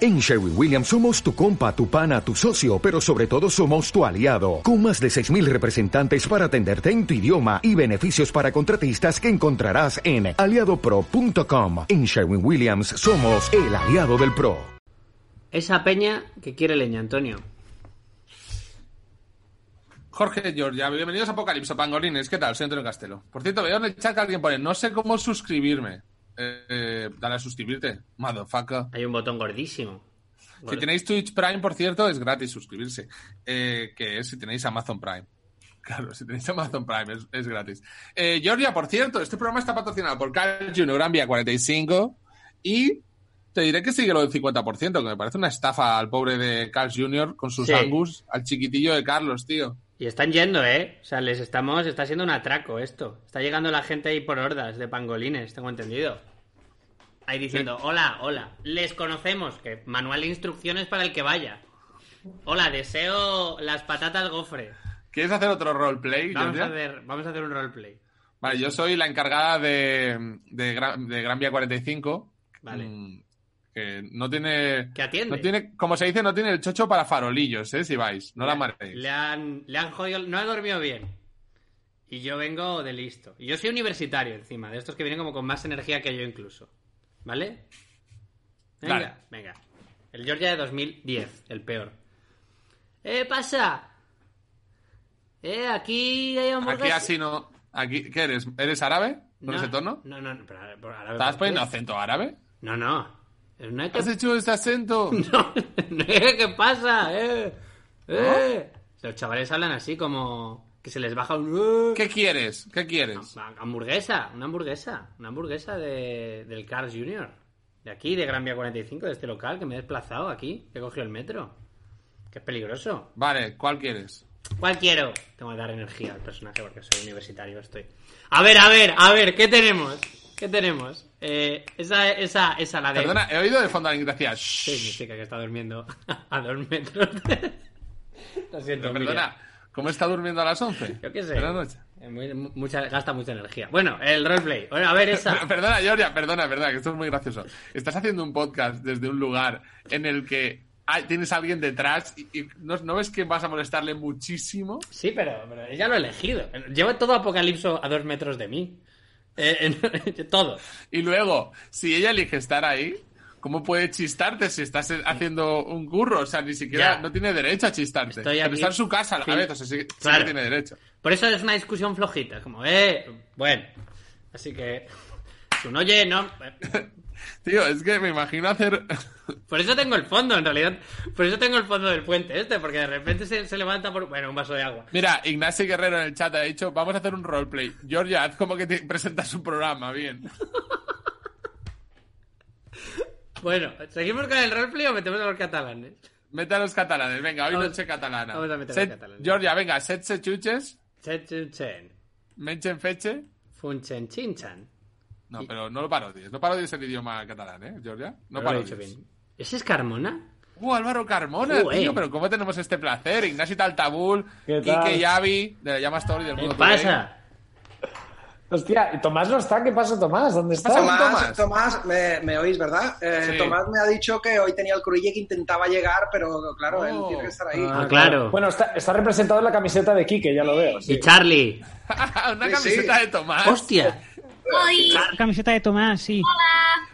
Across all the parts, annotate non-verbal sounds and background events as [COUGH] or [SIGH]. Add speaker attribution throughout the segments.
Speaker 1: En Sherwin Williams somos tu compa, tu pana, tu socio, pero sobre todo somos tu aliado, con más de 6.000 representantes para atenderte en tu idioma y beneficios para contratistas que encontrarás en aliadopro.com. En Sherwin Williams somos el aliado del PRO.
Speaker 2: Esa peña que quiere leña, Antonio.
Speaker 3: Jorge Giorgia, bienvenidos a Apocalipsis Pangolines. ¿Qué tal? Soy Antonio Castelo. Por cierto, veo en el chat que alguien pone, no sé cómo suscribirme. Eh, eh, dale a suscribirte, motherfucker.
Speaker 2: Hay un botón gordísimo.
Speaker 3: Si tenéis Twitch Prime, por cierto, es gratis suscribirse. Eh, que es si tenéis Amazon Prime. [LAUGHS] Claro, si tenéis Amazon Prime, es, es gratis. Eh, Georgia, por cierto, este programa está patrocinado por Carl Junior Gran Vía 45 y te diré que sigue lo del 50%, que me parece una estafa al pobre de Carl Jr. con sus
Speaker 2: Sí.
Speaker 3: angus, al chiquitillo de Carlos, tío.
Speaker 2: Y están yendo, ¿eh? O sea, les estamos... Está siendo un atraco esto. Está llegando la gente ahí por hordas de pangolines, tengo entendido. Ahí diciendo, hola, hola, les conocemos. Que manual de instrucciones para el que vaya. Hola, deseo las patatas al gofre.
Speaker 3: ¿Quieres hacer otro roleplay,
Speaker 2: Vamos
Speaker 3: Georgia?
Speaker 2: a, hacer, vamos a hacer un roleplay.
Speaker 3: Vale, yo soy la encargada de, de, Gran, de Gran Vía 45.
Speaker 2: Vale.
Speaker 3: Mm, Que no tiene.
Speaker 2: Que atiende.
Speaker 3: No tiene, como se dice, no tiene el chocho para farolillos, ¿eh? Si vais, no la maréis.
Speaker 2: Le han, le han jodido, no ha dormido bien. Y yo vengo de listo. Y yo soy universitario encima, de estos que vienen como con más energía que yo incluso. ¿Vale? Venga,
Speaker 3: Vale.
Speaker 2: venga. El Georgia de 2010, el peor. ¡Eh, pasa! ¡Eh, aquí hay hamburguesas!
Speaker 3: Aquí así no. Aquí, ¿Qué eres? ¿Eres árabe? ¿Con
Speaker 2: No,
Speaker 3: ese tono?
Speaker 2: No, no, no. Pero, ahora- pero ahora-
Speaker 3: ¿Estabas
Speaker 2: ¿por
Speaker 3: poniendo
Speaker 2: qué?
Speaker 3: acento árabe?
Speaker 2: No, no. No es que...
Speaker 3: ¿Has hecho este acento?
Speaker 2: [LAUGHS] No, no, eh, ¿Qué pasa? Eh, eh. Los chavales hablan así como... Que se les baja un...
Speaker 3: ¿Qué quieres? ¿Qué quieres?
Speaker 2: Ha- Hamburguesa, una hamburguesa, una hamburguesa de, del Carl Jr. De aquí, de Gran Vía 45, de este local, que me he desplazado aquí, que he cogido el metro. Que es peligroso.
Speaker 3: Vale, ¿cuál quieres?
Speaker 2: ¿Cuál quiero? Tengo que dar energía al personaje porque soy universitario, estoy. A ver, a ver, a ver, ¿qué tenemos? ¿Qué tenemos? Eh, esa, esa, esa, la de.
Speaker 3: Perdona, he oído de fondo a la ingracia.
Speaker 2: Sí, mi chica que está durmiendo [LAUGHS] a dos metros. Lo siento, Miriam.
Speaker 3: Perdona, ¿cómo está durmiendo a las 11?
Speaker 2: Yo qué sé.
Speaker 3: Buenas noches.
Speaker 2: Eh, muy- mucha, gasta mucha energía. Bueno, el roleplay. Bueno, a
Speaker 3: [LAUGHS]
Speaker 2: ver, esa.
Speaker 3: Per- Perdona, Georgia, perdona, perdona, que esto es muy gracioso. Estás haciendo un podcast desde un lugar en el que hay- tienes a alguien detrás y, y no, ¿no ves que vas a molestarle muchísimo.
Speaker 2: Sí, pero, pero ella lo ha elegido. Llevo todo Apocalipso a dos metros de mí. Eh, eh, [LAUGHS] todo.
Speaker 3: Y luego, si ella elige estar ahí, ¿cómo puede chistarte si estás eh, haciendo un curro? O sea, ni siquiera
Speaker 2: Ya.
Speaker 3: no tiene derecho a chistarte.
Speaker 2: Estoy
Speaker 3: Pero
Speaker 2: aquí.
Speaker 3: está en su casa a
Speaker 2: Sí.
Speaker 3: la vez, o sea, sí, sí que
Speaker 2: Claro.
Speaker 3: tiene derecho.
Speaker 2: Por eso es una discusión flojita. es Como, eh, bueno. Así que. Si uno oye, no.
Speaker 3: [LAUGHS] Tío, es que me imagino hacer.
Speaker 2: [LAUGHS] Por eso tengo el fondo, en realidad. Por eso tengo el fondo del puente este, porque de repente se, se levanta por. Bueno, un vaso de agua.
Speaker 3: Mira, Ignacio Guerrero en el chat ha dicho: Vamos a hacer un roleplay. Georgia, haz como que te presentas un programa, bien.
Speaker 2: [LAUGHS] Bueno, ¿seguimos con el roleplay o metemos a los catalanes?
Speaker 3: Mete a los catalanes, venga, hoy
Speaker 2: Vamos-
Speaker 3: noche catalana.
Speaker 2: vamos a meter a
Speaker 3: Set-
Speaker 2: los catalanes.
Speaker 3: Georgia, venga, setze chuches,
Speaker 2: Chen, chen, chen.
Speaker 3: menchen feche.
Speaker 2: Fun, chen, chin, chan.
Speaker 3: No, pero no lo parodies, no parodies el idioma catalán, ¿eh, Georgia? No
Speaker 2: Lo he dicho
Speaker 3: parodies.
Speaker 2: bien. ¿Ese es Carmona?
Speaker 3: Uh, Álvaro Carmona,
Speaker 2: Uh,
Speaker 3: tío,
Speaker 2: eh.
Speaker 3: pero ¿cómo tenemos este placer? Ignacio Taltabul,
Speaker 4: ¿Qué tal?
Speaker 3: Quique Yavi, de la Llamas Story del
Speaker 2: ¿Qué
Speaker 3: mundo.
Speaker 2: pasa?
Speaker 4: Hostia, ¿y Tomás no está? ¿Qué pasa, Tomás? ¿Dónde está?
Speaker 3: Tomás?
Speaker 5: Tomás, Tomás, me, me oís, ¿verdad? Eh,
Speaker 3: Sí.
Speaker 5: Tomás me ha dicho que hoy tenía el Cruille que intentaba llegar, pero claro, él
Speaker 3: Oh.
Speaker 5: tiene que estar ahí. [LAUGHS]
Speaker 2: Ah, claro.
Speaker 4: Bueno, está, está representado en la camiseta de Quique, ya lo veo.
Speaker 2: Y Charlie.
Speaker 3: Tomás. Una
Speaker 5: Sí,
Speaker 3: camiseta
Speaker 5: sí.
Speaker 3: de Tomás.
Speaker 2: ¡Hostia!
Speaker 6: Ah, Camiseta de Tomás, sí.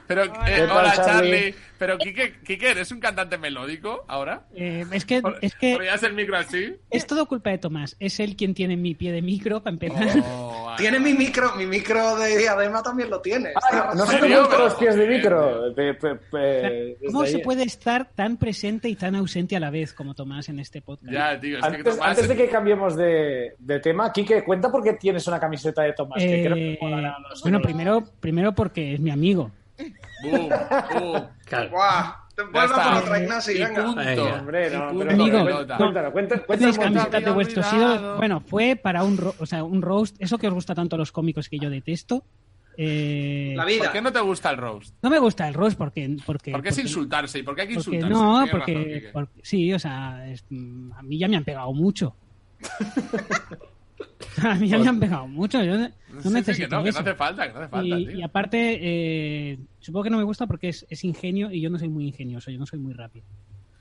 Speaker 3: Pero, eh,
Speaker 4: tal,
Speaker 3: hola, Charlie.
Speaker 4: Charlie?
Speaker 3: Pero, Quique, Quique, ¿eres un cantante melódico ahora?
Speaker 6: Eh, es que,
Speaker 3: Ahora-
Speaker 6: es que Eh,
Speaker 3: ¿Abrías el micro así?
Speaker 6: es todo culpa de Tomás. Es él quien tiene mi pie de micro para empezar.
Speaker 3: Oh, vale.
Speaker 5: Tiene mi micro, mi micro de diadema también lo tiene. Está-
Speaker 4: No se
Speaker 3: ¿En
Speaker 4: te
Speaker 3: serio? Eh,
Speaker 4: gustan los pies de
Speaker 3: Pero-
Speaker 4: micro. Pe- pe- pe-
Speaker 6: ¿Cómo
Speaker 4: Eh, desde
Speaker 6: se
Speaker 4: ahí.
Speaker 6: puede estar tan presente y tan ausente a la vez como Tomás en este podcast?
Speaker 3: Ya, tío, es que
Speaker 4: Antes,
Speaker 3: Tomás...
Speaker 4: antes de que cambiemos de, de tema, Quique, cuenta por qué tienes una camiseta de Tomás. que
Speaker 6: Eh,
Speaker 4: creo que molará a los
Speaker 6: bueno,
Speaker 4: otros.
Speaker 6: primero, primero porque es mi amigo.
Speaker 3: Boom, boom.
Speaker 2: Claro.
Speaker 5: Guau, te
Speaker 3: Ya
Speaker 5: vuelvo por
Speaker 3: está.
Speaker 5: otra Ignasi,
Speaker 3: Y
Speaker 5: venga.
Speaker 3: punto.
Speaker 2: Venga.
Speaker 4: Hombre,
Speaker 3: Y
Speaker 4: no,
Speaker 3: punto.
Speaker 4: pero-
Speaker 6: Amigo,
Speaker 3: Pelota.
Speaker 4: cuéntalo, cuenta, cuenta
Speaker 6: Tenéis
Speaker 4: el montón.
Speaker 6: camisetas de
Speaker 3: había
Speaker 6: vuestros
Speaker 3: olvidado.
Speaker 6: ídolos. Bueno, fue para un, ro- o sea, un roast, eso que os gusta tanto a los cómicos que yo detesto. Eh,
Speaker 5: La
Speaker 3: ¿Por
Speaker 5: vida.
Speaker 3: qué no te gusta el roast?
Speaker 6: no me gusta el roast porque... porque
Speaker 3: ¿Por qué es
Speaker 6: porque-
Speaker 3: insultarse? ¿Y por qué hay que
Speaker 6: porque
Speaker 3: insultarse?
Speaker 6: no,
Speaker 3: Tienes
Speaker 6: porque,
Speaker 3: razón, Quique.
Speaker 6: porque- sí, o sea, es- mm, a mí ya me han pegado mucho. [LAUGHS] A mí ya me han pegado mucho. Yo no
Speaker 3: Sí, sí,
Speaker 6: necesito
Speaker 3: que no, que no
Speaker 6: eso.
Speaker 3: hace falta, que no hace falta,
Speaker 6: y, pues,
Speaker 3: tío.
Speaker 6: y aparte, eh, supongo que no me gusta porque es, es ingenio y yo no soy muy ingenioso, yo no soy muy rápido.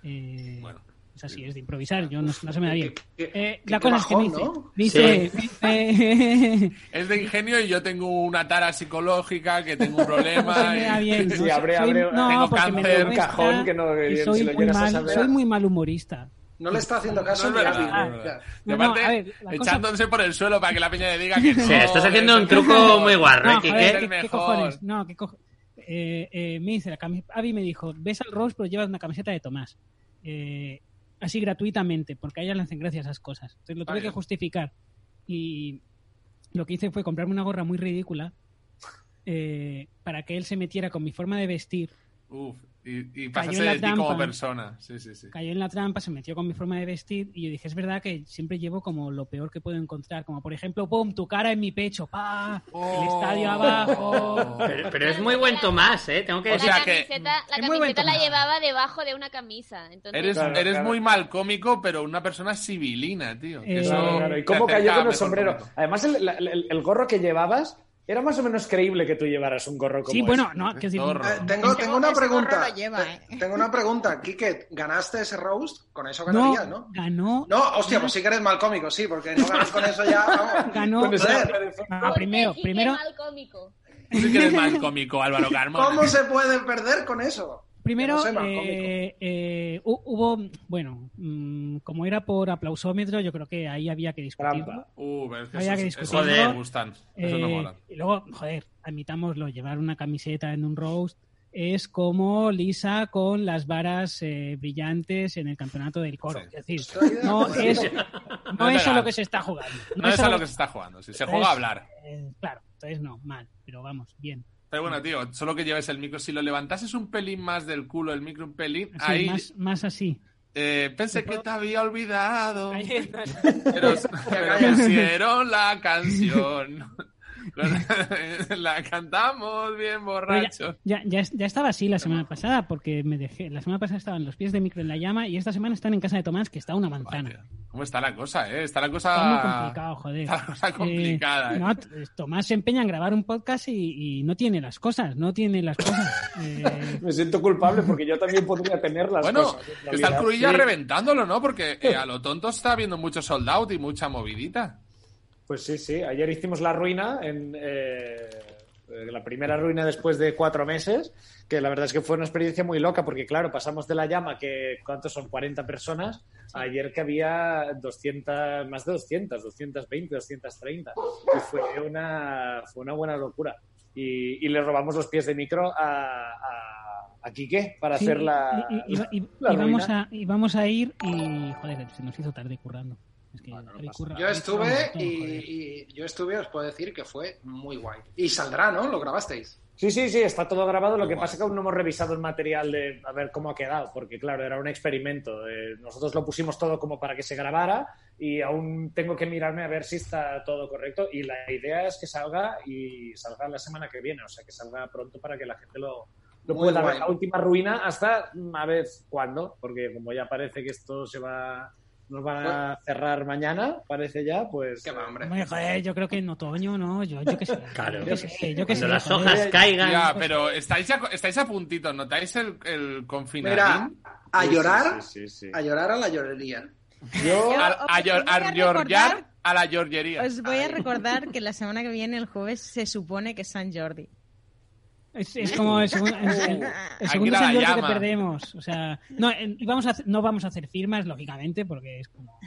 Speaker 6: Eh,
Speaker 3: Bueno.
Speaker 6: es así, es de improvisar, yo no, no se me da bien.
Speaker 5: Qué- qué-
Speaker 6: Eh,
Speaker 5: qué
Speaker 6: la cosa es que me
Speaker 5: bajón,
Speaker 6: dice,
Speaker 5: ¿no?
Speaker 6: me dice- me dice-
Speaker 3: Es de ingenio y yo tengo una tara psicológica,
Speaker 6: [LAUGHS]
Speaker 3: que tengo un
Speaker 6: no Pues se me da
Speaker 3: problema. y- [LAUGHS]
Speaker 6: bien.
Speaker 4: Sí,
Speaker 6: no sé,
Speaker 4: abre-
Speaker 6: soy-
Speaker 4: abre-
Speaker 6: no,
Speaker 3: Tengo
Speaker 6: porque me
Speaker 3: cáncer,
Speaker 6: molesta
Speaker 4: un cajón que no-
Speaker 6: y
Speaker 4: si
Speaker 6: soy,
Speaker 4: lo
Speaker 6: muy
Speaker 4: llegas a
Speaker 6: mal,
Speaker 4: saber.
Speaker 6: soy muy mal humorista.
Speaker 5: No le está haciendo
Speaker 3: No
Speaker 5: caso
Speaker 3: es
Speaker 5: ni
Speaker 3: verdad,
Speaker 5: Abby,
Speaker 3: no es
Speaker 5: ¿eh?
Speaker 3: verdad. Y
Speaker 6: No, no,
Speaker 3: aparte,
Speaker 6: a ver, la cosa-
Speaker 3: echándose por el suelo para que la peña
Speaker 6: [LAUGHS]
Speaker 3: le diga que.
Speaker 2: O
Speaker 3: no,
Speaker 2: sea, estás
Speaker 3: que
Speaker 2: haciendo
Speaker 3: eso
Speaker 2: un
Speaker 3: que
Speaker 2: truco
Speaker 3: [LAUGHS] no.
Speaker 2: muy
Speaker 6: No,
Speaker 2: guarro, ¿eh,
Speaker 6: a ver,
Speaker 2: Quique?
Speaker 3: Es el
Speaker 6: ¿qué, qué
Speaker 3: mejor.
Speaker 6: cojones? No, ¿qué cojones? Eh, eh, me dice, la cami- Abby me dijo, ves al Rose pero llevas una camiseta de Tomás. Eh, así gratuitamente, porque a ella le hacen gracia esas cosas. Entonces lo tuve
Speaker 3: Vale.
Speaker 6: que justificar. Y lo que hice fue comprarme una gorra muy ridícula eh, para que él se metiera con mi forma de vestir.
Speaker 3: Uf, y, y
Speaker 6: Cayó
Speaker 3: pasarse
Speaker 6: en la
Speaker 3: de ti como
Speaker 6: trampa.
Speaker 3: persona. Sí, sí, sí.
Speaker 6: Cayó en la trampa, se metió con mi forma de vestir y yo dije, es verdad que siempre llevo como lo peor que puedo encontrar. Como por ejemplo, ¡pum! Tu cara en mi pecho, ¡pa! El estadio
Speaker 3: Oh.
Speaker 5: Oh.
Speaker 6: abajo.
Speaker 2: Pero, pero es muy buen Tomás, ¿eh? Tengo que
Speaker 3: O
Speaker 2: decir.
Speaker 3: sea
Speaker 7: la
Speaker 3: que-
Speaker 7: camiseta, la,
Speaker 6: Es muy buen
Speaker 7: camiseta la
Speaker 6: tomado.
Speaker 7: llevaba debajo de una camisa. Entonces,
Speaker 3: Eres,
Speaker 4: Claro,
Speaker 3: eres
Speaker 4: claro.
Speaker 3: muy mal cómico, pero una persona civilina, tío. que
Speaker 6: Eh,
Speaker 3: eso
Speaker 4: Claro, claro.
Speaker 3: te
Speaker 4: ¿Y cómo
Speaker 3: acerca
Speaker 4: cayó
Speaker 3: a
Speaker 4: con el
Speaker 3: mejor
Speaker 4: sombrero?
Speaker 3: momento.
Speaker 4: Además, el, la- el- el gorro que llevabas era más o menos creíble que tú llevaras un gorro como este.
Speaker 6: Sí,
Speaker 4: ese.
Speaker 6: bueno, no, que decir,
Speaker 3: Zorro.
Speaker 5: Eh, tengo, tengo una
Speaker 8: gorro
Speaker 5: pregunta.
Speaker 8: lo lleva,
Speaker 5: Te-
Speaker 8: ¿eh?
Speaker 5: Tengo una pregunta. Quique, ¿ganaste ese roast? Con eso ganarías, ¿no? ¿no?
Speaker 6: ganó,
Speaker 5: hostia, pues sí que eres mal cómico, sí, porque no ganas con eso ya. vamos.
Speaker 6: ganó.
Speaker 4: Con esa-
Speaker 6: Ah,
Speaker 7: ¿por qué
Speaker 6: primero,
Speaker 7: Quique
Speaker 6: primero,
Speaker 7: mal cómico?
Speaker 3: Sí que
Speaker 4: [LAUGHS]
Speaker 3: eres mal cómico, Álvaro Carmona.
Speaker 5: ¿Cómo se puede perder con eso?
Speaker 6: primero
Speaker 5: Que no sé, mal
Speaker 6: eh, eh, hu- hubo, bueno, mm, como era por aplausómetro, yo creo que ahí había que discutir.
Speaker 4: Trampa.
Speaker 3: Uh, pero es que
Speaker 6: Había que
Speaker 3: esos- esos
Speaker 6: discutirlo.
Speaker 3: no me gustan. Esos no
Speaker 6: Eh,
Speaker 3: molan.
Speaker 6: y luego, joder, admitámoslo, llevar una camiseta en un roast es como Lisa con las varas eh, brillantes en el campeonato del coro.
Speaker 3: Sí.
Speaker 6: Es decir,
Speaker 5: Estoy de
Speaker 6: no
Speaker 5: acuerdo.
Speaker 6: es,
Speaker 3: [LAUGHS] No
Speaker 6: no es a
Speaker 3: legal.
Speaker 6: lo que se está jugando.
Speaker 3: No es a lo que se está jugando. Si se juega a hablar.
Speaker 6: eh, claro, entonces no, mal, pero vamos, bien.
Speaker 3: Pero bueno, tío, solo que lleves el micro. Si lo levantases un pelín más del culo, el micro un pelín,
Speaker 6: Así,
Speaker 3: ahí
Speaker 6: más, más así.
Speaker 3: eh, pensé que te había olvidado.
Speaker 9: Ahí estás.
Speaker 6: [LAUGHS]
Speaker 3: Pero, pero pusieron la canción. la cantamos bien
Speaker 6: Pero
Speaker 3: borracho.
Speaker 6: Ya, ya, ya estaba así la semana pasada, porque me dejé. La semana pasada estaban los pies de micro en la llama y esta semana están en casa de Tomás, que está una manzana.
Speaker 3: ¿Cómo está la cosa, eh? Está la
Speaker 6: Está muy
Speaker 3: cosa.
Speaker 6: complicado, joder. Pues,
Speaker 3: está la cosa [LAUGHS] complicada, eh.
Speaker 6: no, t- Tomás se empeña en grabar un podcast y, y no tiene las cosas, no tiene las cosas. Eh,
Speaker 4: Me siento culpable porque yo también podría tener las
Speaker 3: Bueno,
Speaker 2: Pues,
Speaker 4: cosas. ¿eh? en
Speaker 3: está el
Speaker 4: realidad.
Speaker 3: Cruilla
Speaker 4: Sí,
Speaker 3: reventándolo, ¿no? Porque eh, a lo tonto está habiendo mucho sold out y mucha movidita.
Speaker 4: Pues sí, sí. Ayer hicimos la ruina, en, eh, eh, la primera ruina después de cuatro meses, que la verdad es que fue una experiencia muy loca, porque claro, pasamos de la llama, que ¿cuántos son? 40 personas, a ayer que había 200, más de 200, 220, 230. Y fue una, fue una buena locura. Y, y le robamos los pies de micro a, a, a Quique [LAUGHS] para
Speaker 6: sí,
Speaker 4: hacer la...
Speaker 6: y- y- y- y-
Speaker 4: la
Speaker 6: y vamos
Speaker 4: ruina.
Speaker 6: a, y vamos a ir y. Joder, se nos hizo tarde currando. Es que Javi curra-
Speaker 5: Yo
Speaker 6: Javi curra un
Speaker 5: estuve
Speaker 6: montón, joder.
Speaker 5: y, y yo estuve, os puedo decir que fue muy guay. Y saldrá, ¿no? Lo grabasteis.
Speaker 4: Sí, sí, sí, está todo grabado. Lo que pasa es que aún no hemos revisado el material de a ver cómo ha quedado, porque claro, era un experimento. eh, nosotros lo pusimos todo como para que se grabara y aún tengo que mirarme a ver si está todo correcto. Y la idea es que salga y salga la semana que viene, o sea, que salga pronto para que la gente lo, lo
Speaker 5: Muy
Speaker 4: pueda
Speaker 5: guay.
Speaker 4: ver. La última ruina hasta mm, a ver cuándo, porque como ya parece que esto se va, nos van a cerrar mañana, parece ya, pues.
Speaker 5: Qué Pues va, hombre.
Speaker 6: Hombre, joder, yo creo que en otoño, ¿no? Yo, yo qué sé.
Speaker 2: Claro.
Speaker 6: Yo qué sé. Yo qué
Speaker 2: Cuando
Speaker 6: sé,
Speaker 2: las
Speaker 6: joder.
Speaker 2: hojas caigan.
Speaker 3: Ya, pero estáis a, estáis a puntito, ¿notáis el, el
Speaker 5: Mira,
Speaker 3: confinamiento?
Speaker 5: a
Speaker 4: Sí, sí,
Speaker 5: llorar,
Speaker 4: sí, sí, sí.
Speaker 5: a llorar a la llorería.
Speaker 4: Yo-
Speaker 3: A,
Speaker 8: Yo-
Speaker 3: a, llor- a
Speaker 8: os voy a
Speaker 3: llorgar
Speaker 8: recordar-
Speaker 3: a la llorguería.
Speaker 6: Pues,
Speaker 8: Os voy a recordar que la semana que viene, el jueves, se supone que es San Jordi.
Speaker 6: Es, es como el segundo, el, el- el
Speaker 3: Aquí
Speaker 6: segundo
Speaker 3: la
Speaker 6: San Jordi que
Speaker 3: llama.
Speaker 6: perdemos. O sea, no, en- y vamos a, hacer- no vamos a hacer firmas, lógicamente, porque es como.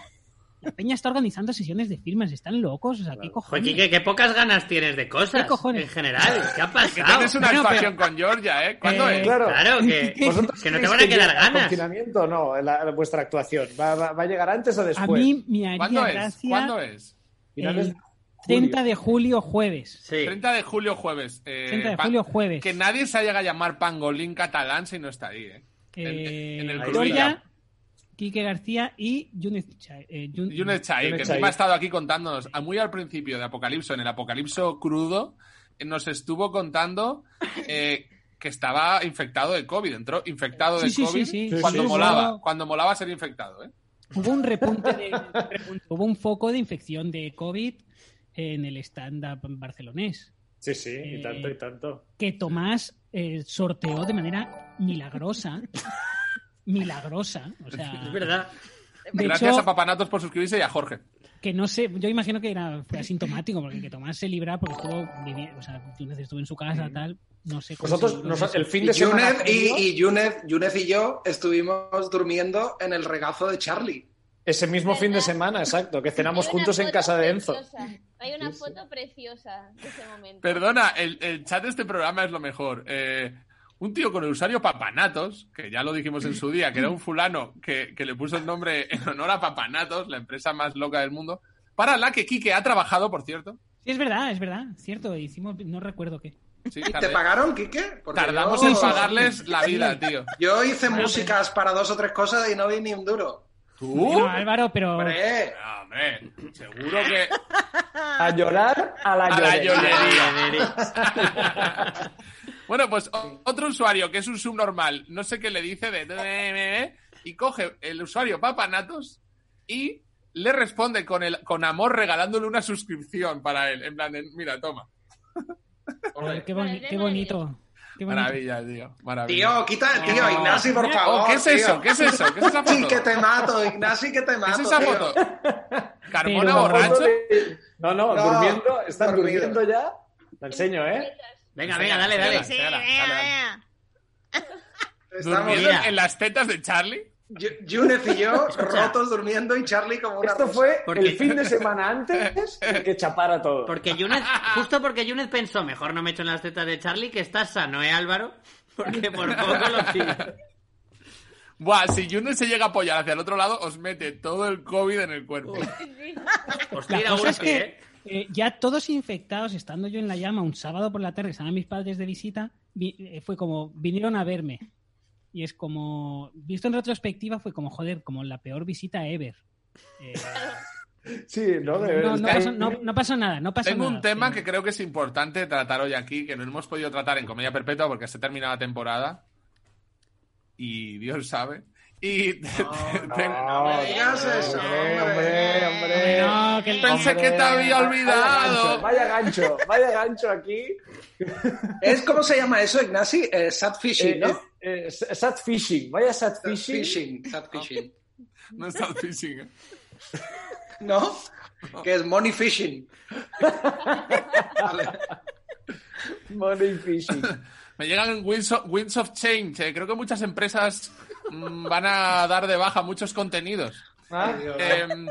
Speaker 6: La peña está organizando sesiones de firmas, están locos. O sea, ¿qué
Speaker 2: Joder,
Speaker 6: cojones?
Speaker 2: Quique, qué pocas ganas tienes de cosas.
Speaker 6: ¿Qué cojones?
Speaker 2: En general, ¿qué ha
Speaker 3: Que
Speaker 2: pasado?
Speaker 3: tienes una
Speaker 6: Bueno, pero-
Speaker 3: actuación con Georgia, ¿eh? ¿Cuándo
Speaker 6: Eh,
Speaker 3: es?
Speaker 4: claro.
Speaker 2: Claro,
Speaker 4: [LAUGHS]
Speaker 2: que,
Speaker 4: ¿Vosotros
Speaker 2: que no te
Speaker 4: creéis
Speaker 2: van a quedar
Speaker 4: llega al
Speaker 2: ganas.
Speaker 4: confinamiento o no? la- la- vuestra actuación. ¿Va, va, va a llegar antes o
Speaker 6: A
Speaker 4: después?
Speaker 6: mí me haría
Speaker 3: ¿Cuándo es?
Speaker 6: gracia
Speaker 3: ¿Cuándo es?
Speaker 4: Finales
Speaker 6: el
Speaker 4: de julio.
Speaker 6: 30 de julio jueves.
Speaker 2: Sí.
Speaker 3: 30 de julio jueves. eh,
Speaker 6: 30 de
Speaker 3: pa-
Speaker 6: julio jueves.
Speaker 3: Que nadie se haya a llamar pangolín catalán si no está ahí, ¿eh? En,
Speaker 6: Eh,
Speaker 3: en el
Speaker 4: ahí
Speaker 3: Cruilla.
Speaker 6: Goya, Quique García y Yunes Chai- eh, Yun-
Speaker 3: Yunes Chai,
Speaker 4: Yunes
Speaker 3: que
Speaker 4: Chai.
Speaker 3: encima ha estado aquí contándonos, a- muy al principio de Apocalipso, en el Apocalipso crudo, eh, nos estuvo contando eh, que estaba infectado de COVID. Entró infectado de
Speaker 6: Sí, sí,
Speaker 3: COVID
Speaker 6: sí, sí.
Speaker 3: cuando
Speaker 4: Sí, sí.
Speaker 3: molaba.
Speaker 6: Sí.
Speaker 3: Cuando molaba ser infectado, ¿eh?
Speaker 6: Hubo un repunte, de, repunte, hubo un foco de infección de COVID en el stand-up barcelonés,
Speaker 4: Sí, sí, y
Speaker 6: Eh,
Speaker 4: tanto, y tanto.
Speaker 6: que Tomás eh, sorteó de manera milagrosa. milagrosa.
Speaker 5: [LAUGHS]
Speaker 6: O sea,
Speaker 2: Es verdad.
Speaker 6: de
Speaker 3: Gracias
Speaker 6: hecho,
Speaker 3: a Papanatos por suscribirse y a Jorge.
Speaker 6: que no sé, yo imagino que era, fue asintomático, porque que Tomás se libra porque estuvo, vivi- o sea, Túnez estuvo en su casa, tal, no sé. cómo se
Speaker 4: Nosotros,
Speaker 6: libró de
Speaker 4: nos-
Speaker 6: eso.
Speaker 4: el fin
Speaker 5: Y
Speaker 4: de semana.
Speaker 5: Yunez y,
Speaker 4: previo,
Speaker 5: y Yunez- Yunez y yo estuvimos durmiendo en el regazo de Charlie.
Speaker 4: Ese mismo fin de
Speaker 7: ¿Verdad?
Speaker 4: semana, exacto, que cenamos
Speaker 7: Hay una
Speaker 4: juntos en
Speaker 7: foto
Speaker 4: casa de Enzo.
Speaker 7: preciosa. Hay una
Speaker 4: Sí, sí.
Speaker 7: foto preciosa de ese momento.
Speaker 3: Perdona, el, el chat de este programa es lo mejor. Eh, un tío con el usuario Papanatos, que ya lo dijimos en su día, que era un fulano que, que le puso el nombre en honor a Papanatos, la empresa más loca del mundo, para la que Quique ha trabajado, por cierto.
Speaker 6: Sí, es verdad, es verdad, cierto, hicimos, no recuerdo qué.
Speaker 3: Sí,
Speaker 5: ¿Y te
Speaker 3: tardé-
Speaker 5: pagaron, Quique? Porque
Speaker 3: Tardamos
Speaker 5: yo-
Speaker 3: en pagarles la vida, tío.
Speaker 5: Yo hice músicas para dos o tres cosas y no vi ni un duro.
Speaker 3: ¿Tú?
Speaker 6: No, Álvaro, pero...
Speaker 5: Hombre,
Speaker 3: Ah, Hombre, seguro que
Speaker 4: A llorar a la
Speaker 3: a la
Speaker 4: llorería.
Speaker 3: llorería. Bueno, pues o- otro usuario que es un subnormal, no sé qué le dice de y coge el usuario Papanatos y le responde con el con amor regalándole una suscripción para él, en plan, de, mira, toma.
Speaker 6: Joder, qué,
Speaker 7: Bueno,
Speaker 6: boni-
Speaker 7: el
Speaker 6: qué
Speaker 7: tema de-
Speaker 6: bonito. Qué bonito.
Speaker 3: Maravilla, tío, maravilla.
Speaker 5: tío, quita, tío,
Speaker 3: No.
Speaker 5: Ignasi, por
Speaker 3: Oh,
Speaker 5: favor.
Speaker 3: ¿qué es
Speaker 5: tío.
Speaker 3: eso? ¿Qué es eso? ¿Qué es esa
Speaker 5: Sí,
Speaker 3: foto?
Speaker 5: que te mato, Ignasi, que te
Speaker 3: ¿Qué es
Speaker 5: mato.
Speaker 3: esa
Speaker 5: tío.
Speaker 3: foto? Carmona
Speaker 6: Pero-
Speaker 3: borracho.
Speaker 4: No, no,
Speaker 5: No,
Speaker 4: durmiendo, están
Speaker 5: dormido.
Speaker 4: durmiendo ya. La enseño, ¿eh?
Speaker 2: Venga, venga, dale,
Speaker 3: Espera,
Speaker 2: dale.
Speaker 3: espera, dale, dale.
Speaker 5: Estamos
Speaker 3: Durmiendo
Speaker 2: Mira.
Speaker 3: en las tetas de Charlie.
Speaker 5: Yu- Yunez y
Speaker 3: [LAUGHS]
Speaker 5: yo rotos durmiendo y Charlie como una
Speaker 4: Esto
Speaker 5: rosa.
Speaker 4: fue
Speaker 2: Porque-
Speaker 4: el fin de semana antes de que chapara todo.
Speaker 2: Porque Yunez, justo porque Yunez pensó, mejor no me echo en las tetas de Charlie, que estás sano, ¿eh, Álvaro? Porque por poco lo sigue.
Speaker 3: Buah, si Juno se llega a apoyar hacia el otro lado, os mete todo el COVID en el cuerpo.
Speaker 2: Os
Speaker 6: La
Speaker 2: Pues tira
Speaker 6: cosa
Speaker 2: golpe,
Speaker 6: es que
Speaker 2: ¿eh?
Speaker 6: eh, ya todos infectados, estando yo en la llama un sábado por la tarde, estaban mis padres de visita, vi- eh, fue como, vinieron a verme. Y es como, visto en retrospectiva, fue como, joder, como la peor visita ever. Eh,
Speaker 4: Sí, no, de
Speaker 6: no, no
Speaker 4: el
Speaker 6: pasó, no-
Speaker 4: timing.
Speaker 6: no pasó nada, no pasó
Speaker 3: Tengo
Speaker 6: nada.
Speaker 3: un tema
Speaker 6: Pero-
Speaker 3: que creo que es importante tratar hoy aquí, que no hemos podido tratar en Comedia Perpetua porque se termina la temporada. Y Dios sabe. Y [LAUGHS]
Speaker 5: no,
Speaker 4: No,
Speaker 5: me digas
Speaker 4: hombre,
Speaker 5: eso,
Speaker 4: hombre,
Speaker 5: hombre.
Speaker 4: Eh, hombre, hombre.
Speaker 6: No, que el-
Speaker 3: Pensé
Speaker 4: Hombre,
Speaker 3: que te había
Speaker 4: vaya
Speaker 3: olvidado.
Speaker 4: gancho, Vaya gancho, vaya gancho aquí.
Speaker 5: ¿Es cómo se llama eso, Ignasi? Eh, sad fishing,
Speaker 4: Eh,
Speaker 5: ¿no?
Speaker 4: eh, eh, sad fishing, vaya sad
Speaker 5: Sad
Speaker 4: fishing.
Speaker 5: fishing, sad fishing.
Speaker 3: [LAUGHS] no está fishing. ¿eh?
Speaker 5: ¿No? Que es money fishing. Vale.
Speaker 4: Money fishing.
Speaker 3: [LAUGHS] Me llegan winds of, winds of change. eh, Creo que muchas empresas mm, van a dar de baja muchos contenidos.
Speaker 4: Ah,
Speaker 3: Em,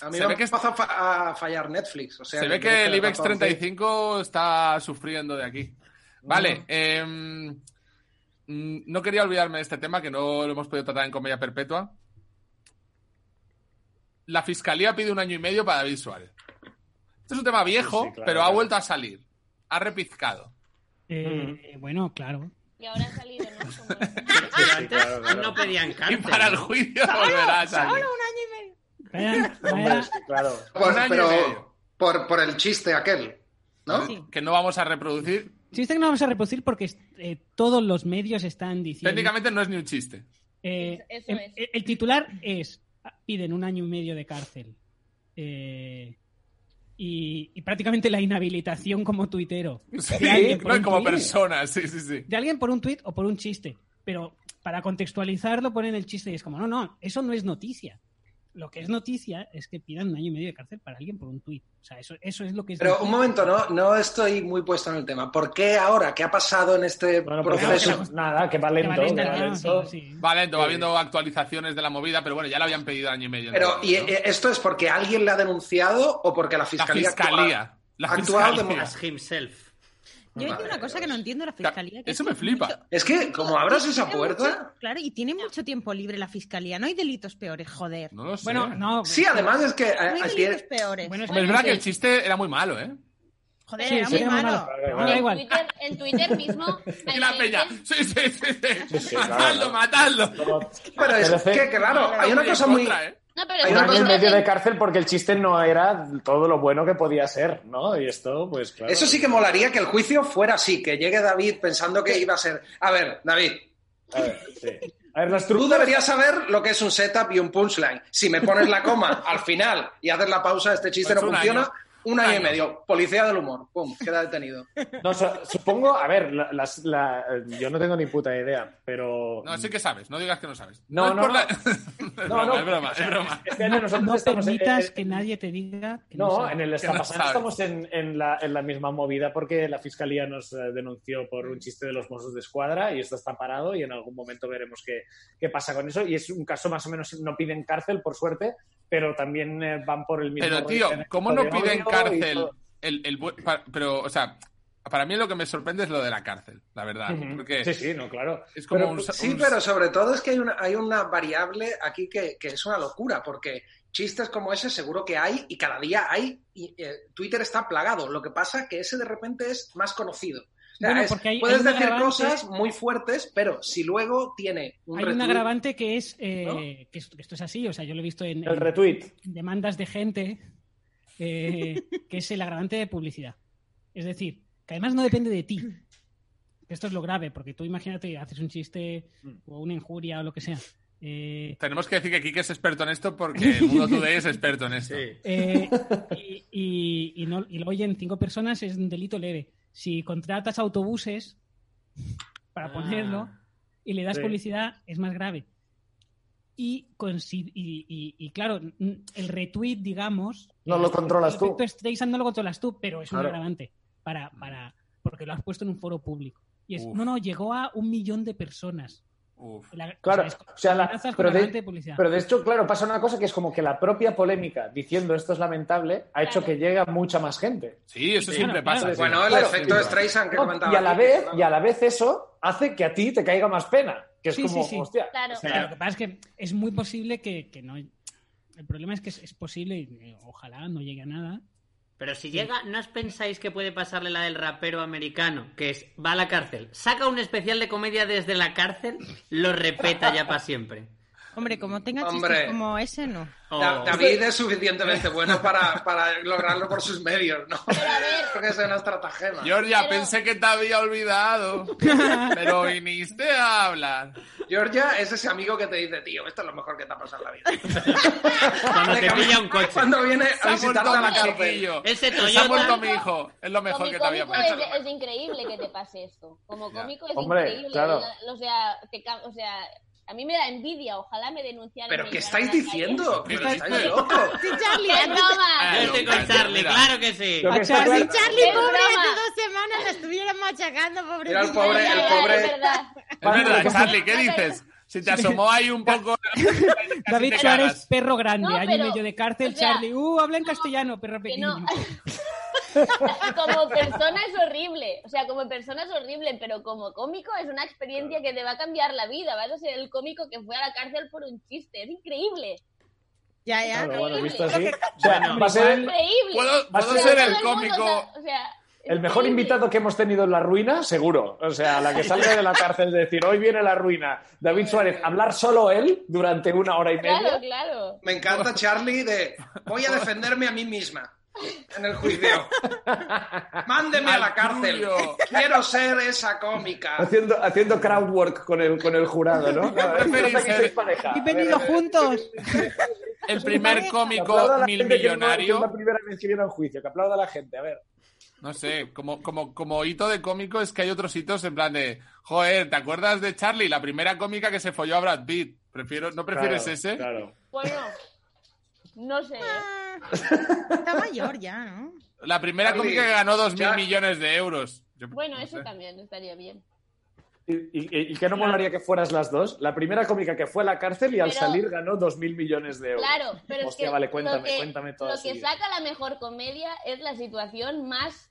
Speaker 5: A mí
Speaker 3: Se
Speaker 5: me
Speaker 3: ve que es-
Speaker 5: empieza a fa- a fallar Netflix. O sea,
Speaker 3: Se ve
Speaker 5: me
Speaker 3: que el
Speaker 5: parece
Speaker 3: IBEX 35 está sufriendo de aquí. Vale, em, mm, no quería olvidarme de este tema que no lo hemos podido tratar en Comedia Perpetua. La Fiscalía pide un año y medio para David Suárez. Este es un tema viejo,
Speaker 4: Sí, sí, claro,
Speaker 3: pero ha
Speaker 4: claro.
Speaker 3: vuelto a salir. Ha repizcado.
Speaker 6: eh, Bueno, claro.
Speaker 7: Y ahora ha salido, ¿no? Como-
Speaker 2: Pero antes
Speaker 4: claro, claro.
Speaker 2: no pedían
Speaker 3: Y
Speaker 2: cárcel.
Speaker 3: para el
Speaker 2: ¿no?
Speaker 3: juicio volverá a salir.
Speaker 6: Vaya-
Speaker 4: hombre,
Speaker 6: vaya-
Speaker 4: sí, claro.
Speaker 5: Bueno,
Speaker 3: Un año y medio.
Speaker 5: pero por, por el chiste aquel, ¿no?
Speaker 8: Sí.
Speaker 3: Que no vamos a reproducir.
Speaker 6: chiste que no vamos a reproducir porque eh, todos los medios están diciendo...
Speaker 3: Técnicamente no es ni un chiste.
Speaker 6: Eh,
Speaker 7: Eso
Speaker 6: el,
Speaker 7: es.
Speaker 6: el- el titular es, ah, piden un año y medio de cárcel. Eh, y, y prácticamente la inhabilitación como tuitero.
Speaker 3: Sí,
Speaker 6: De alguien Este por
Speaker 3: no,
Speaker 6: un
Speaker 3: como
Speaker 6: tuit.
Speaker 3: persona, sí, sí, sí.
Speaker 6: De alguien por un tuit o por un chiste. Pero para contextualizarlo ponen el chiste y es como, no, no, eso no es noticia. Lo que es noticia es que pidan un año y medio de cárcel para alguien por un tuit. O sea, eso, eso es lo que es...
Speaker 5: Pero
Speaker 6: noticia.
Speaker 5: un momento, no, no estoy muy puesto en el tema. ¿Por qué ahora? ¿Qué ha pasado en este
Speaker 4: Bueno, pues porque
Speaker 5: proceso?
Speaker 4: nada, que va
Speaker 6: Que
Speaker 4: lento. que va
Speaker 6: vale, está,
Speaker 4: lento.
Speaker 6: no, sí, sí.
Speaker 3: Va lento, va viendo actualizaciones de la movida, pero bueno, ya la habían pedido año y medio.
Speaker 5: Pero,
Speaker 3: ¿no?
Speaker 5: ¿y eh, esto es porque alguien le ha denunciado o porque la
Speaker 3: la
Speaker 5: fiscalía? actúa?
Speaker 3: fiscalía. La
Speaker 5: actuado de
Speaker 3: fiscalía.
Speaker 2: As himself.
Speaker 8: Yo hay una cosa que no entiendo de la fiscalía. que
Speaker 3: Eso
Speaker 8: es
Speaker 3: me flipa.
Speaker 8: mucho-
Speaker 5: Es que, como abras esa
Speaker 8: tiene
Speaker 5: puerta.
Speaker 8: mucho- claro, y tiene mucho tiempo libre la fiscalía. No hay delitos peores, joder.
Speaker 3: No lo sé.
Speaker 6: Bueno, no... pues,
Speaker 5: Sí, además es que. eh,
Speaker 8: No hay
Speaker 5: aquí-
Speaker 8: delitos peores.
Speaker 6: Bueno, es
Speaker 3: Pero es verdad que el chiste era muy malo, ¿eh?
Speaker 8: Joder,
Speaker 6: Sí,
Speaker 8: era
Speaker 6: sí,
Speaker 8: muy
Speaker 6: era muy
Speaker 8: malo.
Speaker 6: malo. No, da
Speaker 7: en,
Speaker 6: igual.
Speaker 7: Twitter, en Twitter
Speaker 6: [LAUGHS]
Speaker 7: mismo...
Speaker 3: Y la
Speaker 7: al que
Speaker 3: peña.
Speaker 7: dices-
Speaker 3: Sí, sí, sí. sí.
Speaker 4: Sí,
Speaker 3: [LAUGHS]
Speaker 4: sí, claro,
Speaker 3: matadlo,
Speaker 4: claro.
Speaker 3: matadlo.
Speaker 4: Pero-
Speaker 5: Pero es
Speaker 4: pero hace
Speaker 5: que, claro, hay una
Speaker 3: Oye,
Speaker 5: cosa muy.
Speaker 3: contra, ¿eh?
Speaker 7: No, pero
Speaker 5: Hay
Speaker 4: Un
Speaker 7: en
Speaker 5: una
Speaker 4: año y
Speaker 5: cosa-
Speaker 7: Twitter-
Speaker 4: medio de cárcel porque el chiste no era todo lo bueno que podía ser, ¿no? Y esto, pues claro.
Speaker 5: Eso sí que molaría que el juicio fuera así, que llegue David pensando que iba a ser. A ver, David,
Speaker 4: A ver, sí. A ver, las
Speaker 5: Tú
Speaker 4: estructuras-
Speaker 5: deberías saber lo que es un setup y un punchline. Si me pones la coma al final y haces la pausa, este chiste
Speaker 3: Pues
Speaker 5: no
Speaker 3: un
Speaker 5: funciona.
Speaker 3: año.
Speaker 5: Un año y medio. Policía del humor. Pum, queda detenido.
Speaker 4: No, su- supongo, a ver, la- las, la- yo no tengo ni puta idea, pero.
Speaker 3: No, sí que sabes, no digas que no sabes.
Speaker 4: No,
Speaker 3: es
Speaker 4: no.
Speaker 3: por la- [LAUGHS] es
Speaker 4: No,
Speaker 3: broma,
Speaker 4: no.
Speaker 3: es broma, es broma.
Speaker 4: Este año nosotros
Speaker 6: No
Speaker 4: estamos en-
Speaker 6: permitas
Speaker 4: en-
Speaker 6: que nadie te diga que no,
Speaker 4: No,
Speaker 6: sabe.
Speaker 4: en el Estapasán
Speaker 3: sabe.
Speaker 4: estamos en, en la, en la misma movida porque la fiscalía nos eh, denunció por un chiste de los Mossos de Escuadra y esto está parado y en algún momento veremos qué, qué pasa con eso. Y es un caso más o menos, no piden cárcel, por suerte, pero también eh, van por el mismo...
Speaker 3: Pero,
Speaker 4: rollo
Speaker 3: tío,
Speaker 4: que han
Speaker 3: ¿cómo
Speaker 4: hecho
Speaker 3: no
Speaker 4: de
Speaker 3: piden
Speaker 4: odio y
Speaker 3: cárcel?
Speaker 4: todo.
Speaker 3: El, el bu- pa- pero, o sea, para mí lo que me sorprende es lo de la cárcel, la verdad.
Speaker 4: Ujú.
Speaker 3: Porque
Speaker 4: Sí, sí, no, claro.
Speaker 3: es como
Speaker 4: Pero-
Speaker 3: un. sa-
Speaker 5: Sí,
Speaker 3: un-
Speaker 5: pero sobre todo es que hay una, hay una variable aquí que, que es una locura, porque chistes como ese seguro que hay y cada día hay. y, eh, Twitter está plagado. Lo que pasa que ese de repente es más conocido. O sea,
Speaker 6: Bueno,
Speaker 5: es-
Speaker 6: porque hay-
Speaker 5: puedes
Speaker 6: hay un
Speaker 5: decir
Speaker 6: agravante.
Speaker 5: cosas muy fuertes, pero si luego tiene un
Speaker 6: Hay un
Speaker 5: retweet-
Speaker 6: agravante que es eh, que es- que esto es así, o sea, yo lo he visto en,
Speaker 4: El
Speaker 6: en
Speaker 4: retweet.
Speaker 6: demandas de gente, eh, que es el agravante de publicidad. Es decir, que además no depende de ti. Esto es lo grave, porque tú imagínate, haces un chiste o una injuria o lo que sea. eh,
Speaker 3: Tenemos que decir que Kike es experto en esto porque el
Speaker 4: [LAUGHS]
Speaker 3: mundo today es experto en esto.
Speaker 2: Sí.
Speaker 6: Eh, y, y- y no- y lo oyen cinco personas, es un delito leve. Si contratas autobuses para
Speaker 2: Ah.
Speaker 6: ponerlo y le das
Speaker 4: Sí.
Speaker 6: publicidad, es más grave. Y, consi- y- y- y, claro, n- el retweet, digamos.
Speaker 4: No lo controlas tú.
Speaker 6: El efecto Streisand no lo controlas tú, pero es
Speaker 4: Claro.
Speaker 6: un agravante. Para, para, porque lo has puesto en un foro público. Y es,
Speaker 3: Uf.
Speaker 6: no, no, llegó a un millón de personas.
Speaker 3: Uf.
Speaker 6: La-
Speaker 4: Claro,
Speaker 6: es-
Speaker 4: o sea, la-
Speaker 6: amenazas con
Speaker 4: pero de-
Speaker 6: agravante de publicidad.
Speaker 4: Pero de hecho, claro, pasa una cosa que es como que la propia polémica diciendo esto es lamentable ha hecho
Speaker 7: Claro.
Speaker 4: que llegue a mucha más gente.
Speaker 3: Sí, eso
Speaker 6: Sí,
Speaker 3: siempre
Speaker 6: claro, claro.
Speaker 3: pasa.
Speaker 6: oh,
Speaker 5: Bueno, el
Speaker 4: Claro,
Speaker 5: efecto
Speaker 3: sí.
Speaker 5: Streisand que
Speaker 4: No,
Speaker 5: comentaba.
Speaker 4: y a la
Speaker 5: Kike,
Speaker 4: vez
Speaker 5: claro.
Speaker 4: y a la vez eso hace que a ti te caiga más pena que es
Speaker 6: Sí,
Speaker 4: como
Speaker 6: sí, sí.
Speaker 4: hostia
Speaker 7: Claro.
Speaker 4: o sea,
Speaker 6: Pero lo que pasa es que es muy posible que, que no. El problema es que es, es posible, y eh, ojalá no llegue a nada.
Speaker 2: Pero si llega, ¿no os pensáis que puede pasarle la del rapero americano? Que es, va a la cárcel, saca un especial de comedia desde la cárcel, lo repeta ya para siempre.
Speaker 8: Hombre, como tenga
Speaker 5: Hombre.
Speaker 8: chistes como ese,
Speaker 5: [LAUGHS]
Speaker 8: no.
Speaker 3: Oh.
Speaker 2: O-
Speaker 5: Da- David es suficientemente bueno para, para lograrlo por sus medios, ¿no? [LAUGHS]
Speaker 7: a ver.
Speaker 5: Porque es una estratagema.
Speaker 3: Georgia,
Speaker 7: Pero-
Speaker 3: pensé que te
Speaker 6: [LAUGHS]
Speaker 3: había olvidado. pero viniste a hablar.
Speaker 5: Georgia es ese amigo que te dice, tío, esto es lo mejor que te ha pasado en la vida.
Speaker 3: [LAUGHS]
Speaker 2: Cuando te pilla un coche.
Speaker 5: Cuando viene
Speaker 3: Se
Speaker 5: a
Speaker 3: ha
Speaker 5: visitarte
Speaker 3: muerto
Speaker 5: a
Speaker 3: mi
Speaker 5: la cárcel.
Speaker 3: chiquillo.
Speaker 2: Ese
Speaker 3: Se ha
Speaker 2: Toyota-
Speaker 3: muerto mi hijo. Es lo mejor
Speaker 7: Como
Speaker 3: que te había
Speaker 7: cómico es,
Speaker 3: pasado.
Speaker 7: es increíble que te pase esto. Como
Speaker 3: Ya.
Speaker 7: cómico es
Speaker 4: Hombre,
Speaker 7: increíble.
Speaker 4: claro.
Speaker 7: O sea, te ca- o sea, a mí me da envidia. Ojalá me denunciaran. y
Speaker 5: ¿Pero
Speaker 7: me
Speaker 5: qué
Speaker 7: llevaran
Speaker 5: estáis
Speaker 7: a la calle.
Speaker 5: diciendo? ¿Pero
Speaker 3: estáis
Speaker 5: estáis locos?
Speaker 8: Sí, Charlie,
Speaker 7: ¡Qué broma!
Speaker 2: Yo estoy con Charlie,
Speaker 3: Ah, Mira.
Speaker 2: claro que sí.
Speaker 4: Lo que
Speaker 6: A
Speaker 5: Pues
Speaker 4: está
Speaker 6: Charlie,
Speaker 4: claro-
Speaker 8: Charlie,
Speaker 7: Qué
Speaker 8: pobre,
Speaker 7: broma.
Speaker 8: hace dos semanas la estuvieron machacando, pobre.
Speaker 5: Era el pobre-
Speaker 7: Ya,
Speaker 5: el
Speaker 7: ya,
Speaker 5: pobre-
Speaker 7: es verdad.
Speaker 3: Es
Speaker 4: Vale,
Speaker 3: verdad,
Speaker 4: pero-
Speaker 3: Charlie, ¿qué dices? Si te asomó ahí un poco. casi
Speaker 6: [LAUGHS] David
Speaker 3: te
Speaker 6: Suárez,
Speaker 3: cagas.
Speaker 6: perro grande,
Speaker 7: No,
Speaker 6: hay
Speaker 7: pero,
Speaker 6: un ello de cárcel,
Speaker 7: o sea,
Speaker 6: Charlie. Uh, habla en castellano, perro
Speaker 7: que
Speaker 6: pequeño.
Speaker 7: no. [LAUGHS] como persona es horrible, o sea, como persona es horrible, pero como cómico es una experiencia que te va a cambiar la vida, vas a ser el cómico que fue a la cárcel por un chiste, es increíble,
Speaker 8: Ya, ya.
Speaker 4: Claro, bueno,
Speaker 7: increíble.
Speaker 4: visto así, o sea,
Speaker 2: Bueno,
Speaker 4: va a ser el,
Speaker 7: increíble.
Speaker 3: ¿Puedo,
Speaker 4: Va a
Speaker 3: puedo
Speaker 7: Pero
Speaker 3: ser
Speaker 7: todo
Speaker 3: el
Speaker 7: mundo,
Speaker 3: cómico?
Speaker 7: o sea- o sea,
Speaker 4: el mejor
Speaker 7: increíble.
Speaker 4: invitado que hemos tenido en la ruina seguro o sea la que salga de la cárcel de decir hoy viene la ruina David Suárez hablar solo él durante una hora y media
Speaker 7: Claro, claro.
Speaker 5: Me encanta Charlie de, voy a defenderme a mí misma en el juicio. Mándeme a la cárcel.
Speaker 3: Arturo.
Speaker 5: Quiero ser esa cómica.
Speaker 4: haciendo haciendo crowd work con el con el
Speaker 7: [LAUGHS]
Speaker 4: jurado no
Speaker 3: preferís
Speaker 4: No sé que
Speaker 3: ser-
Speaker 4: sois pareja. A
Speaker 6: Y
Speaker 4: ver,
Speaker 6: venido juntos.
Speaker 3: El primer
Speaker 4: aplauda a
Speaker 3: cómico
Speaker 4: la gente que no- que es la
Speaker 3: milmillonario.
Speaker 4: primera vez que viene a un juicio que aplauda a la gente a ver
Speaker 3: No sé, como, como, como hito de cómico es que hay otros hitos en plan de. Joder, ¿te acuerdas de Charlie, la primera cómica que se folló a Brad Pitt? Prefiero, ¿No prefieres
Speaker 4: Claro,
Speaker 3: ese?
Speaker 4: claro
Speaker 7: Bueno, no
Speaker 6: [LAUGHS]
Speaker 7: sé.
Speaker 8: Ah, Está mayor ya, ¿no?
Speaker 3: La primera
Speaker 5: Charlie,
Speaker 3: cómica que ganó dos mil
Speaker 5: Char-
Speaker 3: millones de euros. Yo-
Speaker 7: Bueno,
Speaker 3: no
Speaker 7: eso
Speaker 3: sé.
Speaker 7: también estaría bien.
Speaker 4: ¿Y, y, y qué no molaría que fueras las dos? La primera cómica que fue a la cárcel y al
Speaker 7: Pero-
Speaker 4: salir ganó 2.000 millones de euros.
Speaker 7: Claro, pero
Speaker 4: Hostia,
Speaker 7: es que
Speaker 4: vale, cuéntame,
Speaker 7: lo que,
Speaker 4: cuéntame toda
Speaker 7: lo
Speaker 4: su
Speaker 7: que
Speaker 4: vida.
Speaker 7: saca la mejor comedia es la situación más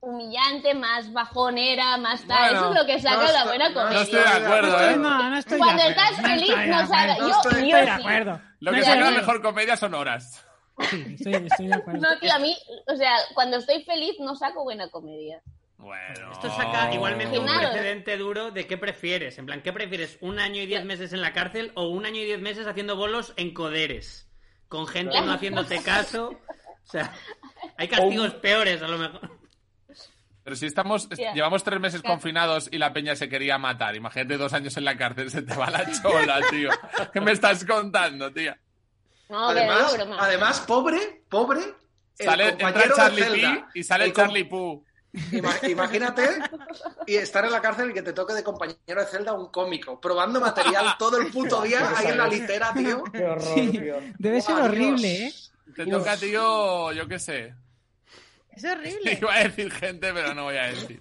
Speaker 7: humillante, más bajonera, más tal.
Speaker 5: Bueno,
Speaker 7: Eso es lo que
Speaker 5: no
Speaker 7: saca la
Speaker 5: estoy-
Speaker 7: buena
Speaker 5: no
Speaker 7: comedia.
Speaker 3: estoy de acuerdo,
Speaker 6: No,
Speaker 3: ¿eh?
Speaker 6: no, no estoy
Speaker 7: Cuando
Speaker 6: de
Speaker 7: estás
Speaker 6: acuerdo.
Speaker 7: feliz,
Speaker 6: estoy de
Speaker 7: no saca. Yo,
Speaker 6: acuerdo.
Speaker 5: No estoy-
Speaker 7: yo
Speaker 6: Estoy de
Speaker 7: sí.
Speaker 6: acuerdo.
Speaker 3: Lo que
Speaker 6: No,
Speaker 7: Mira,
Speaker 3: saca la
Speaker 7: sí.
Speaker 3: mejor comedia son horas.
Speaker 6: Sí, estoy, estoy de acuerdo.
Speaker 7: No, tío, a mí, o sea, cuando estoy feliz no saco buena
Speaker 4: [LAUGHS]
Speaker 7: comedia.
Speaker 3: Bueno.
Speaker 2: Esto saca igualmente un
Speaker 7: Claro.
Speaker 2: precedente duro de qué prefieres. En plan, ¿qué prefieres? ¿Un año y diez meses en la cárcel o un año y diez meses haciendo bolos en coderes? Con gente no haciéndote caso. O sea, hay castigos peores a lo mejor.
Speaker 3: Pero si estamos,
Speaker 7: Ya.
Speaker 3: llevamos tres meses
Speaker 7: Claro.
Speaker 3: confinados y la peña se quería matar, imagínate dos años en la cárcel, se te
Speaker 7: [LAUGHS]
Speaker 3: va la chola, tío. ¿Qué me estás contando, tía?
Speaker 7: No, que no,
Speaker 5: Además,
Speaker 7: broma.
Speaker 5: además, pobre, pobre, el
Speaker 3: Sale, entra
Speaker 5: compañero
Speaker 3: Charlie
Speaker 5: de celda.
Speaker 3: P y sale
Speaker 5: El com-
Speaker 3: Charlie Poo.
Speaker 5: Ima- Imagínate y estar en la cárcel y que te toque de compañero de celda un cómico, probando material todo el puto día ahí en la litera,
Speaker 6: [LAUGHS]
Speaker 5: tío.
Speaker 4: Qué horror,
Speaker 6: Sí.
Speaker 4: tío.
Speaker 6: Debe ser
Speaker 5: Buah,
Speaker 6: horrible, ¿eh?
Speaker 5: Dios.
Speaker 3: Te toca, tío, yo qué sé.
Speaker 8: Es horrible.
Speaker 3: Iba a decir gente, pero no voy a decir.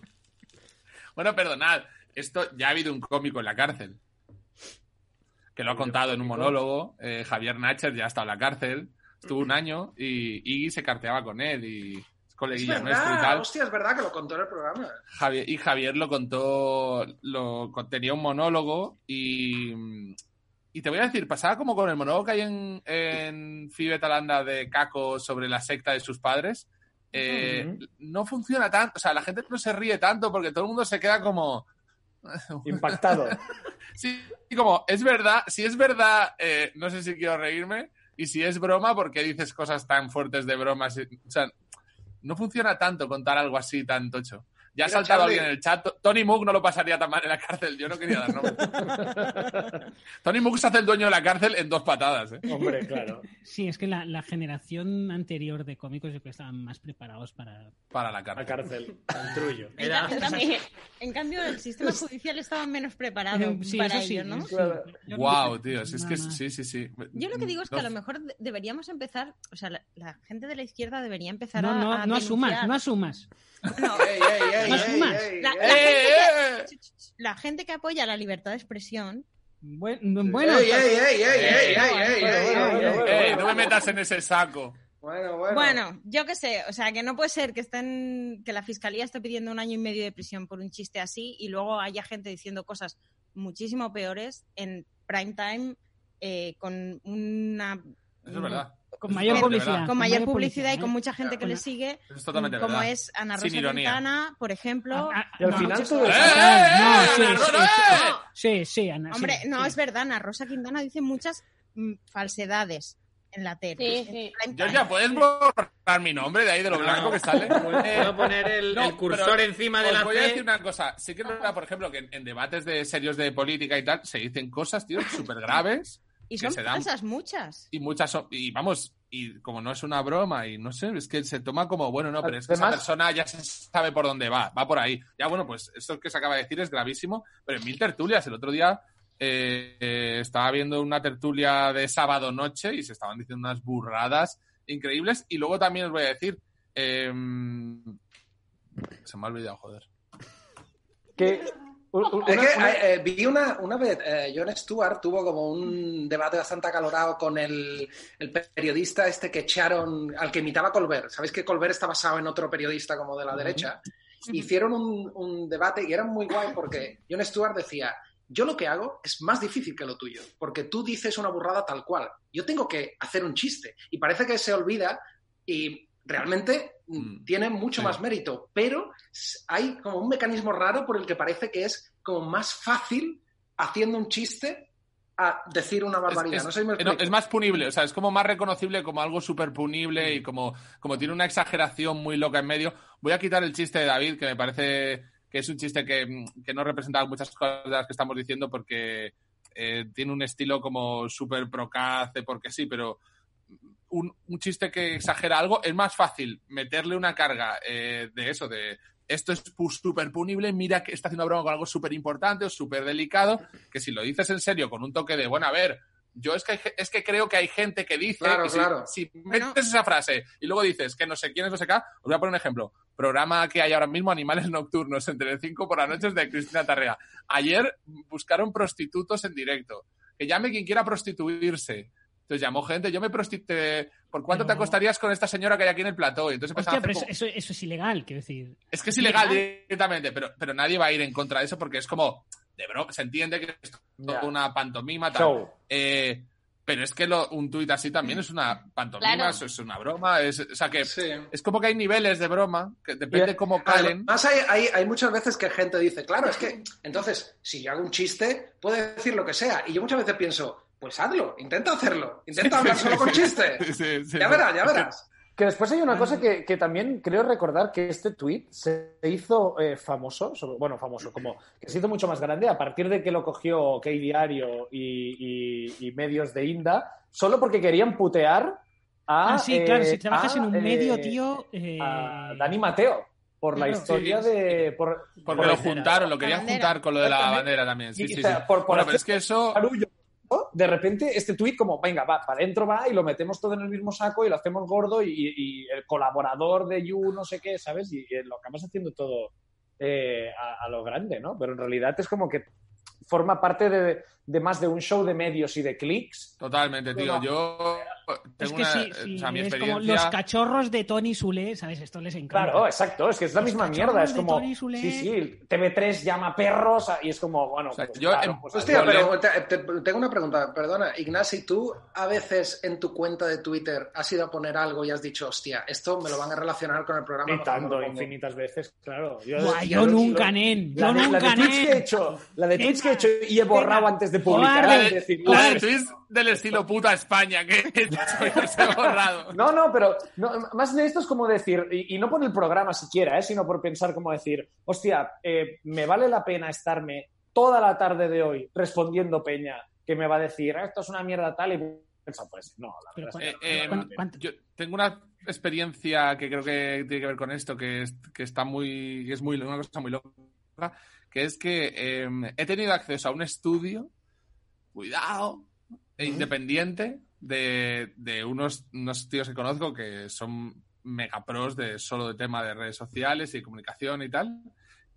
Speaker 3: Bueno, perdonad, esto ya ha habido un cómico en la cárcel. Que lo ha contado en un monólogo. eh, Javier Nacher ya ha estado en la cárcel. Estuvo un año y, y se carteaba con él y es
Speaker 5: Es
Speaker 3: coleguilla nuestro y
Speaker 5: verdad,
Speaker 3: tal.
Speaker 5: hostia, es verdad que lo contó en el programa.
Speaker 3: Javier, y Javier lo contó, lo con- tenía un monólogo y, y te voy a decir, pasaba como con el monólogo que hay en, en Fibe Talanda de Caco sobre la secta de sus padres. Eh, No funciona tanto, o sea, la gente no se ríe tanto porque todo el mundo se queda como...
Speaker 6: [LAUGHS]
Speaker 4: Impactado.
Speaker 3: Sí, y como, es verdad, si es verdad, eh, no sé si quiero reírme, y si es broma, porque dices cosas tan fuertes de bromas? O sea, no funciona tanto contar algo así tan tocho. Ya ha
Speaker 5: Mira,
Speaker 3: saltado
Speaker 5: Charlie.
Speaker 3: alguien en el chat. To- Tony Mook no lo pasaría tan mal en la cárcel. Yo no quería dar nombre. Tony Mook se hace el dueño de la cárcel en dos patadas. ¿eh?
Speaker 4: Hombre, claro.
Speaker 6: Sí, es que la, la generación anterior de cómicos yo creo que estaban más preparados para...
Speaker 3: Para la
Speaker 4: A
Speaker 3: cárcel.
Speaker 6: [LAUGHS]
Speaker 4: cárcel.
Speaker 2: Al trullo.
Speaker 8: En
Speaker 2: Era-
Speaker 8: ca- en cambio- En cambio, el sistema judicial estaba menos preparado
Speaker 6: Sí,
Speaker 8: para
Speaker 6: eso sí,
Speaker 8: ello, ¿no?
Speaker 6: eso sí.
Speaker 4: Claro.
Speaker 6: Yo
Speaker 3: Wow,
Speaker 6: creo
Speaker 3: tío. si es
Speaker 6: nada
Speaker 3: que
Speaker 6: más.
Speaker 3: sí, sí, sí.
Speaker 8: Yo lo que digo es que
Speaker 3: No-
Speaker 8: a lo mejor de- deberíamos empezar, o sea, la, la gente de la izquierda debería empezar
Speaker 6: No,
Speaker 8: a-
Speaker 6: no,
Speaker 8: a.
Speaker 6: no asumas,
Speaker 8: denunciar.
Speaker 6: no asumas.
Speaker 8: No,
Speaker 5: Ey, ey, ey,
Speaker 6: No
Speaker 5: ey,
Speaker 6: asumas.
Speaker 5: ey,
Speaker 8: La-
Speaker 5: ey.
Speaker 8: la-
Speaker 3: ¡Eh, eh!
Speaker 8: la gente que apoya la libertad de expresión.
Speaker 6: Buen- bueno,
Speaker 5: Ey, ey, ey, ey, ey,
Speaker 3: Eh,
Speaker 5: ey, ey,
Speaker 4: bueno,
Speaker 5: ey,
Speaker 4: bueno,
Speaker 5: ey,
Speaker 4: bueno,
Speaker 5: ey.
Speaker 3: ¡Eh, no me metas en ese saco!
Speaker 5: Bueno, bueno.
Speaker 8: Bueno, yo qué sé, o sea, que no puede ser que estén que la fiscalía esté pidiendo un año y medio de prisión por un chiste así y luego haya gente diciendo cosas muchísimo peores en prime time eh, con una
Speaker 3: Eso es verdad.
Speaker 6: con mayor
Speaker 3: De
Speaker 6: publicidad.
Speaker 3: verdad.
Speaker 8: con mayor publicidad y
Speaker 6: ¿eh?
Speaker 8: con mucha gente que
Speaker 5: Con-
Speaker 8: le sigue,
Speaker 3: Eso es totalmente
Speaker 8: como
Speaker 3: verdad.
Speaker 8: es Ana
Speaker 3: Sin
Speaker 8: Rosa
Speaker 3: ironía.
Speaker 8: Quintana, por ejemplo.
Speaker 6: Ah,
Speaker 4: Y al
Speaker 6: no,
Speaker 4: final
Speaker 6: muchas-
Speaker 4: todo
Speaker 3: ¡Eh,
Speaker 4: es...
Speaker 3: eh,
Speaker 6: No, sí,
Speaker 3: eh,
Speaker 6: sí,
Speaker 3: Narrón, eh!
Speaker 6: Sí, sí, Ana. sí,
Speaker 8: Hombre, no,
Speaker 6: sí.
Speaker 8: es verdad, Ana Rosa Quintana dice muchas mm, falsedades en la tele.
Speaker 7: Sí,
Speaker 8: en
Speaker 7: sí.
Speaker 8: prime time.
Speaker 3: Georgia, ¿puedes borrar mi nombre de ahí, de lo
Speaker 2: No.
Speaker 3: blanco que sale?
Speaker 2: Puedo
Speaker 3: Eh,
Speaker 2: puedo poner el,
Speaker 3: no,
Speaker 2: el cursor
Speaker 3: pero
Speaker 2: encima de
Speaker 3: os
Speaker 2: la
Speaker 3: voy a decir
Speaker 2: C.
Speaker 3: una cosa. Sí que es verdad, por ejemplo, que en, en debates de serios de política y tal, se dicen cosas, tío, súper graves
Speaker 8: y
Speaker 3: que
Speaker 8: son
Speaker 3: se dan-
Speaker 8: falsas muchas.
Speaker 3: y muchas... son- Y vamos, y como no es una broma y no sé, es que se toma como, bueno, no, pero es que esa
Speaker 4: Además-
Speaker 3: persona ya se sabe por dónde va, va por ahí. Ya, bueno, pues esto que se acaba de decir es gravísimo, pero en mil tertulias, el otro día... eh, eh, estaba viendo una tertulia de sábado noche y se estaban diciendo unas burradas increíbles. Y luego también os voy a decir, eh, se me ha olvidado, joder.
Speaker 4: Que... u- u-
Speaker 5: Es
Speaker 4: una-
Speaker 5: que
Speaker 4: una-
Speaker 5: eh, eh, vi una, una vez, eh, John Stewart tuvo como un debate bastante acalorado con el, el periodista este que echaron, al que imitaba Colbert. Sabéis que Colbert está basado en otro periodista como de la derecha. Hicieron un, un debate y era muy guay porque John Stewart decía, yo lo que hago es más difícil que lo tuyo, porque tú dices una burrada tal cual. Yo tengo que hacer un chiste y parece que se olvida y realmente
Speaker 3: Mm.
Speaker 5: tiene mucho
Speaker 3: Sí.
Speaker 5: más mérito, pero s- hay como un mecanismo raro por el que parece que es como más fácil haciendo un chiste a decir una barbaridad.
Speaker 3: Es-
Speaker 5: no sé si me
Speaker 3: Eh, no,
Speaker 5: explico.
Speaker 3: es más punible, o sea, es como más reconocible, como algo súper punible y como, como tiene una exageración muy loca en medio. Voy a quitar el chiste de David, que me parece que es un chiste que, mm, que no representa muchas cosas de las que estamos diciendo porque eh, tiene un estilo como súper procace, porque sí, pero un, un chiste que exagera algo es más fácil meterle una carga eh, de eso, de esto es pu- súper punible, mira que está haciendo broma con algo súper importante o súper delicado, que si lo dices en serio con un toque de, bueno, a ver, yo es que, hay ge- es que creo que hay gente que dice,
Speaker 5: Claro,
Speaker 3: que si-
Speaker 5: claro.
Speaker 3: si, metes
Speaker 8: Bueno.
Speaker 3: esa frase y luego dices que no sé quién es, no sé qué, os voy a poner un ejemplo. Programa que hay ahora mismo, Animales Nocturnos, entre 5 por la noche, de Cristina Tarrea. Ayer buscaron prostitutos en directo. Que llame quien quiera prostituirse. Entonces llamó gente, yo me prostitué. ¿Por cuánto te
Speaker 6: Pero-
Speaker 3: acostarías con esta señora que hay aquí en el plató? Y entonces empezaron a
Speaker 6: Hostia,
Speaker 3: hacer
Speaker 6: pero eso,
Speaker 3: como-
Speaker 6: eso- eso es ilegal, quiero decir.
Speaker 3: es que es ilegal eh. directamente, pero, pero nadie va a ir en contra de eso porque es como, de broma, se entiende que es toda
Speaker 4: Ya.
Speaker 3: una pantomima. Tal.
Speaker 4: Show.
Speaker 3: Eh, pero es que lo- un tuit así también es una pantomima,
Speaker 7: Claro.
Speaker 3: eso es una broma. Es, o sea que
Speaker 5: Sí.
Speaker 3: es como que hay niveles de broma, que depende
Speaker 4: Bien.
Speaker 3: cómo calen.
Speaker 5: Además, hay, hay- hay muchas veces que gente dice, claro, es
Speaker 3: [LAUGHS]
Speaker 5: que entonces, si yo hago un chiste, puedo decir lo que sea. Y yo muchas veces
Speaker 3: [LAUGHS]
Speaker 5: pienso, pues hazlo, intenta hacerlo, intenta hablar solo con chistes.
Speaker 3: Sí, sí, sí,
Speaker 5: Ya
Speaker 3: sí.
Speaker 5: verás, ya verás.
Speaker 4: Que después hay una cosa que, que también creo recordar que este tweet se hizo eh, famoso, sobre- bueno, famoso, como que se hizo mucho más grande a partir de que lo cogió Key Diario y, y- y medios de Inda, solo porque querían putear a.
Speaker 6: Ah, sí,
Speaker 4: eh,
Speaker 6: claro, si trabajas
Speaker 4: a,
Speaker 6: en un medio,
Speaker 4: eh,
Speaker 6: tío. eh,
Speaker 4: A Ah, Dani Mateo, por la
Speaker 6: Claro.
Speaker 4: historia
Speaker 3: Sí, sí.
Speaker 4: de. Por, por
Speaker 3: Porque lo
Speaker 4: el
Speaker 3: juntaron, lo
Speaker 8: La
Speaker 3: querían
Speaker 8: bandera.
Speaker 3: juntar con lo de la
Speaker 4: Exactamente.
Speaker 3: bandera también. Sí,
Speaker 4: Y,
Speaker 3: sí,
Speaker 4: o
Speaker 3: sí.
Speaker 4: sea, por- por
Speaker 3: Bueno,
Speaker 4: hacer-
Speaker 3: pero es que eso.
Speaker 4: barullo, ¿no? De repente, este tuit, como, venga, va, para adentro va y lo metemos todo en el mismo saco y lo hacemos gordo y, y el colaborador de You, no sé qué, ¿sabes? Y, y lo acabas haciendo todo eh, a, a lo grande, ¿no? Pero en realidad es como que forma parte de, de más de un show de medios y de clics.
Speaker 3: Totalmente, tío.
Speaker 4: Bueno,
Speaker 3: Yo
Speaker 6: es
Speaker 3: tengo
Speaker 6: que
Speaker 3: una.
Speaker 6: sí,
Speaker 3: eh,
Speaker 6: sí,
Speaker 3: o sea, mi
Speaker 6: es como los
Speaker 3: experiencia.
Speaker 6: cachorros de Tony Sule, ¿sabes? Esto les encanta.
Speaker 4: Claro, oh, exacto, es que es la misma
Speaker 6: cachorros
Speaker 4: mierda, es
Speaker 6: de
Speaker 4: como,
Speaker 6: Tony Soler.
Speaker 4: sí, sí, TV3 llama perros a- y es como, bueno,
Speaker 3: O sea,
Speaker 4: pues
Speaker 3: yo
Speaker 4: claro,
Speaker 3: en-
Speaker 4: pues
Speaker 5: Hostia,
Speaker 3: Volver.
Speaker 5: pero te- te- tengo una pregunta, perdona. Ignasi, ¿tú a veces en tu cuenta de Twitter has ido a poner algo y has dicho, hostia, esto me lo van a relacionar con el programa?
Speaker 4: Y tanto,
Speaker 5: Lo pongo.
Speaker 4: infinitas veces, claro.
Speaker 6: Buah,
Speaker 4: yo
Speaker 6: yo nunca, nen. Yo
Speaker 4: La de, la
Speaker 6: nunca,
Speaker 4: de Twitch que he
Speaker 6: nen.
Speaker 4: hecho, la de
Speaker 6: Qué
Speaker 4: Twitch que he
Speaker 6: mal.
Speaker 4: hecho y he borrado
Speaker 6: mal.
Speaker 4: antes de publicar.
Speaker 3: La
Speaker 6: Cobarde,
Speaker 4: es
Speaker 3: de,
Speaker 4: decir,
Speaker 3: la de
Speaker 4: no,
Speaker 3: tweets del estilo puta España que [LAUGHS] he hecho y se ha borrado.
Speaker 4: no, no, pero no, más de esto es como decir, y, y no por el programa siquiera, eh, sino por pensar como decir, hostia, eh, me vale la pena estarme toda la tarde de hoy respondiendo Peña que me va a decir, "Ah, esto es una mierda tal y pienso, pues no, la
Speaker 6: Pero
Speaker 4: verdad
Speaker 6: cuan-
Speaker 4: es
Speaker 3: Eh,
Speaker 4: que no vale la
Speaker 3: eh,
Speaker 6: cuan-
Speaker 4: pena".
Speaker 6: cuan-
Speaker 3: Yo tengo una experiencia que creo que tiene que ver con esto, que es que está muy, que es muy una cosa muy loca, que es que eh, he tenido acceso a un estudio, cuidado, e independiente, de, de unos, unos tíos que conozco que son megapros de solo de tema de redes sociales y comunicación y tal,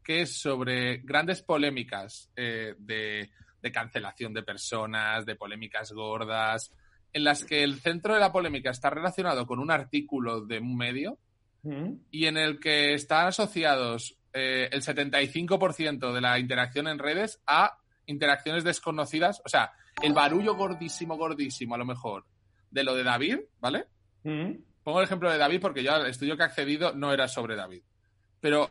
Speaker 3: que es sobre grandes polémicas eh, de, de cancelación de personas, de polémicas gordas, en las que el centro de la polémica está relacionado con un artículo de un medio
Speaker 4: Mm.
Speaker 3: y en el que están asociados eh, el 75% de la interacción en redes a interacciones desconocidas. O sea, el barullo gordísimo, gordísimo, a lo mejor, de lo de David, ¿vale?
Speaker 4: Mm.
Speaker 3: Pongo el ejemplo de David porque yo al estudio que he accedido no era sobre David. Pero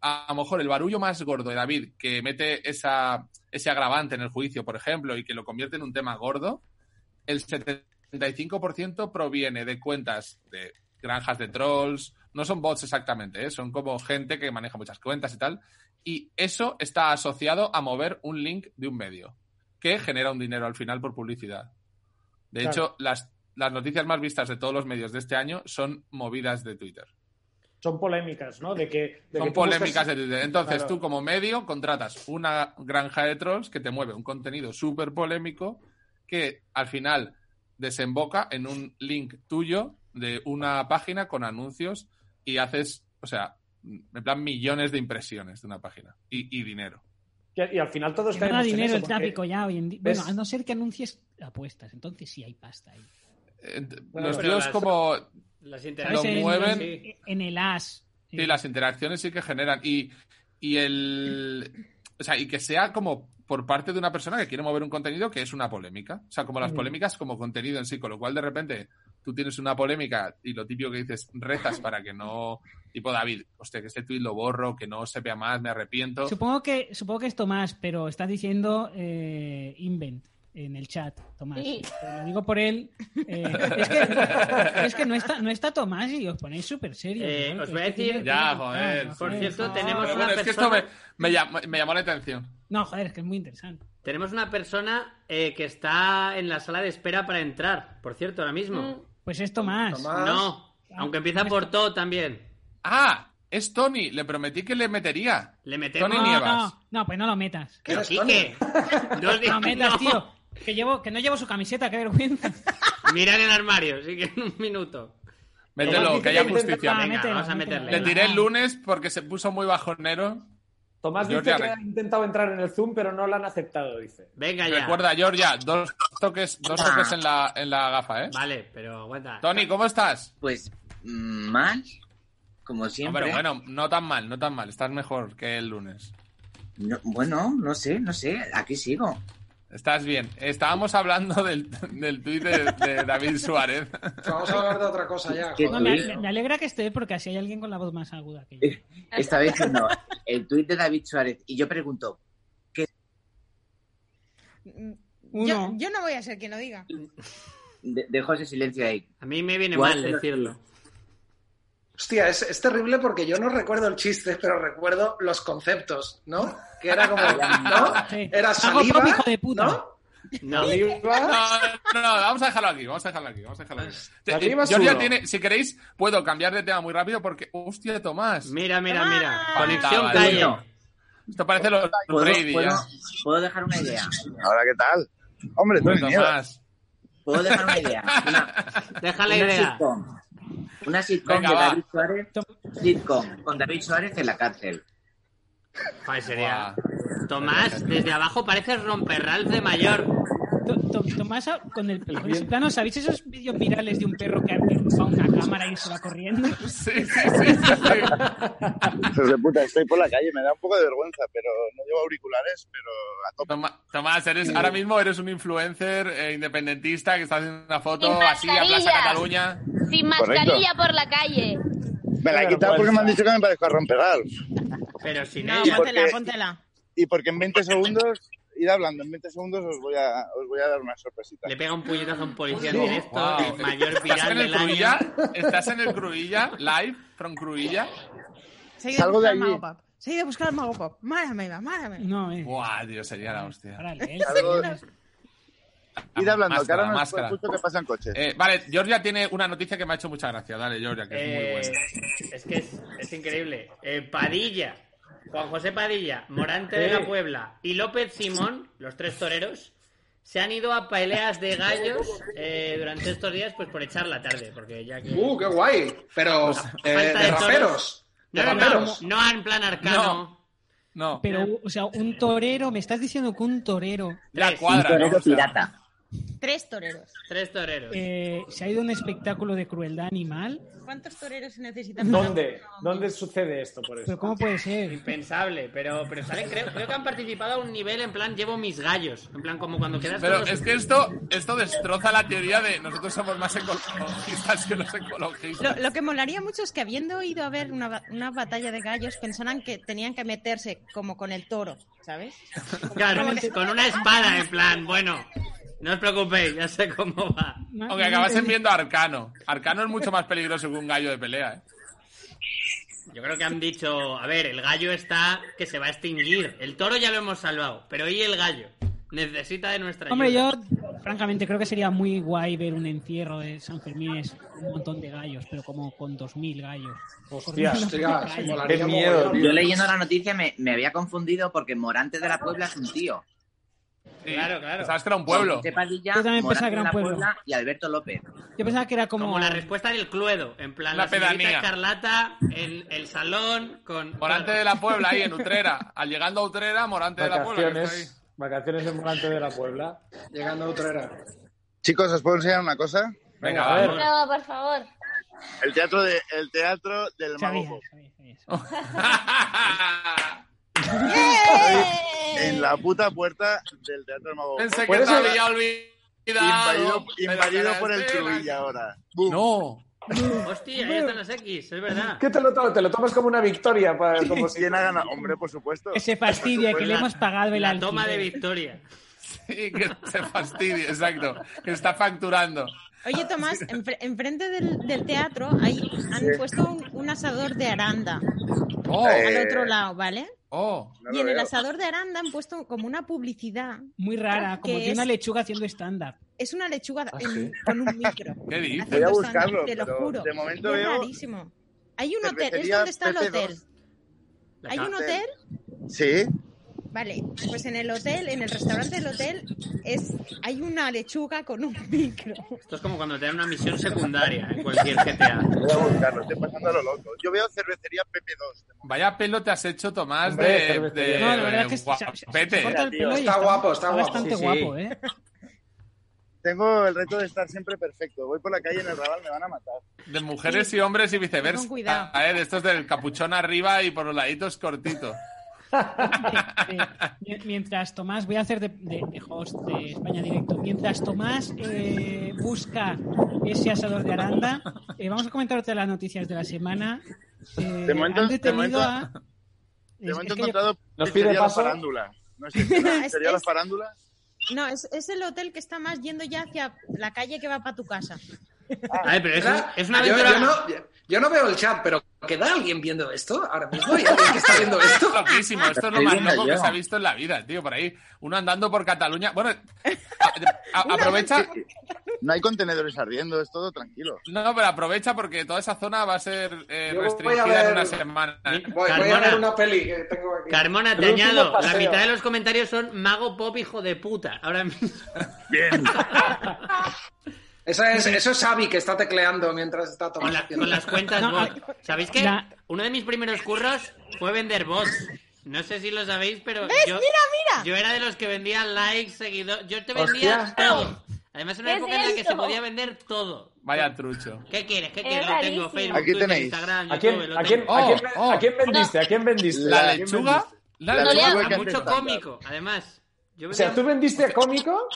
Speaker 3: a, a lo mejor el barullo más gordo de David, que mete esa, ese agravante en el juicio, por ejemplo, y que lo convierte en un tema gordo, el 75% proviene de cuentas de granjas de trolls. No son bots exactamente, ¿eh? son como gente que maneja muchas cuentas y tal. Y eso está asociado a mover un link de un medio, que genera un dinero al final por publicidad. De
Speaker 4: Claro.
Speaker 3: hecho, las, las noticias más vistas de todos los medios de este año son movidas de Twitter.
Speaker 4: Son polémicas, ¿no? De que, de que
Speaker 3: Son
Speaker 4: tú buscas-
Speaker 3: polémicas de Twitter. Entonces,
Speaker 4: Claro.
Speaker 3: tú como medio contratas una granja de trolls que te mueve un contenido súper polémico que al final desemboca en un link tuyo de una página con anuncios y haces, o sea, en plan millones de impresiones de una página y, y dinero.
Speaker 4: Y, y al final todos
Speaker 6: Que no da
Speaker 4: caemos en
Speaker 6: dinero
Speaker 4: eso,
Speaker 6: el
Speaker 4: porque-
Speaker 6: tráfico ya hoy en día.
Speaker 4: ¿Ves?
Speaker 6: Bueno, a no ser que anuncies apuestas, entonces sí hay pasta ahí.
Speaker 3: Eh,
Speaker 4: Bueno,
Speaker 3: los
Speaker 2: pero
Speaker 3: tíos
Speaker 2: las-
Speaker 3: como
Speaker 2: Las
Speaker 6: ¿Sabes?
Speaker 2: interacciones.
Speaker 3: Lo
Speaker 6: En-
Speaker 3: mueven.
Speaker 2: Sí.
Speaker 6: En el as.
Speaker 3: Sí, las interacciones sí que generan. Y, y el. O sea, y que sea como por parte de una persona que quiere mover un contenido que es una polémica. O sea, como las
Speaker 4: Mm.
Speaker 3: polémicas como contenido en sí, con lo cual de repente tú tienes una polémica y lo típico que dices, rezas para que no. Tipo David, hostia, que este tuit lo borro, que no se vea más, me arrepiento.
Speaker 6: Supongo que, supongo que es Tomás, pero estás diciendo eh, Invent en el chat, Tomás.
Speaker 7: Sí.
Speaker 6: Lo digo por él. eh, es, que, es que no está, no está Tomás y os ponéis súper serios.
Speaker 2: Eh,
Speaker 6: ¿no?
Speaker 2: os voy a
Speaker 6: Es que
Speaker 2: decir-
Speaker 6: tiene-
Speaker 3: Ya,
Speaker 6: tiene-
Speaker 3: joder.
Speaker 6: ah, no,
Speaker 2: Por cierto,
Speaker 6: no.
Speaker 2: tenemos
Speaker 3: Pero
Speaker 2: una
Speaker 3: bueno, es que esto
Speaker 2: persona-
Speaker 3: me, me llamó, me llamó la atención.
Speaker 6: No, joder, es que es muy interesante.
Speaker 2: Tenemos una persona eh, que está en la sala de espera para entrar, por cierto, ahora mismo.
Speaker 4: Mm.
Speaker 6: Pues es Tomás.
Speaker 5: Tomás.
Speaker 2: No, aunque empieza por todo también.
Speaker 3: ¡Ah! Es Tony, le prometí que le metería.
Speaker 2: Le
Speaker 6: No,
Speaker 2: metemos.
Speaker 3: Tony Nievas.
Speaker 6: no, no, pues no lo metas.
Speaker 2: Pero
Speaker 5: ¿Quién es
Speaker 2: Quique, no os digas-
Speaker 6: No metas,
Speaker 2: no.
Speaker 6: tío. Que, llevo, que no llevo su camiseta, qué vergüenza.
Speaker 2: Mira en el armario, sí que en un minuto.
Speaker 3: Mételo,
Speaker 4: Tomás,
Speaker 3: que haya
Speaker 4: dice que
Speaker 3: justicia.
Speaker 6: Ah,
Speaker 2: venga,
Speaker 6: mételo,
Speaker 2: vamos a
Speaker 6: mételo.
Speaker 2: meterle.
Speaker 3: Le tiré el lunes porque se puso muy bajonero. Pues
Speaker 4: Tomás dice
Speaker 3: Jordi
Speaker 4: que
Speaker 3: Arre-
Speaker 4: ha intentado entrar en el Zoom, pero no lo han aceptado, dice.
Speaker 2: Venga ya.
Speaker 3: Recuerda, Georgia, dos toques,
Speaker 9: Ah.
Speaker 3: dos toques en la, en la gafa, ¿eh?
Speaker 2: Vale, pero aguanta.
Speaker 3: Tony, ¿cómo estás?
Speaker 9: Pues mm, mal, como siempre.
Speaker 3: Hombre, bueno, no tan mal, no tan mal. Estás mejor que el lunes.
Speaker 9: No, bueno, no sé, no sé, aquí sigo. [LAUGHS]
Speaker 3: Estás bien. Estábamos hablando del, del tuit de, de
Speaker 9: [LAUGHS]
Speaker 3: David Suárez.
Speaker 5: Vamos a hablar de otra cosa ya.
Speaker 9: ¿Qué
Speaker 6: No,
Speaker 5: joder.
Speaker 6: me,
Speaker 9: Sí.
Speaker 6: me alegra que esté porque así hay alguien con la voz más aguda que yo.
Speaker 9: Estaba diciendo el tuit de David Suárez y yo pregunto,
Speaker 8: Yo,
Speaker 6: Uno.
Speaker 8: Mm, yo no voy a ser quien lo diga.
Speaker 9: de- dejo ese silencio ahí.
Speaker 2: A mí me viene
Speaker 9: Igual
Speaker 2: mal
Speaker 9: que los-
Speaker 2: decirlo.
Speaker 5: Hostia, es, es terrible porque yo no recuerdo el chiste, pero recuerdo los conceptos, ¿no? Que era
Speaker 6: [LAUGHS]
Speaker 5: como, ¿no?
Speaker 6: Sí.
Speaker 5: Era
Speaker 6: Hago
Speaker 5: saliva,
Speaker 6: pop, hijo de puta.
Speaker 5: ¿no?
Speaker 2: No,
Speaker 3: No,
Speaker 4: Oliva,
Speaker 2: [LAUGHS]
Speaker 3: no, no, vamos a dejarlo aquí, vamos a dejarlo aquí, vamos a dejarlo aquí. Te- eh,
Speaker 4: Arriba,
Speaker 3: Georgia
Speaker 4: Sulo.
Speaker 3: tiene, si queréis, puedo cambiar de tema muy rápido porque, hostia, Tomás.
Speaker 2: mira, mira, mira.
Speaker 8: Ah,
Speaker 2: Conexión
Speaker 3: vale.
Speaker 2: calle.
Speaker 3: Bueno. Esto parece los
Speaker 9: ¿Puedo,
Speaker 3: Brady
Speaker 9: puedo-
Speaker 3: ya.
Speaker 9: puedo dejar una idea.
Speaker 10: Ahora, ¿qué tal? Hombre, tú
Speaker 3: Bueno,
Speaker 10: eres miedo.
Speaker 3: Tomás.
Speaker 9: Puedo dejar una idea. Una,
Speaker 2: Deja la
Speaker 9: una
Speaker 2: idea.
Speaker 9: sitcom. Una sitcom
Speaker 3: Venga,
Speaker 9: de
Speaker 3: va.
Speaker 9: David Suárez. Sitcom con David Suárez en la cárcel.
Speaker 2: Joder, sería-
Speaker 3: Buah.
Speaker 2: Tomás, desde abajo pareces romperral de mayor.
Speaker 6: To- to- Tomás, con el con ese plano, ¿sabéis esos vídeos virales de un perro que va a una cámara y se va corriendo?
Speaker 3: Sí, sí, sí, sí, sí.
Speaker 10: Hijos de puta, estoy por la calle, me da un poco de vergüenza, pero no llevo auriculares, pero a tope.
Speaker 3: Toma- Tomás, eres, ahora mismo eres un influencer eh, independentista que está haciendo una foto
Speaker 7: Sin
Speaker 3: así a Plaza
Speaker 7: mascarilla.
Speaker 3: Cataluña.
Speaker 7: Sin mascarilla por la calle.
Speaker 10: Me la he quitado porque me han dicho que me parezco a Romperal.
Speaker 2: Pero sin
Speaker 8: No,
Speaker 2: ella.
Speaker 10: por-
Speaker 8: póntela,
Speaker 10: porque-
Speaker 8: póntela.
Speaker 10: Y porque en 20 segundos, id hablando, en 20 segundos os voy a, os voy a dar una sorpresita.
Speaker 2: Le pega un puñetazo a un policía en
Speaker 3: Wow.
Speaker 2: directo. el mayor
Speaker 3: ¿Estás
Speaker 2: viral
Speaker 3: en el
Speaker 2: del
Speaker 3: Cruilla?
Speaker 2: año.
Speaker 3: ¿Estás en el Cruilla? ¿Live? ¿From Cruilla?
Speaker 8: Se ha ido a
Speaker 10: Salgo de
Speaker 8: buscar al
Speaker 10: allí.
Speaker 8: Mago Pop. Se ha ido a buscar al Mago Pop. Mara me va, mara me va.
Speaker 6: No, eh.
Speaker 3: Buah, tío, sería la
Speaker 8: [LAUGHS]
Speaker 3: hostia.
Speaker 6: Árale, eh.
Speaker 10: Algo- Id hablando, que
Speaker 3: Máscara,
Speaker 10: ahora no
Speaker 3: máscara.
Speaker 10: escucho que pasan coches.
Speaker 3: Eh, vale, Georgia tiene una noticia que me ha hecho mucha gracia. Dale, Georgia, que
Speaker 2: Eh,
Speaker 3: es muy buena. [LAUGHS]
Speaker 2: es que es, es increíble. Eh, Padilla, Juan José Padilla, Morante de
Speaker 4: Sí.
Speaker 2: la Puebla y López Simón, los tres toreros, se han ido a peleas de gallos eh, durante estos días pues por echar la tarde, porque ya que...
Speaker 5: ¡Uh, qué guay! Pero eh,
Speaker 2: falta
Speaker 5: de
Speaker 2: de
Speaker 5: raperos.
Speaker 2: no,
Speaker 5: De
Speaker 2: no, no,
Speaker 5: raperos.
Speaker 2: no en plan arcano.
Speaker 3: No,
Speaker 6: Pero, o sea, un torero, me estás diciendo que un torero
Speaker 3: la
Speaker 2: tres.
Speaker 9: Un
Speaker 3: cuadra. ¿no?
Speaker 9: torero
Speaker 3: O sea,
Speaker 9: pirata.
Speaker 8: Tres toreros.
Speaker 2: Tres toreros.
Speaker 6: eh, se ha ido a un espectáculo de crueldad animal,
Speaker 8: ¿Cuántos toreros se necesitan? para-
Speaker 4: ¿dónde? ¿Dónde sucede esto por
Speaker 6: pero
Speaker 4: eso?
Speaker 6: ¿cómo puede ser?
Speaker 2: Impensable, pero, pero salen- creo, creo que han participado a un nivel en plan llevo mis gallos. En plan como cuando quedas
Speaker 3: Pero
Speaker 2: con los-
Speaker 3: es que esto, esto destroza la teoría de nosotros somos más ecologistas que los ecologistas.
Speaker 8: Lo, lo que molaría mucho es que habiendo ido a ver una, ba- una batalla de gallos, pensaran que tenían que meterse como con el toro, ¿sabes?
Speaker 2: Claro, con una espada, en plan, bueno, no os preocupéis, ya sé cómo va.
Speaker 3: Aunque acabasen viendo a Arcano. Arcano es mucho más peligroso que un gallo de pelea, ¿eh?
Speaker 2: Yo creo que han dicho, a ver, el gallo está que se va a extinguir. El toro ya lo hemos salvado, pero ¿y el gallo? Necesita de nuestra ayuda.
Speaker 6: Hombre, yo francamente creo que sería muy guay ver un encierro de San Fermín es un montón de gallos, pero como con 2.000 gallos.
Speaker 4: Hostia,
Speaker 6: [LAUGHS]
Speaker 5: Hostia, se molaría
Speaker 4: Qué miedo,
Speaker 5: mogollón.
Speaker 9: Yo leyendo la noticia me, me había confundido porque Morante de la Puebla es un tío.
Speaker 3: Sí.
Speaker 2: Claro, claro.
Speaker 3: Sabes que era un pueblo.
Speaker 9: José Padilla,
Speaker 6: Yo también
Speaker 9: Morante
Speaker 6: pensaba que era
Speaker 9: de
Speaker 6: un
Speaker 9: la
Speaker 6: pueblo.
Speaker 9: Puebla y Alberto López.
Speaker 6: Yo pensaba que era como...
Speaker 2: Como la respuesta del Cluedo, en plan,
Speaker 3: La
Speaker 2: la, señorita
Speaker 3: pedanía.
Speaker 2: escarlata en el salón con...
Speaker 3: Morante de la Puebla, ahí en Utrera. Al llegando a Utrera, Morante de la Puebla. que está ahí.
Speaker 4: Vacaciones, vacaciones en Volante de la Puebla.
Speaker 5: Llegando a otra era.
Speaker 10: Chicos, ¿os puedo enseñar una cosa?
Speaker 3: Venga,
Speaker 4: a ver.
Speaker 3: vamos.
Speaker 7: No, por favor.
Speaker 10: El teatro, de, el teatro del
Speaker 6: Sabía,
Speaker 10: Mago Pop.
Speaker 6: sabía, sabía.
Speaker 3: [LAUGHS]
Speaker 10: En la puta puerta del teatro del Mago Pop.
Speaker 3: Pensé que
Speaker 4: Puede
Speaker 3: te
Speaker 4: ser-
Speaker 3: había olvidado.
Speaker 10: Invadido,
Speaker 3: pero
Speaker 10: invadido
Speaker 3: te
Speaker 10: por el
Speaker 3: esperas.
Speaker 10: Cruilla ahora. Bum.
Speaker 3: No.
Speaker 2: Hostia, ahí están las X, es verdad.
Speaker 4: ¿Qué te lo, to- te lo tomas como una victoria? Para, como si-
Speaker 10: ¿Quién ha ganado? Hombre, por supuesto.
Speaker 6: Que se fastidia, que le hemos pagado el
Speaker 2: La
Speaker 6: alquiler.
Speaker 2: toma de victoria.
Speaker 3: Sí, que se fastidie, exacto. Que está facturando.
Speaker 8: Oye, Tomás, enfre- enfrente del, del teatro hay, han puesto un, un asador de aranda
Speaker 3: Oh,
Speaker 10: Eh.
Speaker 8: al otro lado, ¿vale?
Speaker 3: oh.
Speaker 10: No
Speaker 8: y
Speaker 10: lo
Speaker 8: en el
Speaker 10: veo.
Speaker 8: asador de aranda han puesto como una publicidad.
Speaker 6: Muy rara, como
Speaker 8: Que
Speaker 6: de una
Speaker 8: es-
Speaker 6: lechuga haciendo stand-up.
Speaker 8: Es una lechuga en- con un micro.
Speaker 3: ¿Qué dices?
Speaker 8: Haciendo
Speaker 10: [LAUGHS] Voy a buscarlo,
Speaker 8: stand-up, te lo
Speaker 10: pero
Speaker 8: juro.
Speaker 10: de momento
Speaker 8: es
Speaker 10: veo
Speaker 8: rarísimo. Hay un hotel, es
Speaker 10: cervecería
Speaker 8: donde está el
Speaker 10: PP2.
Speaker 8: hotel.
Speaker 2: La
Speaker 8: Hay
Speaker 2: ca-
Speaker 8: un hotel
Speaker 10: Sí.
Speaker 8: Vale, pues en el hotel, en el restaurante del hotel, es hay una lechuga con un [LAUGHS] micro.
Speaker 2: Esto es como cuando te dan una misión secundaria en cualquier GTA.
Speaker 10: Voy a buscarlo, estoy pasando a lo loco. Yo veo cervecería PP2.
Speaker 3: Vaya pelo te has hecho, Tomás,
Speaker 4: Hombre,
Speaker 3: de,
Speaker 4: cervecería.
Speaker 3: de,
Speaker 6: No, la verdad es que se- se- se- se
Speaker 3: guapete. eh.
Speaker 6: corta el
Speaker 10: Tío,
Speaker 6: pelo y
Speaker 5: está guapo, está guapo.
Speaker 6: bastante
Speaker 4: Sí, sí.
Speaker 6: guapo, ¿eh?
Speaker 10: Tengo el reto de estar siempre perfecto. Voy por la calle en el Raval, me van a matar.
Speaker 3: De mujeres y hombres y viceversa.
Speaker 8: Con cuidado.
Speaker 3: Ah, eh, de estos del capuchón arriba y por los laditos cortito.
Speaker 6: Sí, sí. Mientras Tomás, voy a hacer de, de- de host de España Directo. Mientras Tomás eh, busca ese asador de Aranda, eh, vamos a comentar otras las noticias de la semana. Eh,
Speaker 10: De momento-
Speaker 6: han
Speaker 10: de
Speaker 6: detenido
Speaker 10: momento-
Speaker 6: a.
Speaker 10: De
Speaker 6: es-
Speaker 10: momento he
Speaker 6: es que yo-
Speaker 10: encontrado
Speaker 4: Nos
Speaker 10: pizzería
Speaker 4: pide
Speaker 10: la
Speaker 4: paso.
Speaker 10: farándula. No
Speaker 6: [LAUGHS]
Speaker 10: es pizzería,
Speaker 8: Es-
Speaker 10: ¿Sería la
Speaker 8: es-
Speaker 10: farándula?
Speaker 8: No, es, es el hotel que está más yendo ya hacia la calle que va para tu casa.
Speaker 2: A ver, pero es,
Speaker 5: ¿Verdad?
Speaker 2: es una
Speaker 5: Yo-
Speaker 2: aventura.
Speaker 5: Yo, no, yo no veo el chat, pero ¿queda alguien viendo esto ahora mismo? ¿Hay alguien que está viendo
Speaker 3: Esto
Speaker 2: [LAUGHS]
Speaker 5: esto?
Speaker 3: es loquísimo, esto es lo
Speaker 9: Estoy
Speaker 3: más
Speaker 9: viendo
Speaker 3: loco que
Speaker 9: yo.
Speaker 3: se ha visto en la vida, tío, por ahí. Uno andando por Cataluña. Bueno, a- a- aprovecha,
Speaker 10: No hay contenedores ardiendo, es todo tranquilo.
Speaker 3: no, pero aprovecha porque toda esa zona va a ser eh,
Speaker 5: Yo voy a
Speaker 3: restringida en
Speaker 5: ver-
Speaker 3: una semana.
Speaker 5: Voy, voy a
Speaker 2: Carmona.
Speaker 5: ver una peli eh. que tengo aquí.
Speaker 2: Carmona, te
Speaker 4: El último
Speaker 2: añado. La
Speaker 4: paseo.
Speaker 2: mitad de los comentarios son mago pop, hijo de puta. Ahora mismo.
Speaker 5: Esa es, eso es Xavi que está tecleando mientras está
Speaker 2: Con,
Speaker 5: tomando.
Speaker 2: la- con las cuentas
Speaker 6: No,
Speaker 2: bot. ¿Sabéis qué?
Speaker 6: la-
Speaker 2: Uno de mis primeros curros fue vender bots. No sé si lo sabéis, pero
Speaker 7: ¡Eh,
Speaker 8: ¿Ves?
Speaker 2: yo,
Speaker 8: Mira, mira.
Speaker 2: yo era de los que vendía likes, seguidores. Yo te vendía
Speaker 5: Hostia.
Speaker 2: todo. Además, una
Speaker 7: ¿Qué
Speaker 2: época
Speaker 7: es
Speaker 2: en la que
Speaker 7: esto?
Speaker 2: se podía vender todo.
Speaker 3: Vaya trucho.
Speaker 2: ¿Qué quieres? ¿Qué
Speaker 7: Es
Speaker 2: quieres? Lo tengo
Speaker 7: rarísimo.
Speaker 2: Facebook,
Speaker 10: Aquí
Speaker 2: Twitter,
Speaker 10: tenéis.
Speaker 2: Instagram,
Speaker 4: ¿A quién,
Speaker 2: YouTube, lo
Speaker 4: a quién-
Speaker 2: tengo.
Speaker 4: a quién-
Speaker 3: Oh, oh.
Speaker 4: a quién vendiste? ¿A quién vendiste?
Speaker 3: La
Speaker 4: ¿A quién
Speaker 3: lechuga,
Speaker 4: vendiste?
Speaker 3: la
Speaker 10: La
Speaker 3: lechuga.
Speaker 7: lechuga
Speaker 2: A
Speaker 10: que antes
Speaker 2: mucho
Speaker 10: estaba.
Speaker 2: cómico, además. Yo
Speaker 4: O sea,
Speaker 2: vendía-
Speaker 4: ¿tú vendiste a cómico?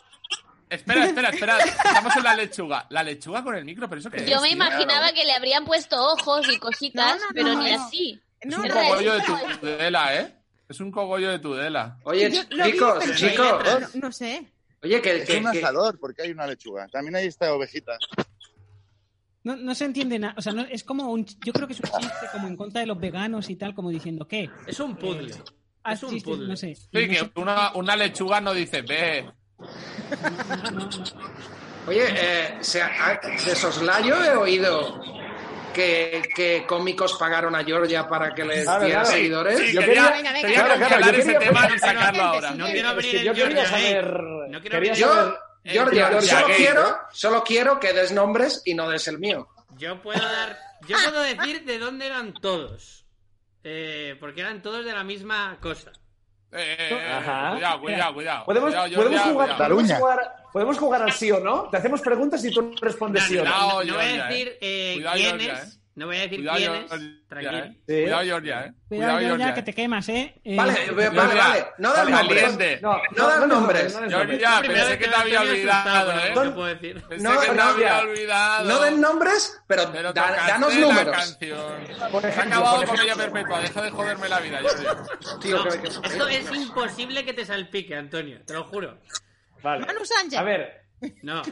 Speaker 3: Espera, espera, espera. Estamos en la lechuga. La lechuga con el micro, pero eso
Speaker 4: Eh,
Speaker 3: qué
Speaker 7: Yo
Speaker 3: es,
Speaker 7: me
Speaker 3: tío?
Speaker 7: imaginaba que le habrían puesto ojos y cositas,
Speaker 8: No, no,
Speaker 7: pero
Speaker 8: no,
Speaker 7: ni
Speaker 8: no. [LAUGHS]
Speaker 7: así.
Speaker 3: Es
Speaker 8: No,
Speaker 3: un
Speaker 7: Es
Speaker 8: no,
Speaker 3: cogollo de
Speaker 7: rarísimo
Speaker 3: Tudela, ¿eh? Es un cogollo de Tudela.
Speaker 5: Oye,
Speaker 8: Yo lo vi,
Speaker 5: chicos,
Speaker 8: pero-
Speaker 5: chicos.
Speaker 8: no, no sé.
Speaker 5: Oye, que,
Speaker 10: Es
Speaker 5: que-
Speaker 10: un
Speaker 5: que-
Speaker 10: asador, porque hay una lechuga. También hay esta ovejita.
Speaker 6: No, no se entiende nada. O sea, no- es como un. Yo creo que es un chiste como en contra de los veganos y tal, como diciendo, ¿qué? Eh,
Speaker 2: Es un puzzle.
Speaker 6: Haz
Speaker 2: Es un
Speaker 6: chistes,
Speaker 2: puzzle.
Speaker 6: no sé.
Speaker 3: Sí,
Speaker 6: No
Speaker 3: que
Speaker 6: sé.
Speaker 3: una, una lechuga no dice, ve,
Speaker 5: oye eh, se- a- de soslayo he oído que, que cómicos pagaron a Georgia para que les
Speaker 4: Ah,
Speaker 5: diera
Speaker 4: ¿verdad?
Speaker 5: seguidores.
Speaker 3: Sí,
Speaker 4: Yo
Speaker 3: quería,
Speaker 8: quería- Venga, venga,
Speaker 3: quería
Speaker 4: claro, claro,
Speaker 3: congelar
Speaker 4: yo
Speaker 3: ese
Speaker 4: quería-
Speaker 3: tema y
Speaker 8: Siguiente,
Speaker 3: sacarlo ahora.
Speaker 2: No
Speaker 8: siguiente.
Speaker 2: quiero
Speaker 4: Es
Speaker 2: abrir
Speaker 4: que
Speaker 2: el
Speaker 4: yo quería
Speaker 2: Georgia Gate.
Speaker 4: saber.
Speaker 2: No quiero
Speaker 4: quería
Speaker 2: abrir-
Speaker 5: Yo,
Speaker 4: saber-
Speaker 2: Eh,
Speaker 5: Georgia,
Speaker 3: Georgia,
Speaker 5: solo,
Speaker 3: ¿qué?
Speaker 5: quiero, solo quiero que des nombres y no des el mío.
Speaker 2: Yo puedo dar. Yo puedo decir de dónde eran todos. Eh, porque eran todos de la misma cosa.
Speaker 3: Eh, eh, eh,
Speaker 4: Ajá.
Speaker 3: Cuidado, cuidado, cuidado.
Speaker 4: ¿Podemos,
Speaker 3: Cuidado, Georgia,
Speaker 4: podemos, jugar,
Speaker 3: cuidado.
Speaker 4: podemos,
Speaker 10: Cataluña.
Speaker 4: jugar, podemos jugar al sí o no. Te hacemos preguntas y tú respondes sí o no.
Speaker 3: Cuidado,
Speaker 2: No, no voy a
Speaker 3: Georgia, eh.
Speaker 2: decir eh,
Speaker 3: Cuidado,
Speaker 2: quién
Speaker 3: Georgia,
Speaker 2: es.
Speaker 3: eh.
Speaker 2: No voy a decir
Speaker 3: Cuidado,
Speaker 2: quién es.
Speaker 3: Georgia,
Speaker 2: Tranquilo.
Speaker 3: eh.
Speaker 4: Sí.
Speaker 3: Cuidado, Georgia, eh.
Speaker 6: Cuidado, Georgia,
Speaker 3: Georgia,
Speaker 6: que te
Speaker 3: eh.
Speaker 6: quemas, ¿eh? Eh,
Speaker 5: Vale, ve- vale,
Speaker 3: Georgia,
Speaker 5: vale. No des
Speaker 3: vale,
Speaker 5: nombres.
Speaker 3: valiente.
Speaker 4: No,
Speaker 5: No das nombres.
Speaker 4: no des nombres.
Speaker 3: Georgia,
Speaker 2: Primera
Speaker 3: pensé
Speaker 2: vez
Speaker 3: que te
Speaker 2: lo
Speaker 3: había
Speaker 2: estoy asustado,
Speaker 3: olvidado,
Speaker 2: ¿eh?
Speaker 3: eh.
Speaker 2: No puedo decir.
Speaker 3: Pensé
Speaker 5: No,
Speaker 3: que te
Speaker 5: no,
Speaker 3: había
Speaker 5: ya.
Speaker 3: olvidado.
Speaker 5: No den nombres, pero,
Speaker 3: Pero
Speaker 5: da-
Speaker 3: tocaste
Speaker 5: danos
Speaker 3: la
Speaker 5: números.
Speaker 3: canción.
Speaker 4: Por
Speaker 3: Se ha
Speaker 4: ejemplo,
Speaker 3: acabado
Speaker 4: por
Speaker 3: con ella
Speaker 4: ejemplo.
Speaker 3: perpetua. Deja de joderme la vida, Georgia.
Speaker 5: Tío,
Speaker 2: No,
Speaker 5: que- que-
Speaker 2: esto es imposible que te salpique, Antonio. Te lo juro.
Speaker 4: Vale.
Speaker 8: Manu Sánchez.
Speaker 4: A ver.
Speaker 2: No.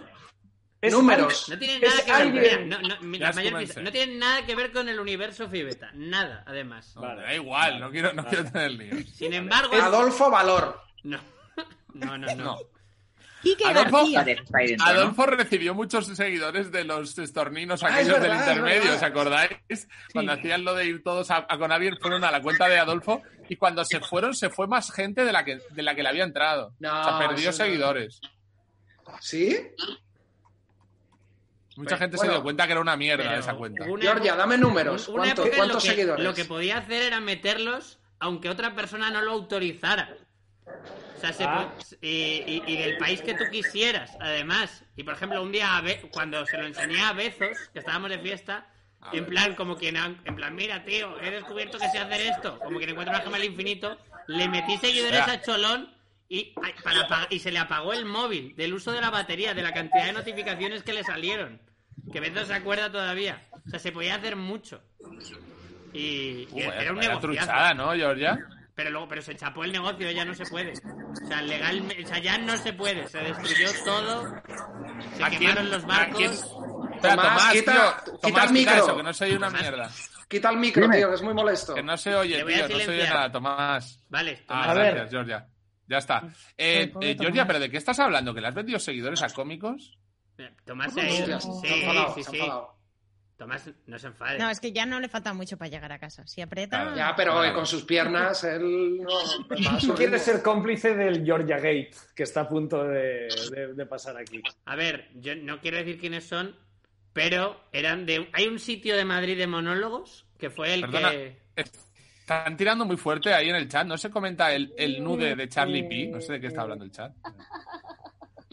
Speaker 4: es-
Speaker 5: Números.
Speaker 2: No tiene
Speaker 4: Es
Speaker 2: nada que ver.
Speaker 4: alguien.
Speaker 2: mira, no, no, mira,
Speaker 3: Ya has
Speaker 2: mayor
Speaker 3: comenzado.
Speaker 2: pista, no tiene nada que ver con el universo Fibeta. Nada, además.
Speaker 4: Vale.
Speaker 3: Da igual, no quiero, no quiero tener líos.
Speaker 2: Sin embargo.
Speaker 5: Adolfo Valor.
Speaker 2: No. No, no, no.
Speaker 3: No.
Speaker 8: Quique
Speaker 3: Adolfo.
Speaker 8: García.
Speaker 9: Vale, está ahí dentro, ¿no?
Speaker 3: Adolfo recibió muchos seguidores de los estorninos
Speaker 5: Ah, es
Speaker 3: aquellos
Speaker 5: verdad,
Speaker 3: del intermedio,
Speaker 5: es
Speaker 3: ¿os acordáis? Cuando hacían lo de ir todos a, a Conavier, fueron a la cuenta de Adolfo y cuando se fueron se fue más gente de la que, de la que le había entrado.
Speaker 5: No,
Speaker 3: o sea, perdió
Speaker 5: eso no.
Speaker 3: seguidores.
Speaker 5: ¿Sí?
Speaker 3: Mucha gente
Speaker 5: bueno.
Speaker 3: se dio cuenta que era una mierda
Speaker 2: Pero
Speaker 3: esa cuenta.
Speaker 2: hubo una
Speaker 5: Georgia, dame números.
Speaker 2: Hubo una
Speaker 5: ¿Cuánto-
Speaker 2: época en
Speaker 5: ¿Cuántos
Speaker 2: lo que-
Speaker 5: seguidores?
Speaker 2: Lo que podía hacer era meterlos aunque otra persona no lo autorizara. O sea, se
Speaker 4: Ah.
Speaker 2: po- y, y- y del país que tú quisieras, además. Y por ejemplo, un día a Be- cuando se lo enseñé a Bezos, que estábamos de fiesta, en plan, como quien, ha- en plan, mira, tío, he descubierto que sé hacer esto, como quien encuentra una gema al infinito, le metí seguidores
Speaker 3: Ya.
Speaker 2: a Cholón y, ay, para apa- y se le apagó el móvil del uso de la batería, de la cantidad de notificaciones que le salieron. Que Bezos se acuerda todavía. O sea, se podía hacer mucho. Y, y
Speaker 3: Uh, vaya-
Speaker 2: era un
Speaker 3: vaya
Speaker 2: negociazo.
Speaker 3: truchada, ¿no, Georgia?
Speaker 2: Pero luego, pero se chapó el negocio, ya no se puede. O sea, legal, o sea, ya no se puede. Se destruyó todo. Se
Speaker 3: ¿A
Speaker 2: quemaron
Speaker 3: quién-
Speaker 2: los
Speaker 3: a quién-
Speaker 2: barcos.
Speaker 3: Espera,
Speaker 5: Tomás,
Speaker 3: Tomás,
Speaker 5: quita-
Speaker 3: tío,
Speaker 5: quita
Speaker 3: Tomás,
Speaker 5: el micro.
Speaker 3: eso, que no soy una mierda.
Speaker 5: Quita el micro,
Speaker 10: Dime.
Speaker 5: tío, que es muy molesto.
Speaker 3: Que no se
Speaker 2: Le
Speaker 3: oye,
Speaker 2: voy a
Speaker 3: tío, no se oye
Speaker 2: silenciar.
Speaker 3: nada, Tomás.
Speaker 2: Vale,
Speaker 3: Ah,
Speaker 2: toma.
Speaker 4: A ver.
Speaker 3: gracias, Georgia. Ya está.
Speaker 6: Ay,
Speaker 3: Eh,
Speaker 6: pobre
Speaker 3: eh, Georgia,
Speaker 6: Tomás.
Speaker 3: ¿pero de qué estás hablando? ¿Que le has vendido seguidores a cómicos?
Speaker 2: Tomás se ha ido.
Speaker 5: Hostias, se ha
Speaker 2: Sí,
Speaker 5: enfadado,
Speaker 2: sí,
Speaker 5: se ha
Speaker 2: sí.
Speaker 5: enfadado.
Speaker 2: Tomás, no se enfade.
Speaker 8: No, es que ya no le falta mucho para llegar a casa. Si aprieta.
Speaker 3: Claro,
Speaker 5: Ya, pero
Speaker 8: [LAUGHS]
Speaker 10: [LAUGHS]
Speaker 5: eh, con sus piernas él no.
Speaker 4: [LAUGHS]
Speaker 5: va a su
Speaker 4: Tú quieres
Speaker 5: ritmo.
Speaker 4: ser cómplice del Georgia Gate, que está a punto de, de- de pasar aquí.
Speaker 2: A ver, yo no quiero decir quiénes son, pero eran de. Hay un sitio de Madrid de monólogos que fue el
Speaker 3: Perdona,
Speaker 2: que.
Speaker 3: Están tirando muy fuerte ahí en el chat. No se comenta el, el nude de
Speaker 6: eh.
Speaker 3: Charlie P. No sé de qué está hablando el chat.
Speaker 2: [LAUGHS]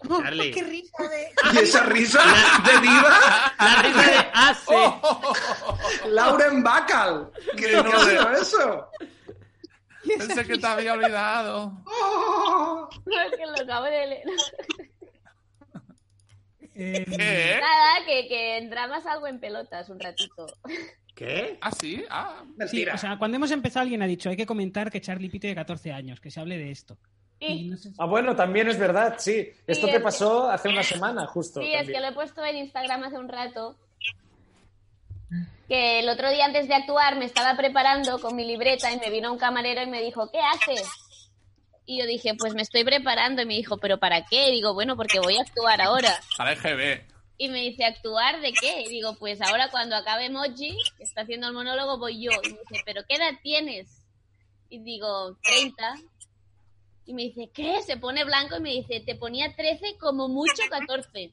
Speaker 2: Charlie.
Speaker 8: ¡Qué risa de.
Speaker 5: [LAUGHS] ¿Y esa risa de [LAUGHS] diva?
Speaker 2: La risa de. ¡Ah, sí!
Speaker 5: [LAUGHS] Lauren Bacall.
Speaker 3: [LAUGHS]
Speaker 5: [LAUGHS] ¿Qué no veo eso?
Speaker 3: Pensé que te había olvidado.
Speaker 5: Oh.
Speaker 7: Es que lo acabo de leer.
Speaker 6: Eh,
Speaker 3: ¿Qué?
Speaker 7: Nada, que, que en dramas algo en pelotas un ratito.
Speaker 2: ¿Qué?
Speaker 3: ¿Ah, sí? Ah.
Speaker 6: Sí,
Speaker 5: Mentira.
Speaker 6: o sea, cuando hemos empezado alguien ha dicho, hay que comentar que Charlie Pite de 14 años, que se hable de esto.
Speaker 7: Sí,
Speaker 6: Y no sé si-
Speaker 4: Ah, bueno, también es verdad, sí. Esto
Speaker 7: es
Speaker 4: te
Speaker 7: que-
Speaker 4: pasó hace una semana, justo.
Speaker 7: sí, es
Speaker 4: también.
Speaker 7: que lo he puesto en Instagram hace un rato. Que el otro día antes de actuar me estaba preparando con mi libreta y me vino un camarero y me dijo, ¿qué haces? Y yo dije, pues me estoy preparando. Y me dijo, ¿pero para qué? Y digo, bueno, porque voy a actuar ahora.
Speaker 3: Para EGB.
Speaker 7: Y me dice, ¿actuar de qué? Y digo, pues ahora cuando acabe Moji, que está haciendo el monólogo, voy yo. Y me dice, ¿pero qué edad tienes? Y digo, 30. Y me dice, ¿qué? Se pone blanco y me dice, te ponía 13 como mucho 14.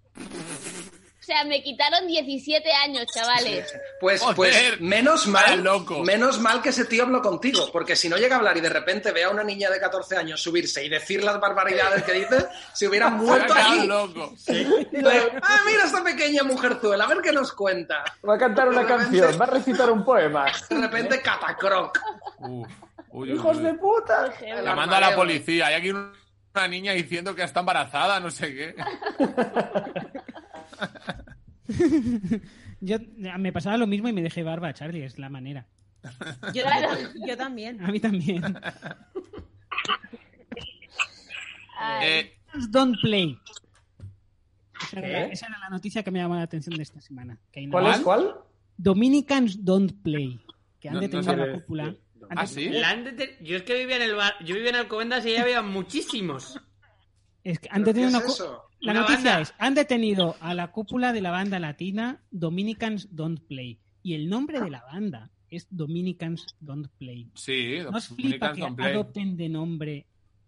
Speaker 7: O sea, me quitaron 17 años, chavales.
Speaker 5: Pues,
Speaker 3: Joder,
Speaker 5: pues menos
Speaker 3: vaya
Speaker 5: mal,
Speaker 3: loco.
Speaker 5: menos mal que ese tío habló contigo, porque si no llega a hablar y de repente ve a una niña de 14 años subirse y decir las barbaridades que dice, se hubiera muerto
Speaker 3: [LAUGHS] Se ha quedado
Speaker 5: aquí.
Speaker 3: loco.
Speaker 5: [LAUGHS] Entonces, Ah, mira esta pequeña mujerzuela, a ver qué nos cuenta.
Speaker 4: Va a cantar una canción, va a recitar un poema.
Speaker 5: De repente, catacroc.
Speaker 3: Uf, uy, uy,
Speaker 4: ¡Hijos
Speaker 3: uy.
Speaker 4: de puta!
Speaker 5: El
Speaker 3: Llamando a la
Speaker 5: armadeo.
Speaker 3: policía. Hay aquí un- una niña diciendo que está embarazada, no sé qué.
Speaker 6: Yo me pasaba lo mismo y me dejé barba, Charlie, es la manera.
Speaker 8: Yo, yo también.
Speaker 6: A mí también.
Speaker 7: Ay,
Speaker 3: Eh,
Speaker 6: Don't play. Esa era, la,
Speaker 4: ¿Qué?
Speaker 6: esa era la noticia que me llamó la atención de esta semana. que hay una-
Speaker 4: ¿Cuál es cuál?
Speaker 6: Dominicans don't play. Que han
Speaker 3: No- no
Speaker 6: detenido a
Speaker 3: sabe
Speaker 6: la
Speaker 4: decir.
Speaker 6: cúpula.
Speaker 4: Ah,
Speaker 6: antes
Speaker 3: ¿sí?
Speaker 6: de-
Speaker 2: La han deten- Yo es que vivía en el bar, yo vivía en Alcobendas y ya había muchísimos.
Speaker 6: es que han
Speaker 5: ¿Pero qué
Speaker 6: detenido
Speaker 5: es
Speaker 6: una cu-
Speaker 5: eso?
Speaker 6: La
Speaker 2: Una
Speaker 6: noticia
Speaker 2: banda.
Speaker 6: es, han detenido a la cúpula de la banda latina Dominicans Don't Play. Y el nombre de la banda es Dominicans Don't Play.
Speaker 3: sí,
Speaker 6: ¿No os flipa
Speaker 3: Dominicans
Speaker 6: que
Speaker 3: don't play.
Speaker 6: adopten de nombre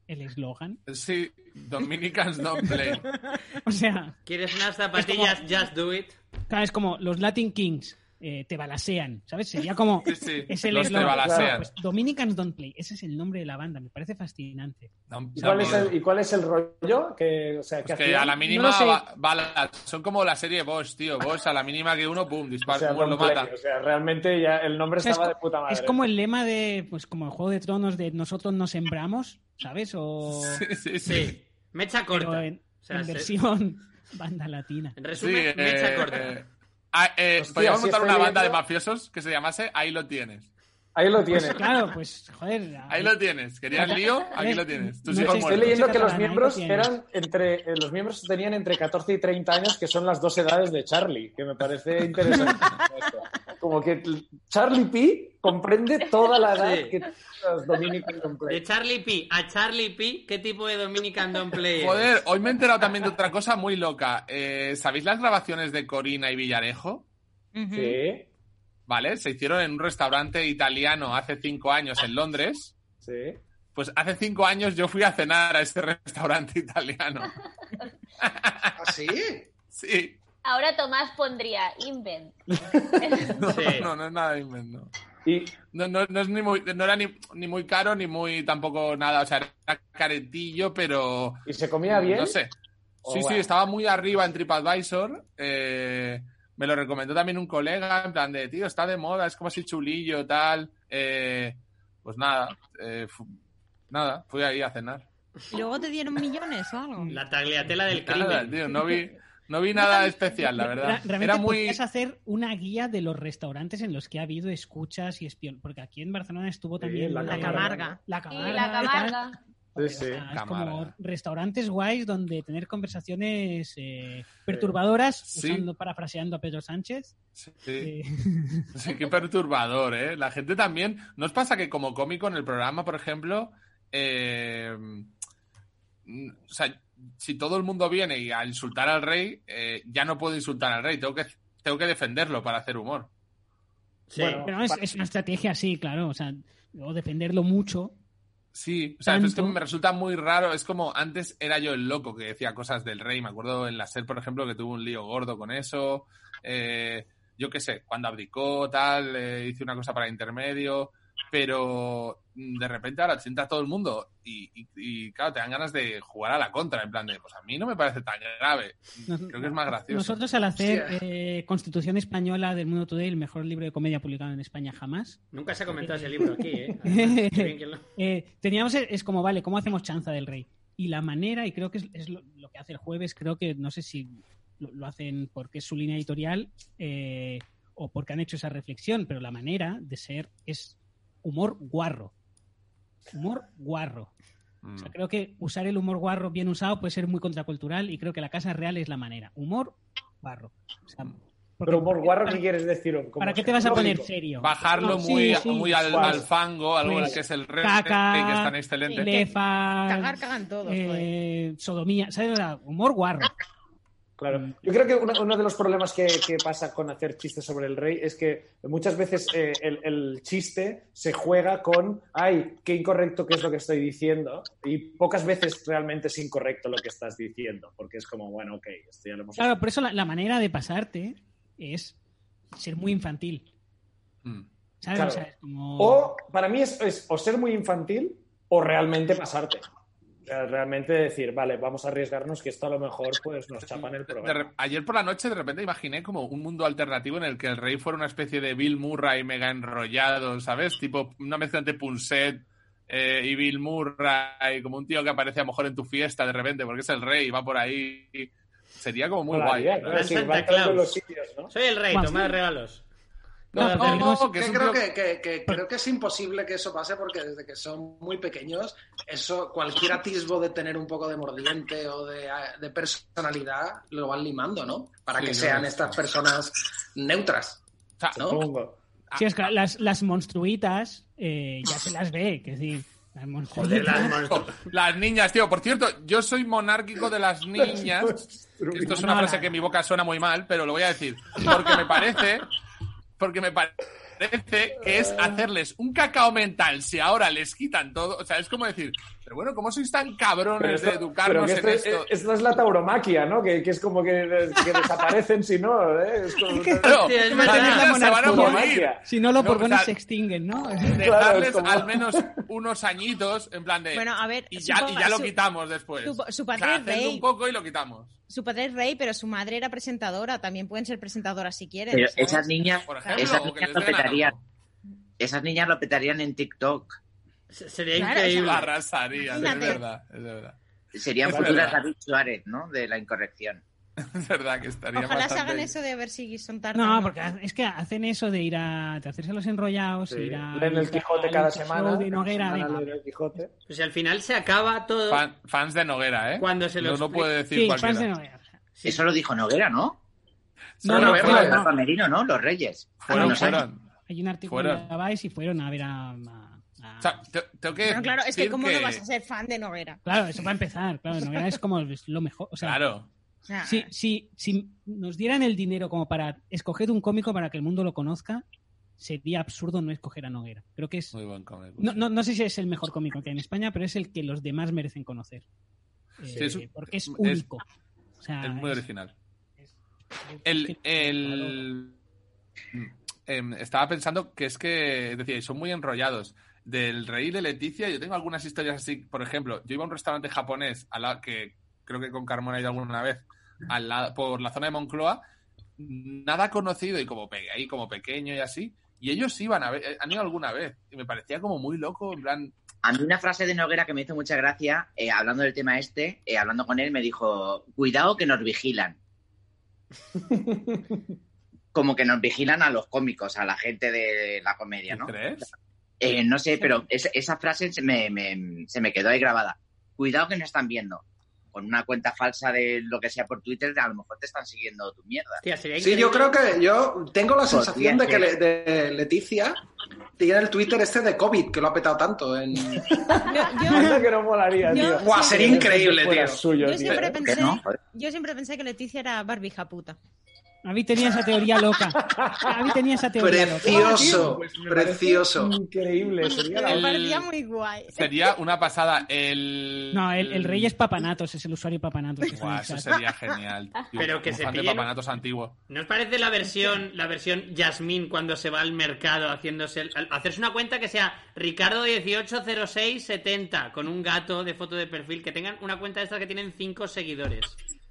Speaker 6: el eslogan?
Speaker 3: Sí, Dominicans
Speaker 2: [LAUGHS]
Speaker 3: don't play.
Speaker 6: [LAUGHS] O sea,
Speaker 2: ¿Quieres unas zapatillas? Just do it.
Speaker 6: claro, es como los Latin Kings eh, te balasean, ¿sabes? Sería como...
Speaker 3: Sí, sí,
Speaker 6: Es el
Speaker 3: los te
Speaker 6: eslogan.
Speaker 3: balasean.
Speaker 6: Pues Dominicans Don't Play. Ese es el nombre de la banda. Me parece fascinante.
Speaker 3: Don't-
Speaker 4: ¿Y cuál, es
Speaker 3: Pues
Speaker 4: el, ¿Y cuál es el rollo? Que, o sea, que
Speaker 3: que
Speaker 4: hacían?
Speaker 3: a la
Speaker 4: No
Speaker 3: mínima
Speaker 4: lo sé.
Speaker 3: ba- balas. Son como la serie Boss, tío. Boss, a la mínima que uno, boom,
Speaker 4: O
Speaker 3: dispara,
Speaker 4: sea,
Speaker 3: boom, lo
Speaker 4: don't play,
Speaker 3: mata.
Speaker 4: o sea, realmente ya el nombre
Speaker 6: O sea,
Speaker 4: estaba
Speaker 6: es
Speaker 4: de puta madre.
Speaker 6: Es como el lema de, pues como el Juego de Tronos de nosotros nos sembramos, ¿sabes? O...
Speaker 3: [LAUGHS] Sí, sí, sí.
Speaker 2: Sí. Mecha corta.
Speaker 6: Pero en,
Speaker 2: O sea,
Speaker 6: en
Speaker 2: se-
Speaker 6: versión [LAUGHS] banda latina.
Speaker 2: en
Speaker 3: Sí,
Speaker 2: resumen, mecha
Speaker 3: eh,
Speaker 2: corta.
Speaker 3: eh, ah, eh,
Speaker 4: Hostia,
Speaker 3: podríamos
Speaker 4: sí
Speaker 3: montar
Speaker 4: estoy
Speaker 3: una banda de
Speaker 4: viendo.
Speaker 3: mafiosos que se llamase Ahí lo tienes.
Speaker 4: Ahí lo tienes.
Speaker 6: Claro, pues joder.
Speaker 3: Ahí lo tienes. ¿Querías lío? Aquí lo tienes. Tus
Speaker 6: No
Speaker 3: hijos
Speaker 6: sé,
Speaker 4: Estoy
Speaker 3: muertos.
Speaker 4: leyendo
Speaker 6: Chica
Speaker 4: que los
Speaker 6: catalana,
Speaker 4: miembros
Speaker 6: ahí lo tienes.
Speaker 4: eran entre eh, los miembros tenían entre 14 y 30 años, que son las dos edades de Charlie, que me parece
Speaker 6: [LAUGHS]
Speaker 4: interesante. Esto. Como que Charlie P comprende toda la edad
Speaker 2: Sí.
Speaker 4: que los Dominican
Speaker 2: De
Speaker 4: Complex.
Speaker 2: Charlie P a Charlie P, ¿qué tipo de Dominican don't play? es?
Speaker 3: Joder, hoy me he enterado también de otra cosa muy loca. Eh, ¿Sabéis las grabaciones de Corina y Villarejo?
Speaker 8: Ujú.
Speaker 4: Sí,
Speaker 3: ¿Vale? Se hicieron en un restaurante italiano hace cinco años en Londres.
Speaker 4: sí.
Speaker 3: Pues hace cinco años yo fui a cenar a ese restaurante [LAUGHS] italiano.
Speaker 5: ¿Así?
Speaker 3: Sí.
Speaker 7: Ahora Tomás pondría invent.
Speaker 3: [LAUGHS] No,
Speaker 2: Sí.
Speaker 3: no, no es nada de invento.
Speaker 4: Y
Speaker 3: No, no, no es ni muy, no era ni, ni muy caro ni muy tampoco nada. O sea, era caretillo, pero
Speaker 4: ¿Y se comía bien?
Speaker 3: No sé.
Speaker 4: Oh,
Speaker 3: sí, sí,
Speaker 4: bueno.
Speaker 3: estaba muy arriba en TripAdvisor. eh, me lo recomendó también un colega, en plan de, tío, está de moda, es como si chulillo, tal. eh, pues nada, eh, fu- nada, fui ahí a cenar.
Speaker 8: ¿Y luego te dieron millones o algo?
Speaker 2: La tagliatela del
Speaker 3: Nada,
Speaker 2: crimen.
Speaker 3: tío, no vi,
Speaker 2: [LAUGHS]
Speaker 3: no vi nada especial, la
Speaker 6: Ra-
Speaker 3: verdad.
Speaker 6: Realmente
Speaker 3: Era muy...
Speaker 6: podrías hacer una guía de los restaurantes en los que ha habido escuchas y espión. Porque aquí en Barcelona estuvo también
Speaker 4: la
Speaker 8: La
Speaker 6: la
Speaker 8: Camarga.
Speaker 6: La
Speaker 7: Y
Speaker 6: Camarga.
Speaker 7: la camarga.
Speaker 4: Sí,
Speaker 6: O
Speaker 4: sí.
Speaker 6: sea, Ah, es
Speaker 3: Camarga.
Speaker 6: como restaurantes guays donde tener conversaciones eh, perturbadoras,
Speaker 3: Sí.
Speaker 6: usando, parafraseando a Pedro Sánchez.
Speaker 3: Sí, sí,
Speaker 6: Eh,
Speaker 3: [LAUGHS] sí, qué perturbador, ¿eh? La gente también... ¿Nos pasa que como cómico en el programa, por ejemplo, eh, mm, o sea, si todo el mundo viene y a insultar al rey, eh, ya no puedo insultar al rey, tengo que, tengo que defenderlo para hacer humor.
Speaker 2: Sí.
Speaker 4: Bueno.
Speaker 6: pero es, es una estrategia así, claro. O sea, o defenderlo mucho.
Speaker 3: Sí, o sea,
Speaker 6: Tanto.
Speaker 3: es que me resulta muy raro. Es como antes era yo el loco que decía cosas del rey. Me acuerdo en la SER, por ejemplo, que tuvo un lío gordo con eso. Eh, yo qué sé, cuando abdicó, tal, eh, hice una cosa para intermedio. Pero mm, de repente ahora te sienta todo el mundo y, y- y, claro, te dan ganas de jugar a la contra. En plan de, pues a mí no me parece tan
Speaker 6: [LAUGHS]
Speaker 3: grave.
Speaker 6: Nos-
Speaker 3: Creo que es más gracioso.
Speaker 6: Nosotros al hacer eh, Constitución Española del Mundo Today, el mejor libro de comedia publicado en España jamás,
Speaker 2: Nunca se ha comentado ese libro aquí,
Speaker 6: [LAUGHS]
Speaker 2: ¿eh? Además, qué bien que lo-
Speaker 6: eh, teníamos, es es como, vale, ¿cómo hacemos chanza del rey? Y la manera, y creo que es, es lo, lo que hace el jueves, creo que no sé si lo, lo hacen porque es su línea editorial eh, o porque han hecho esa reflexión, pero la manera de ser es humor guarro. Humor guarro. O sea, creo que usar el humor guarro bien usado puede ser muy contracultural y creo que la Casa Real es la manera. Humor guarro. O sea, porque-
Speaker 4: Pero humor guarro, ¿qué quieres decir? Como
Speaker 6: ¿Para qué te vas a poner
Speaker 4: xenofóbico.
Speaker 6: serio?
Speaker 3: Bajarlo
Speaker 6: No, sí,
Speaker 3: muy,
Speaker 6: sí.
Speaker 3: muy al,
Speaker 4: Suave.
Speaker 3: al fango, algo
Speaker 6: Pues,
Speaker 3: que es el rey,
Speaker 6: caca,
Speaker 3: que es tan excelente.
Speaker 6: Lefa,
Speaker 8: Cagar, cagan todos. joder.
Speaker 6: eh, sodomía, ¿sabes? O sea,
Speaker 8: [LAUGHS]
Speaker 6: Humor guarro.
Speaker 4: Claro. Mm. Yo creo que uno, uno de los problemas que, que pasa con hacer chistes sobre el rey es que muchas veces eh, el, el chiste se juega con, ay, qué incorrecto que es lo que estoy diciendo, y pocas veces realmente es incorrecto lo que estás diciendo, porque es como, bueno, ok, esto ya lo hemos
Speaker 6: Claro, por eso la, la manera de pasarte es ser muy infantil.
Speaker 3: Mm.
Speaker 6: ¿Sabes?
Speaker 4: Claro.
Speaker 6: O sea, es como-
Speaker 4: O para mí es, es o ser muy infantil o realmente pasarte. O sea, Realmente decir, vale, vamos a arriesgarnos que esto a lo mejor pues nos chapan el
Speaker 3: De re-
Speaker 4: programa.
Speaker 3: ayer por la noche de repente imaginé como un mundo alternativo en el que el rey fuera una especie de Bill Murray mega enrollado, ¿sabes? Tipo una mezcla entre Punset eh, y Bill Murray, como un tío que aparece a lo mejor en tu fiesta de repente porque es el rey y va por ahí. Sería como muy guay.
Speaker 4: Molaría, claro,
Speaker 2: El
Speaker 4: sí,
Speaker 2: Santa
Speaker 4: va entrando en
Speaker 2: Claus.
Speaker 4: los sitios, ¿no?
Speaker 2: Soy el rey,
Speaker 6: Juan,
Speaker 2: tomad
Speaker 6: sí.
Speaker 2: regalos.
Speaker 3: No,
Speaker 6: No,
Speaker 3: no,
Speaker 6: no,
Speaker 3: que es
Speaker 5: Yo
Speaker 3: un
Speaker 5: creo
Speaker 3: tío-
Speaker 5: que, que- que- creo que es imposible que eso pase porque desde que son muy pequeños, eso cualquier atisbo de tener un poco de mordiente o de, de personalidad lo van limando, ¿no? Para
Speaker 3: Sí,
Speaker 5: que
Speaker 3: no,
Speaker 5: sean
Speaker 3: no.
Speaker 5: estas personas neutras,
Speaker 3: o sea,
Speaker 5: ¿no?
Speaker 4: Supongo.
Speaker 3: Ah.
Speaker 6: Sí, es que las, las monstruitas eh, ya se las ve, que sí, las
Speaker 2: Joder,
Speaker 6: monstruitas.
Speaker 2: las
Speaker 3: [LAUGHS]
Speaker 2: monstru-
Speaker 3: Las niñas, tío. Por cierto, yo soy monárquico
Speaker 4: [LAUGHS]
Speaker 3: de las niñas. Esto es una
Speaker 6: No,
Speaker 3: frase
Speaker 6: la-
Speaker 3: que en mi boca suena muy mal, pero lo voy a decir. Porque me parece. Porque me parece que es hacerles un cacao mental si ahora les quitan todo. O sea, es como decir, pero bueno, ¿cómo sois
Speaker 4: Pero
Speaker 3: tan cabrones
Speaker 4: esto-
Speaker 3: de
Speaker 4: pero
Speaker 3: educarnos
Speaker 4: que esto,
Speaker 3: en esto?
Speaker 4: eh, esto es la tauromaquia, ¿no? Que, que es como que, que desaparecen si no, ¿eh? Es como-
Speaker 3: Claro,
Speaker 2: Hostia, es
Speaker 3: las
Speaker 2: verdad.
Speaker 3: niñas se van a morir.
Speaker 4: Tauromaquia.
Speaker 6: Si no, los
Speaker 3: No,
Speaker 6: borbones
Speaker 3: o sea-
Speaker 6: se extinguen, [LAUGHS] ¿no?
Speaker 3: Dejarles
Speaker 4: como- [LAUGHS]
Speaker 3: al menos unos añitos, en plan de.
Speaker 8: Bueno, a ver,
Speaker 3: y, ya, y
Speaker 8: supongo-
Speaker 3: ya lo
Speaker 8: su-
Speaker 3: quitamos después.
Speaker 8: su- su
Speaker 3: O sea,
Speaker 8: padre es
Speaker 3: hacedlo
Speaker 8: rey.
Speaker 3: un poco y lo quitamos.
Speaker 8: Su padre es rey, pero su madre era presentadora. También pueden ser presentadoras si quieren.
Speaker 9: Pero
Speaker 8: ¿sabes?
Speaker 9: esas niñas,
Speaker 3: Por ejemplo,
Speaker 9: esas
Speaker 3: o
Speaker 9: niñas
Speaker 3: que les
Speaker 9: lo
Speaker 3: den algo.
Speaker 9: petarían. Esas niñas lo petarían en TikTok.
Speaker 2: Se- Sería
Speaker 8: Claro,
Speaker 2: increíble.
Speaker 3: La arrasarían, es
Speaker 8: Imagínate.
Speaker 3: verdad, es verdad.
Speaker 9: Serían
Speaker 3: Es
Speaker 9: futuras
Speaker 3: verdad.
Speaker 9: David Suárez, ¿no? De la incorrección.
Speaker 3: [LAUGHS] Es verdad que estaría
Speaker 8: Ojalá se
Speaker 3: bastante
Speaker 8: hagan
Speaker 3: ahí.
Speaker 8: eso de ver si son tarde.
Speaker 6: No, porque ha- es que hacen eso de ir a de hacerse los enrollados,
Speaker 4: Sí.
Speaker 6: ir a.
Speaker 4: Leen el Quijote
Speaker 6: al
Speaker 4: cada
Speaker 6: show
Speaker 4: semana.
Speaker 6: de Noguera,
Speaker 4: Cada semana
Speaker 6: venga.
Speaker 4: leen el Quijote.
Speaker 2: Pues si al final se acaba todo
Speaker 3: Fan- fans de Noguera, ¿eh?
Speaker 2: cuando se
Speaker 3: no,
Speaker 2: los
Speaker 3: no puede decir
Speaker 6: Sí,
Speaker 3: cualquiera.
Speaker 6: fans de Noguera.
Speaker 2: Sí.
Speaker 9: Eso lo dijo Noguera, ¿no?
Speaker 2: No, no,
Speaker 9: Fue
Speaker 2: no,
Speaker 9: el
Speaker 2: no.
Speaker 9: Rafa Merino, ¿no? Los Reyes.
Speaker 3: Fueron,
Speaker 9: Ah, no,
Speaker 3: fueron.
Speaker 6: Hay un artículo
Speaker 3: Fueron.
Speaker 6: de Vice y fueron a ver a. a- a-
Speaker 3: O sea, te- tengo que
Speaker 8: No, claro, es que
Speaker 3: decir
Speaker 8: cómo no vas a ser fan de Noguera.
Speaker 6: Claro, eso va a empezar. Claro, Noguera es como es lo mejor. O sea,
Speaker 3: Claro.
Speaker 8: O sea,
Speaker 6: si, si, si nos dieran el dinero como para escoger un cómico para que el mundo lo conozca, sería absurdo no escoger a Noguera. Creo que es.
Speaker 3: Muy buen cómic.
Speaker 6: No, no, no sé si es el mejor cómico que hay en España, pero es el que los demás merecen conocer.
Speaker 3: Sí,
Speaker 6: Eh,
Speaker 3: es un-
Speaker 6: porque es
Speaker 3: es-
Speaker 6: único. O sea,
Speaker 3: Es muy
Speaker 6: es-
Speaker 3: original.
Speaker 6: es-
Speaker 3: El, el- em, estaba pensando que es que, es decir, son muy enrollados. Del rey de Leticia, yo tengo algunas historias así. Por ejemplo, yo iba a un restaurante japonés, a la, que creo que con Carmona he ido alguna vez, al la- por la zona de Moncloa, nada conocido y como pe- ahí como pequeño y así. Y ellos iban a ver, eh, han ido alguna vez. Y me parecía como muy loco, en plan,
Speaker 9: A mí una frase de Noguera que me hizo mucha gracia, eh, hablando del tema este, eh, hablando con él, me dijo, cuidado que nos
Speaker 5: [LAUGHS]
Speaker 9: vigilan. Como que nos vigilan a los cómicos, a la gente de la comedia,
Speaker 3: ¿tú
Speaker 9: ¿no?
Speaker 3: crees?
Speaker 9: Eh, no sé, pero es- esa frase se me, me- se me quedó ahí grabada. Cuidado que nos están viendo. Con una cuenta falsa de lo que sea por Twitter, a lo mejor te están siguiendo tu mierda.
Speaker 2: Hostia, sería
Speaker 5: Sí, yo creo
Speaker 2: increíble.
Speaker 5: que yo tengo la
Speaker 9: Hostia,
Speaker 5: sensación de
Speaker 9: sí.
Speaker 5: que le- de Leticia tiene el Twitter este de COVID, que lo ha petado tanto. En...
Speaker 8: yo- yo-
Speaker 4: [LAUGHS] Eso que no molaría,
Speaker 8: Yo-
Speaker 4: tío.
Speaker 5: Buah, sería increíble,
Speaker 4: Fuera
Speaker 5: tío.
Speaker 4: suyo,
Speaker 8: yo
Speaker 4: tío.
Speaker 8: siempre
Speaker 9: ¿Qué
Speaker 8: pensé,
Speaker 9: no? Joder.
Speaker 8: yo siempre pensé que Leticia era barbija puta.
Speaker 6: Avi tenía esa teoría loca. Avi tenía esa teoría loca.
Speaker 5: Precioso,
Speaker 4: Pues me parece
Speaker 5: precioso.
Speaker 4: Increíble. Sería la-
Speaker 8: [LAUGHS] Me
Speaker 3: El-
Speaker 8: parecía muy guay.
Speaker 3: Sería una pasada. El,
Speaker 6: No, el, el rey es Papanatos, es el usuario Papanatos. que está en
Speaker 3: Buah,
Speaker 6: el
Speaker 3: eso
Speaker 6: chat.
Speaker 8: [LAUGHS]
Speaker 3: sería genial. tío.
Speaker 2: Pero que
Speaker 3: Un
Speaker 2: se
Speaker 3: fan de
Speaker 2: pillen-
Speaker 3: papanatos antiguo.
Speaker 2: ¿No os parece la versión, la versión Yasmín cuando se va al mercado haciéndose el- al- hacerse una cuenta que sea Ricardo 180670 con un gato de foto de perfil que tengan una cuenta de estas que tienen
Speaker 4: [LAUGHS]
Speaker 2: cinco seguidores?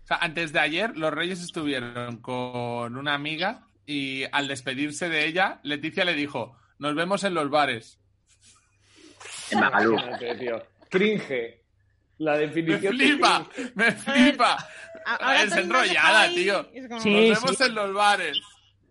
Speaker 3: O sea, antes de ayer, los Reyes estuvieron con una amiga y al despedirse de ella, Leticia le dijo: Nos vemos en los bares.
Speaker 9: En Magalú.
Speaker 4: Imagínate, tío. Cringe. La
Speaker 3: ¡Me
Speaker 4: definición. de
Speaker 3: flipa!
Speaker 4: cringe.
Speaker 3: ¡Me flipa!
Speaker 8: A- ahora
Speaker 3: es
Speaker 8: todo el mundo se acaba
Speaker 3: enrollada,
Speaker 8: ahí,
Speaker 3: tío.
Speaker 8: es como-
Speaker 6: Sí.
Speaker 3: Nos vemos en los bares.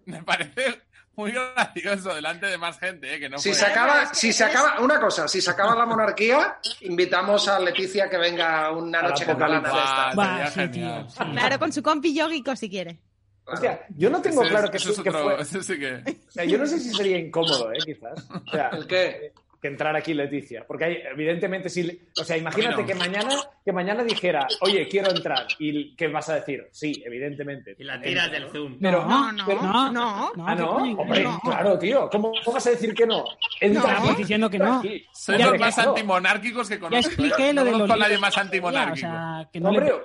Speaker 3: Me parece muy gracioso delante de más gente, ¿eh? que no
Speaker 5: si
Speaker 3: fue-
Speaker 5: se acaba, si se acaba, una cosa, si se acaba la monarquía, invitamos a Leticia que venga una
Speaker 4: Para
Speaker 5: noche
Speaker 4: Apocalipsis.
Speaker 5: catalana de estas.
Speaker 3: Buah,
Speaker 6: Va,
Speaker 3: sería
Speaker 6: sí,
Speaker 3: genial.
Speaker 6: tío. sí.
Speaker 8: Claro, con su compi yogico si quiere.
Speaker 4: Hostia, yo no tengo
Speaker 3: Ese es-
Speaker 4: claro que,
Speaker 3: ese es
Speaker 4: que
Speaker 3: otro-
Speaker 4: fue.
Speaker 3: ese sí que-
Speaker 4: O sea, yo no sé si sería incómodo, ¿eh? Quizás. O sea,
Speaker 5: ¿El qué?
Speaker 4: que entrar aquí Leticia. Porque hay, evidentemente, si. le- O sea, imagínate
Speaker 3: Bueno.
Speaker 4: que mañana que mañana dijera, oye, quiero entrar. ¿Y qué vas a decir? Sí, evidentemente.
Speaker 2: Y la
Speaker 4: Entra,
Speaker 2: tiras
Speaker 4: ¿no?
Speaker 2: del Zoom.
Speaker 4: Pero-
Speaker 8: No, no,
Speaker 4: pero-
Speaker 8: no.
Speaker 4: Ah,
Speaker 6: qué
Speaker 4: no,
Speaker 6: coño,
Speaker 4: hombre,
Speaker 6: no.
Speaker 4: claro, tío. ¿Cómo cómo vas a decir que no?
Speaker 6: No,
Speaker 4: Entra
Speaker 6: estoy
Speaker 4: aquí.
Speaker 6: diciendo que no.
Speaker 4: aquí.
Speaker 3: Soy
Speaker 4: Ya
Speaker 3: los
Speaker 4: te
Speaker 3: más
Speaker 4: quedo.
Speaker 3: antimonárquicos que
Speaker 6: Ya
Speaker 3: conozco.
Speaker 6: expliqué
Speaker 3: ¿eh?
Speaker 6: lo de
Speaker 3: no
Speaker 6: los
Speaker 3: conozco a nadie
Speaker 6: libros
Speaker 3: más
Speaker 6: de historia,
Speaker 3: antimonárquico.
Speaker 6: O sea, que no le-
Speaker 4: Hombre,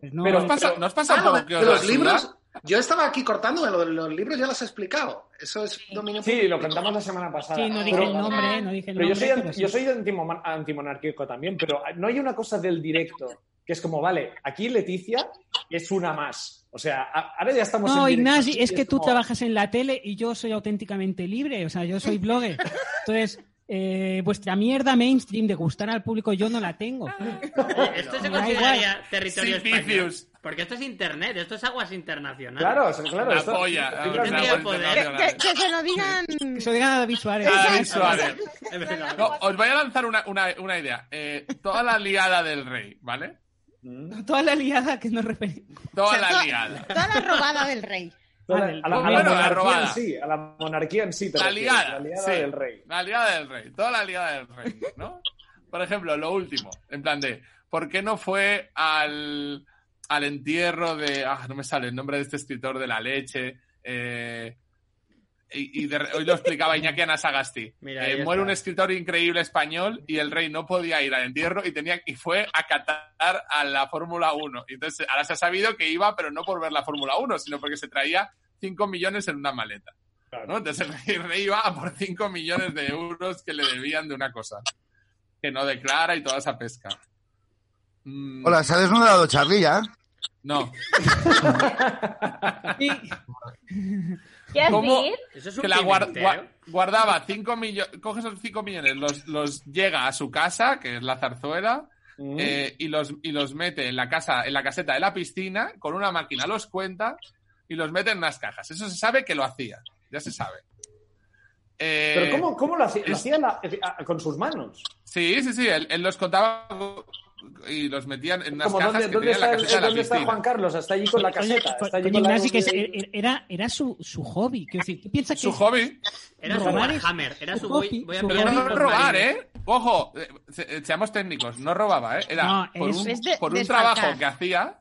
Speaker 6: pues no,
Speaker 4: pero
Speaker 3: ¿No os pasa, ¿no os pasa
Speaker 5: Ah,
Speaker 3: un
Speaker 5: lo
Speaker 3: poco
Speaker 5: de-
Speaker 3: que
Speaker 5: de
Speaker 3: os
Speaker 5: los
Speaker 3: ayuda?
Speaker 5: libros, yo estaba aquí cortando, lo de los libros ya los he explicado. Eso es dominio
Speaker 4: sí,
Speaker 5: público.
Speaker 4: lo cantamos la semana pasada.
Speaker 6: sí, no dije
Speaker 4: Pero-
Speaker 6: el nombre, eh, no dije el
Speaker 4: Pero yo
Speaker 6: nombre.
Speaker 4: soy,
Speaker 6: pero
Speaker 4: anti-
Speaker 6: sí.
Speaker 4: yo soy antimo- antimonárquico también, pero no hay una cosa del directo que es como, vale, aquí Leticia es una más. O sea, a- ahora ya estamos en
Speaker 6: No,
Speaker 4: directo,
Speaker 6: Ignasi,
Speaker 4: y
Speaker 6: es que tú
Speaker 4: como-
Speaker 6: trabajas en la tele y yo soy auténticamente libre, o sea, yo soy blogger. Entonces, eh, vuestra mierda mainstream de gustar al público yo no la tengo.
Speaker 2: Oye, Esto se
Speaker 6: Da
Speaker 2: consideraría territorio
Speaker 3: Sin
Speaker 2: español.
Speaker 3: vicios.
Speaker 2: Porque esto es internet, esto es aguas internacionales.
Speaker 4: Claro, o sea, claro.
Speaker 3: Una
Speaker 4: esto-
Speaker 3: polla.
Speaker 4: estoy
Speaker 2: Yo
Speaker 3: una
Speaker 4: claro,
Speaker 2: tendría
Speaker 3: buena
Speaker 2: poder.
Speaker 8: Que,
Speaker 2: Vale,
Speaker 3: internacional.
Speaker 8: que- que se lo digan.
Speaker 6: Que se lo digan a David
Speaker 3: [LAUGHS]
Speaker 6: Suárez.
Speaker 3: A David
Speaker 8: Exacto.
Speaker 3: Suárez.
Speaker 2: Es verdad.
Speaker 3: No, os voy a lanzar una, una- una idea. Eh, toda la liada del rey, ¿vale?
Speaker 6: Toda la liada que nos referimos.
Speaker 3: Toda
Speaker 8: O sea,
Speaker 3: la
Speaker 8: to-
Speaker 3: liada.
Speaker 8: Toda la robada del rey.
Speaker 4: a la-
Speaker 6: Vale,
Speaker 4: a la, a la
Speaker 3: bueno, la
Speaker 4: monarquía
Speaker 3: robada.
Speaker 4: en sí, a la monarquía en sí. te
Speaker 3: La
Speaker 4: refieres,
Speaker 3: liada.
Speaker 4: La liada
Speaker 3: sí.
Speaker 4: del rey.
Speaker 3: La liada del rey. Toda la liada del rey, ¿no? Por ejemplo, lo último, en plan de, ¿por qué no fue al, al entierro de, ah, no me sale el nombre de este escritor de la leche, eh, y, y de- hoy lo explicaba Iñaki Anasagasti.
Speaker 2: Mira,
Speaker 3: Eh,
Speaker 2: ahí
Speaker 3: muere
Speaker 2: está.
Speaker 3: un escritor increíble español y el rey no podía ir al entierro y tenía y fue a catar a la Fórmula 1. Y Entonces, ahora se ha sabido que iba, pero no por ver la Fórmula 1, sino porque se traía 5 millones en una maleta. ¿no? Entonces el rey, el rey iba a por 5 millones de euros que le debían de una cosa que no declara y toda esa pesca. Mm,
Speaker 10: Hola, ¿se ha desnudado Charlie ya?
Speaker 4: [LAUGHS]
Speaker 3: No,
Speaker 6: Y
Speaker 7: ¿Qué haces?
Speaker 3: ¿Cómo?
Speaker 2: Eso es un ¿eh?
Speaker 3: que la guar-
Speaker 2: pimentero.
Speaker 3: gua- guardaba 5 millones, coge esos 5 millones, los, los llega a su casa, que es la zarzuela,
Speaker 4: Mm.
Speaker 3: eh, y, los, y los mete en la casa, en la caseta de la piscina, con una máquina los cuenta y los mete en unas cajas. Eso se sabe que lo hacía, ya se sabe. Eh,
Speaker 4: pero ¿cómo, cómo lo hacía? ¿Lo
Speaker 3: es-
Speaker 4: hacía la- eh, a- con sus manos?
Speaker 3: Sí, sí, sí, él, él los contaba y los metían en unas
Speaker 4: Como,
Speaker 3: cajas
Speaker 4: ¿dónde,
Speaker 3: que
Speaker 4: dónde
Speaker 3: tenía en la
Speaker 4: está,
Speaker 3: caseta de la
Speaker 4: dónde está
Speaker 3: piscina.
Speaker 4: Juan Carlos? Está allí con la caseta.
Speaker 6: Coño,
Speaker 4: está allí
Speaker 6: coño,
Speaker 4: con la-
Speaker 6: Ignasi, que es- eh, era, era su, su hobby. Quiero decir, ¿tú piensas que
Speaker 3: Su hobby.
Speaker 2: Era su
Speaker 6: robar eh, es-
Speaker 2: Warhammer, era su
Speaker 6: su
Speaker 2: voy,
Speaker 6: copy,
Speaker 2: voy a
Speaker 6: su
Speaker 3: Pero
Speaker 2: pelear
Speaker 6: copy.
Speaker 3: no
Speaker 2: con los
Speaker 3: robar,
Speaker 2: marines.
Speaker 3: ¿eh? Ojo, eh, se- seamos técnicos, no robaba, ¿eh? Era
Speaker 6: No,
Speaker 3: por
Speaker 6: es-
Speaker 3: un,
Speaker 8: es de-
Speaker 3: por un
Speaker 8: desfalcar.
Speaker 3: trabajo que hacía,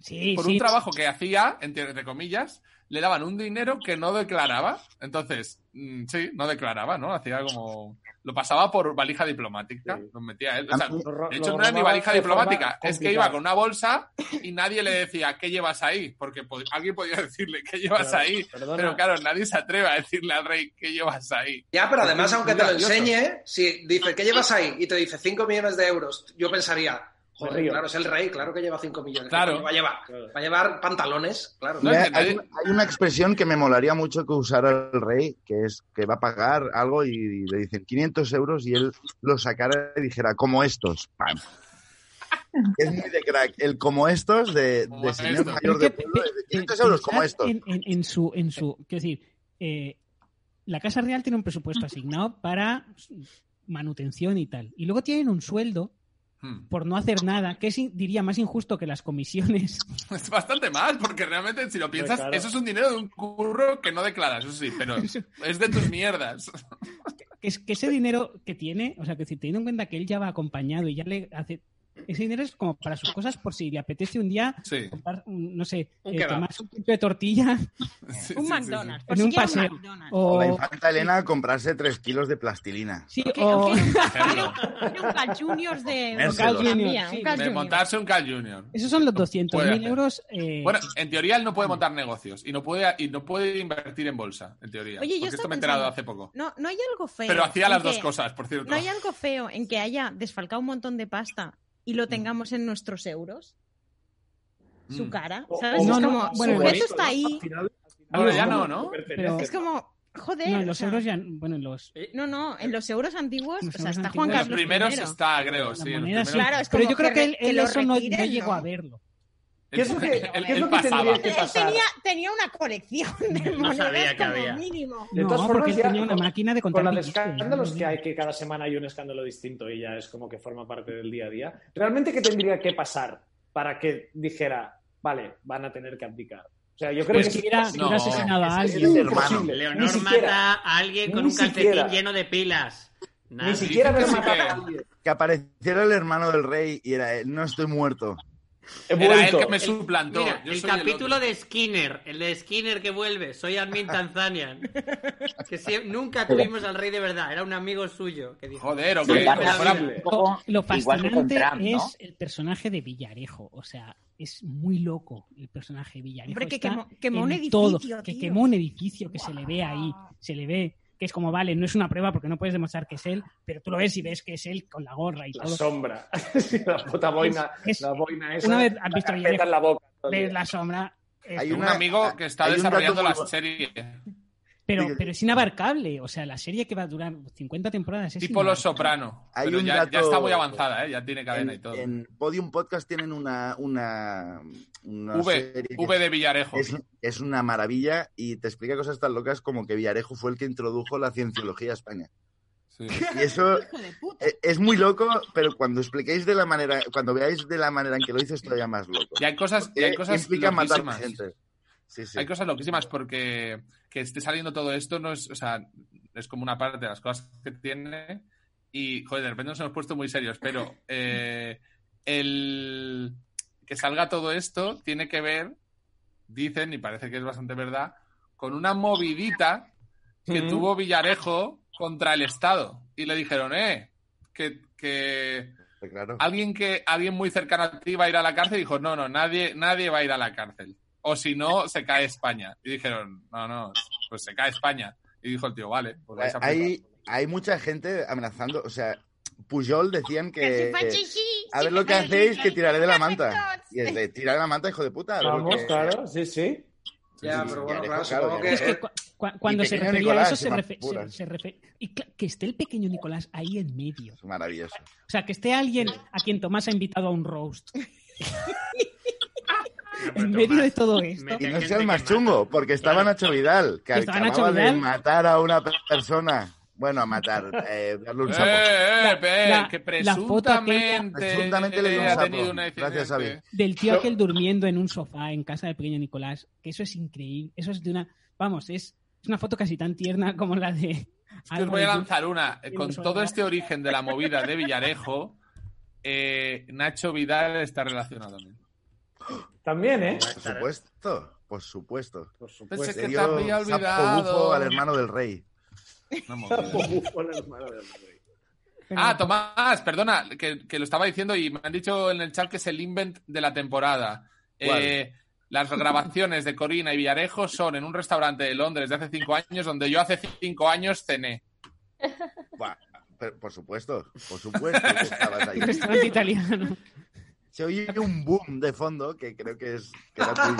Speaker 6: Sí,
Speaker 3: por
Speaker 6: sí.
Speaker 3: un trabajo que hacía, entre, entre comillas, le daban un dinero que no declaraba. Entonces, mm, sí, no declaraba, ¿no? Hacía como. Lo pasaba por valija diplomática,
Speaker 4: Sí.
Speaker 3: lo metía él. O sea,
Speaker 4: Lo ro-
Speaker 3: de
Speaker 4: lo
Speaker 3: hecho, no era ni
Speaker 4: robaba
Speaker 3: valija
Speaker 4: de forma
Speaker 3: diplomática, es que
Speaker 4: complicada.
Speaker 3: iba con una bolsa y nadie le decía, ¿qué llevas ahí? Porque po- alguien podía [LAUGHS] decirle, ¿qué llevas
Speaker 4: Pero,
Speaker 3: ahí?
Speaker 4: perdona.
Speaker 3: Pero claro, nadie se atreve a decirle al rey, ¿qué llevas ahí?
Speaker 5: Ya, pero además,
Speaker 3: Es
Speaker 5: aunque te
Speaker 3: muy
Speaker 5: lo
Speaker 3: gracioso.
Speaker 5: enseñe, si dice, ¿qué llevas ahí? Y te dice 5 millones de euros, yo pensaría,
Speaker 4: Me
Speaker 5: joder,
Speaker 4: río.
Speaker 5: claro, es el rey, claro que lleva 5 millones. ¿qué
Speaker 3: Claro.
Speaker 5: coño Va a llevar,
Speaker 4: Claro.
Speaker 5: va a llevar pantalones, claro.
Speaker 3: No,
Speaker 10: Me-
Speaker 3: es que
Speaker 10: hay,
Speaker 3: nadie-
Speaker 10: hay una expresión que me molaría mucho que usara el rey, que es que va a pagar algo y, le dicen 500 euros y él lo sacara y dijera, como estos. Pam. Es muy de crack. El como estos de,
Speaker 3: Como
Speaker 10: de señor
Speaker 3: estos.
Speaker 10: mayor de
Speaker 6: Pero que
Speaker 10: pueblo es de
Speaker 6: pe-
Speaker 10: 500 euros como
Speaker 6: pensad
Speaker 10: estos.
Speaker 6: En, en- en su, en su, quiero decir, eh, la Casa Real tiene un presupuesto asignado para manutención y tal. Y luego tienen un sueldo
Speaker 3: Hmm. [LAUGHS]
Speaker 6: por no hacer nada, que es, in- diría, más injusto que las comisiones.
Speaker 3: Es bastante mal, porque realmente, si lo piensas,
Speaker 4: claro.
Speaker 3: eso es un dinero de un curro que no declaras, eso sí, pero es de tus mierdas.
Speaker 6: Que, es, que ese dinero que tiene, o sea, que si teniendo en cuenta que él ya va acompañado y ya le hace... Ese dinero es como para sus cosas por si le apetece un día
Speaker 3: Sí.
Speaker 6: comprar, un- no sé,
Speaker 2: Un
Speaker 6: eh,
Speaker 2: kebab.
Speaker 6: tomarse un pincho de tortilla
Speaker 3: Sí,
Speaker 8: Un
Speaker 3: sí,
Speaker 8: McDonald's. Por
Speaker 6: En
Speaker 8: si
Speaker 6: un
Speaker 8: quiere
Speaker 6: paseo.
Speaker 8: McDonald's.
Speaker 10: O la
Speaker 6: o...
Speaker 10: infanta Elena a comprarse 3 kilos de plastilina.
Speaker 6: Sí,
Speaker 8: Que-
Speaker 6: o...
Speaker 8: que-
Speaker 3: sí, sí. Ejemplo,
Speaker 8: Quiere un Cal Juniors de
Speaker 10: Un Carl
Speaker 8: Gran
Speaker 6: Junior,
Speaker 8: Vía,
Speaker 6: sí.
Speaker 8: un Carl
Speaker 3: [LAUGHS] de
Speaker 8: Junior.
Speaker 3: montarse un Cal Junior.
Speaker 6: Esos son los
Speaker 3: Puede
Speaker 6: 200.000
Speaker 3: hacer.
Speaker 6: euros. eh,
Speaker 3: Bueno, en teoría él no puede montar negocios y no puede, y no puede invertir en bolsa, en
Speaker 8: Oye,
Speaker 3: teoría.
Speaker 8: Pues yo
Speaker 3: porque esto
Speaker 8: estoy
Speaker 3: me he enterado
Speaker 8: pensando-
Speaker 3: hace poco.
Speaker 8: No, no hay algo feo.
Speaker 3: Pero hacía
Speaker 8: en
Speaker 3: las dos
Speaker 8: que-
Speaker 3: cosas, por cierto.
Speaker 8: No hay algo feo en que haya desfalcado un montón de pasta y lo tengamos en nuestros euros. Su
Speaker 3: Mm.
Speaker 8: cara,
Speaker 4: O-
Speaker 8: ¿sabes?
Speaker 4: o-
Speaker 6: No,
Speaker 8: es
Speaker 6: no,
Speaker 8: como,
Speaker 6: bueno,
Speaker 8: su
Speaker 6: bonito,
Speaker 8: peso está
Speaker 4: ¿no?
Speaker 8: ahí.
Speaker 4: Al final-
Speaker 3: Ahora ya no, ¿no?
Speaker 6: Pero-
Speaker 8: Es como, joder.
Speaker 6: no,
Speaker 8: o
Speaker 6: en los
Speaker 8: sea,
Speaker 6: euros ya. Bueno, en los.
Speaker 8: No, no, en los euros antiguos,
Speaker 6: En
Speaker 8: o
Speaker 6: los
Speaker 8: sea,
Speaker 6: euros
Speaker 8: está
Speaker 6: antiguos.
Speaker 8: Juan
Speaker 3: En
Speaker 6: Los
Speaker 8: Carlos
Speaker 3: Los
Speaker 8: I.
Speaker 3: primeros está, Ah, creo,
Speaker 6: la
Speaker 3: sí. en los
Speaker 6: moneda, sí.
Speaker 3: primeros-
Speaker 8: Claro, es
Speaker 6: pero
Speaker 8: como
Speaker 6: yo creo
Speaker 8: que
Speaker 6: que
Speaker 8: re-
Speaker 6: él,
Speaker 8: que
Speaker 6: él
Speaker 8: lo
Speaker 6: eso no,
Speaker 8: retiren,
Speaker 6: no llegó
Speaker 8: ¿no?
Speaker 6: a verlo.
Speaker 4: ¿Qué
Speaker 8: [LAUGHS]
Speaker 4: es lo que,
Speaker 3: Él-
Speaker 4: qué es
Speaker 3: él
Speaker 4: lo que
Speaker 3: pasaba.
Speaker 4: tendría que
Speaker 8: Él
Speaker 4: pasar?
Speaker 8: tenía, tenía una colección [LAUGHS] de
Speaker 2: [LAUGHS] No
Speaker 8: monedas
Speaker 2: sabía que
Speaker 8: como
Speaker 2: había.
Speaker 8: mínimo.
Speaker 4: De
Speaker 6: No,
Speaker 4: todas
Speaker 6: porque
Speaker 4: formas,
Speaker 6: él
Speaker 4: ya
Speaker 6: tenía una
Speaker 4: con-
Speaker 6: máquina de
Speaker 4: Con
Speaker 6: contar
Speaker 4: la de
Speaker 6: billetes,
Speaker 4: escándalos que
Speaker 6: ¿no?
Speaker 4: hay, que cada semana hay un escándalo distinto y ya es como que forma parte del día a día. ¿Realmente qué tendría que pasar para que dijera, vale, van a tener que abdicar? O sea, yo creo
Speaker 3: Es
Speaker 6: Si
Speaker 4: que
Speaker 6: Pues hubiera,
Speaker 3: No.
Speaker 6: si hubiera asesinado a
Speaker 4: es, es
Speaker 6: alguien.
Speaker 4: imposible. Ni
Speaker 2: Leonor
Speaker 4: siquiera,
Speaker 2: mata a alguien con
Speaker 4: Ni
Speaker 2: un calcetín
Speaker 4: siquiera.
Speaker 2: lleno de pilas. Nada.
Speaker 4: ni siquiera haber
Speaker 3: Dicen que sí
Speaker 4: matado a
Speaker 3: que-
Speaker 4: alguien.
Speaker 10: Que apareciera el hermano del rey y era él, no estoy muerto.
Speaker 4: He
Speaker 3: Era él
Speaker 4: vuelto.
Speaker 3: que me suplantó.
Speaker 2: Mira,
Speaker 3: Yo
Speaker 2: el
Speaker 3: soy otro.
Speaker 2: capítulo de Skinner, el de Skinner que vuelve, soy admin
Speaker 3: [LAUGHS]
Speaker 2: Tanzanian. que sie- nunca tuvimos al rey de verdad, era un amigo suyo. Que dijo,
Speaker 3: Joder, o
Speaker 9: Sí,
Speaker 3: que
Speaker 9: claro,
Speaker 3: como fuera-
Speaker 4: horrible.
Speaker 9: poco
Speaker 6: Lo
Speaker 9: igual que
Speaker 6: fascinante
Speaker 9: con Trump, ¿no?
Speaker 6: es el personaje de Villarejo. O sea, es muy loco el personaje de Villarejo.
Speaker 8: Hombre, que
Speaker 6: Está
Speaker 8: quemó- quemó un
Speaker 6: en todo.
Speaker 8: edificio,
Speaker 6: Que
Speaker 8: tío.
Speaker 6: quemó un edificio, que se le ve ahí. Se le ve que es como, vale, no es una prueba porque no puedes demostrar que es él, pero tú lo ves y ves que es él con la gorra y
Speaker 4: La
Speaker 6: todo.
Speaker 4: sombra. [LAUGHS] Sí, la puta boina.
Speaker 6: Es-
Speaker 4: la boina esa.
Speaker 6: una vez has
Speaker 4: la
Speaker 6: visto
Speaker 4: carpeta
Speaker 6: Villarejo.
Speaker 4: en la boca.
Speaker 6: Ves la sombra. es-
Speaker 10: Hay
Speaker 3: un
Speaker 10: una- ah,
Speaker 3: amigo que está
Speaker 10: hay un dato
Speaker 3: desarrollando
Speaker 10: muy
Speaker 3: la
Speaker 10: bu-
Speaker 3: serie.
Speaker 6: pero,
Speaker 10: Digo-
Speaker 6: pero es inabarcable. O sea, la serie que va a durar 50 temporadas es
Speaker 3: Tipo Los
Speaker 6: inabarcable.
Speaker 3: Soprano.
Speaker 10: Hay
Speaker 3: Pero
Speaker 10: un
Speaker 3: ya,
Speaker 10: dato-
Speaker 3: ya está muy avanzada, ¿eh? ya tiene cadena y
Speaker 10: En,
Speaker 3: todo.
Speaker 10: en Podium Podcast tienen una, una, una
Speaker 3: V,
Speaker 10: serie que
Speaker 3: v de Villarejo.
Speaker 10: es, es una maravilla y te explica cosas tan locas como que Villarejo fue el que introdujo la cienciología a España.
Speaker 3: Sí.
Speaker 10: Y eso
Speaker 8: Hijo de puta.
Speaker 10: e- es muy loco, pero cuando expliquéis de la manera, cuando veáis de la manera en que lo hizo es todavía más loco.
Speaker 3: Y hay cosas, y
Speaker 10: Eh,
Speaker 3: hay cosas
Speaker 10: implica matar
Speaker 3: loquísimas.
Speaker 10: gente. Sí, sí.
Speaker 3: Hay cosas loquísimas porque que esté saliendo todo esto no es, o sea, es como una parte de las cosas que tiene y, joder, de repente nos hemos puesto muy serios, pero eh, el que salga todo esto tiene que ver, dicen, y parece que es bastante verdad, con una movidita que
Speaker 4: Ujú.
Speaker 3: tuvo Villarejo contra el Estado. Y le dijeron, eh, que, que
Speaker 10: Claro.
Speaker 3: alguien que alguien muy cercano a ti va a ir a la cárcel y dijo no no nadie nadie va a ir a la cárcel o si no se cae España y dijeron no no pues se cae España y dijo el tío vale pues vais a
Speaker 10: Hay,
Speaker 3: flipar".
Speaker 10: hay mucha gente amenazando, o sea, Puyol decían
Speaker 8: Que
Speaker 10: que...
Speaker 8: si fue chichi,
Speaker 10: A
Speaker 8: si
Speaker 10: ver lo que
Speaker 8: fue
Speaker 10: hacéis,
Speaker 8: chichi,
Speaker 10: que tiraré de la manta.
Speaker 8: perfectos.
Speaker 10: Y es de tirar de la manta, hijo de puta. a ver lo
Speaker 4: Vamos,
Speaker 10: que-
Speaker 4: claro, sí, sí.
Speaker 10: sí,
Speaker 5: Ya,
Speaker 10: sí,
Speaker 5: pero bueno,
Speaker 10: ya,
Speaker 5: claro,
Speaker 10: claro,
Speaker 5: supongo
Speaker 10: ya.
Speaker 5: que.
Speaker 6: Es que cua- cua- cuando
Speaker 10: y
Speaker 6: se
Speaker 10: pequeño
Speaker 6: refería
Speaker 10: Nicolás,
Speaker 6: a eso, se,
Speaker 10: y más
Speaker 6: refe-
Speaker 10: puras.
Speaker 6: se- se refe- y cla- que esté el pequeño Nicolás ahí en medio.
Speaker 10: Es maravilloso.
Speaker 6: O sea, que esté alguien a quien Tomás ha invitado a un roast.
Speaker 2: "Pero,
Speaker 6: [LAUGHS] en
Speaker 2: Tomás,
Speaker 6: medio de todo esto.
Speaker 2: me-
Speaker 10: Y
Speaker 2: Hay
Speaker 10: no
Speaker 2: gente
Speaker 10: sea el
Speaker 2: que
Speaker 10: más
Speaker 2: mata.
Speaker 10: chungo, porque estaba
Speaker 2: Claro.
Speaker 10: Nacho Vidal, que
Speaker 6: Que estaba
Speaker 10: acababa
Speaker 6: Nacho
Speaker 10: de
Speaker 6: Vidal.
Speaker 10: matar a una persona. Bueno, a matar, eh, darle un sapo.
Speaker 3: eh, eh, eh,
Speaker 6: la-
Speaker 3: que
Speaker 6: la foto aquella-
Speaker 3: presuntamente,
Speaker 10: Presuntamente le dio un
Speaker 3: ha
Speaker 10: sapo.
Speaker 3: tenido un
Speaker 10: Gracias,
Speaker 3: accidente.
Speaker 10: Xavi.
Speaker 6: Del tío
Speaker 4: Yo-
Speaker 6: aquel durmiendo en un sofá en casa del pequeño Nicolás. Que eso es increíble. Eso es de una. Vamos, es, es una foto casi tan tierna como la de.
Speaker 3: Es que os voy a lanzar una.
Speaker 6: Algo
Speaker 3: Con
Speaker 6: de-
Speaker 3: todo este origen de la movida de Villarejo, eh, Nacho Vidal está relacionado también.
Speaker 4: También, ¿eh?
Speaker 10: Por supuesto, por supuesto.
Speaker 4: Por
Speaker 3: Pensé
Speaker 10: Pues
Speaker 4: supuesto.
Speaker 3: que
Speaker 10: le
Speaker 3: te
Speaker 10: dio
Speaker 3: había
Speaker 10: sapo
Speaker 3: olvidado.
Speaker 10: bufo al hermano del rey.
Speaker 4: [LAUGHS]
Speaker 3: Una movida.
Speaker 4: Hola, hermano del rey.
Speaker 3: Ah, Tomás, perdona, que, que lo estaba diciendo y me han dicho en el chat que es el invent de la temporada.
Speaker 10: ¿Cuál?
Speaker 3: Eh, las grabaciones de Corina y Villarejo son en un restaurante de Londres de hace cinco años, donde yo hace cinco años cené.
Speaker 10: [LAUGHS] Buah, pero por supuesto, por supuesto que estabas ahí.
Speaker 6: Restaurante italiano.
Speaker 10: Se oye un boom de fondo que creo que es que era tuyo.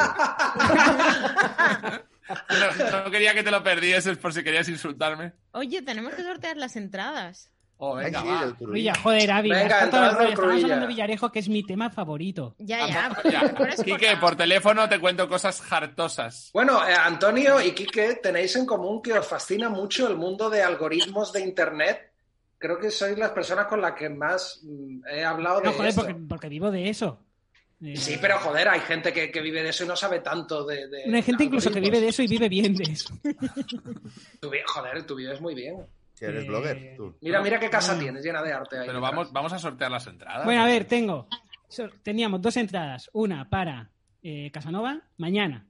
Speaker 3: No, no quería que te lo perdieses por si querías insultarme.
Speaker 8: Oye, tenemos que sortear las entradas.
Speaker 3: Oh,
Speaker 10: Ay,
Speaker 3: venga,
Speaker 10: sí,
Speaker 3: va.
Speaker 10: del Turull.
Speaker 6: Oye, joder, Avi.
Speaker 5: Venga,
Speaker 6: está todo el
Speaker 5: entrando
Speaker 6: rollo. Estamos
Speaker 5: Cruilla.
Speaker 6: hablando de Villarejo, que es mi tema favorito.
Speaker 8: Ya, ya.
Speaker 3: Ah,
Speaker 8: pero
Speaker 3: ya.
Speaker 8: ahora es
Speaker 3: Quique,
Speaker 8: corta.
Speaker 3: por teléfono te cuento cosas hartosas.
Speaker 5: Bueno, eh, Antonio y Quique, tenéis en común que os fascina mucho el mundo de algoritmos de Internet. Creo que sois las personas con las que más mm, he hablado
Speaker 6: No,
Speaker 5: de
Speaker 6: joder,
Speaker 5: esto.
Speaker 6: porque, porque vivo de eso. Eh,
Speaker 5: Sí, pero joder, hay gente que, que vive de eso y no sabe tanto de... de
Speaker 3: Eh,
Speaker 6: Hay gente incluso que vive de eso y vive bien de eso.
Speaker 5: Tu vi- joder, tu vida es muy bien.
Speaker 10: Si eres
Speaker 6: Eh,
Speaker 10: blogger, tú.
Speaker 5: Mira, mira qué casa
Speaker 6: Mm.
Speaker 5: tienes, llena de arte ahí.
Speaker 3: Pero
Speaker 5: detrás.
Speaker 3: vamos, vamos a sortear las entradas.
Speaker 6: Bueno, a ver, tengo. so- Teníamos dos entradas. Una para eh, Casanova, mañana.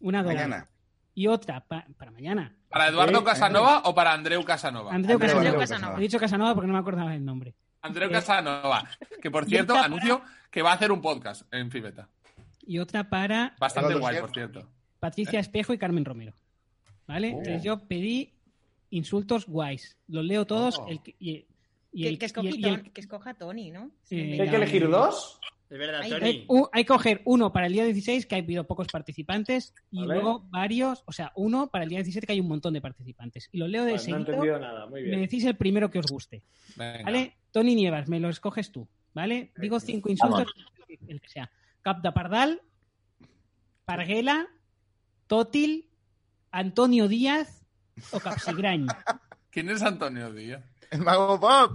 Speaker 6: Una dorada.
Speaker 10: Mañana.
Speaker 6: Y otra pa- para mañana.
Speaker 3: ¿Para Eduardo Casanova o para Andreu Casanova?
Speaker 6: Andreu
Speaker 10: Andreu
Speaker 6: Casanova.
Speaker 8: Casanova.
Speaker 6: He dicho Casanova porque no me acordaba el nombre.
Speaker 3: Andreu
Speaker 6: Eh.
Speaker 3: Casanova, que por
Speaker 6: Y
Speaker 3: cierto
Speaker 6: otra-
Speaker 3: anuncio que va a hacer un podcast en Fibeta.
Speaker 6: Y otra para
Speaker 3: Bastante
Speaker 10: Pero lo
Speaker 3: guay,
Speaker 10: cierto-
Speaker 3: por cierto.
Speaker 6: Patricia Espejo y Carmen Romero. ¿Vale?
Speaker 3: Eh. Oh.
Speaker 6: Entonces yo pedí insultos guys. Los leo todos.
Speaker 3: Oh.
Speaker 6: el que- y, y
Speaker 8: Que,
Speaker 6: el-
Speaker 8: que escoja
Speaker 6: y el- y el-
Speaker 8: Tony- que escoja Tony, ¿no?
Speaker 6: Sí.
Speaker 4: ¿Hay que elegir dos?
Speaker 2: Es verdad,
Speaker 8: Ay,
Speaker 2: Tony.
Speaker 6: Hay, u- hay que coger uno para el día 16, que ha habido pocos participantes, y
Speaker 4: Vale.
Speaker 6: luego varios, o sea, uno para el día 17, que hay un montón de participantes. Y lo leo de
Speaker 4: Vale, Pues no he
Speaker 6: seguido,
Speaker 4: entendido nada, muy
Speaker 6: me
Speaker 4: bien.
Speaker 6: decís el primero que os guste,
Speaker 3: Venga.
Speaker 6: ¿vale? Tony Nievas, me lo escoges tú, ¿vale? Digo cinco insultos, el que sea. Cap de Pardal, Parguela, Tótil, Antonio Díaz o Capsigrañ.
Speaker 3: ¿Quién es Antonio Díaz?
Speaker 10: [LAUGHS] El mago pop.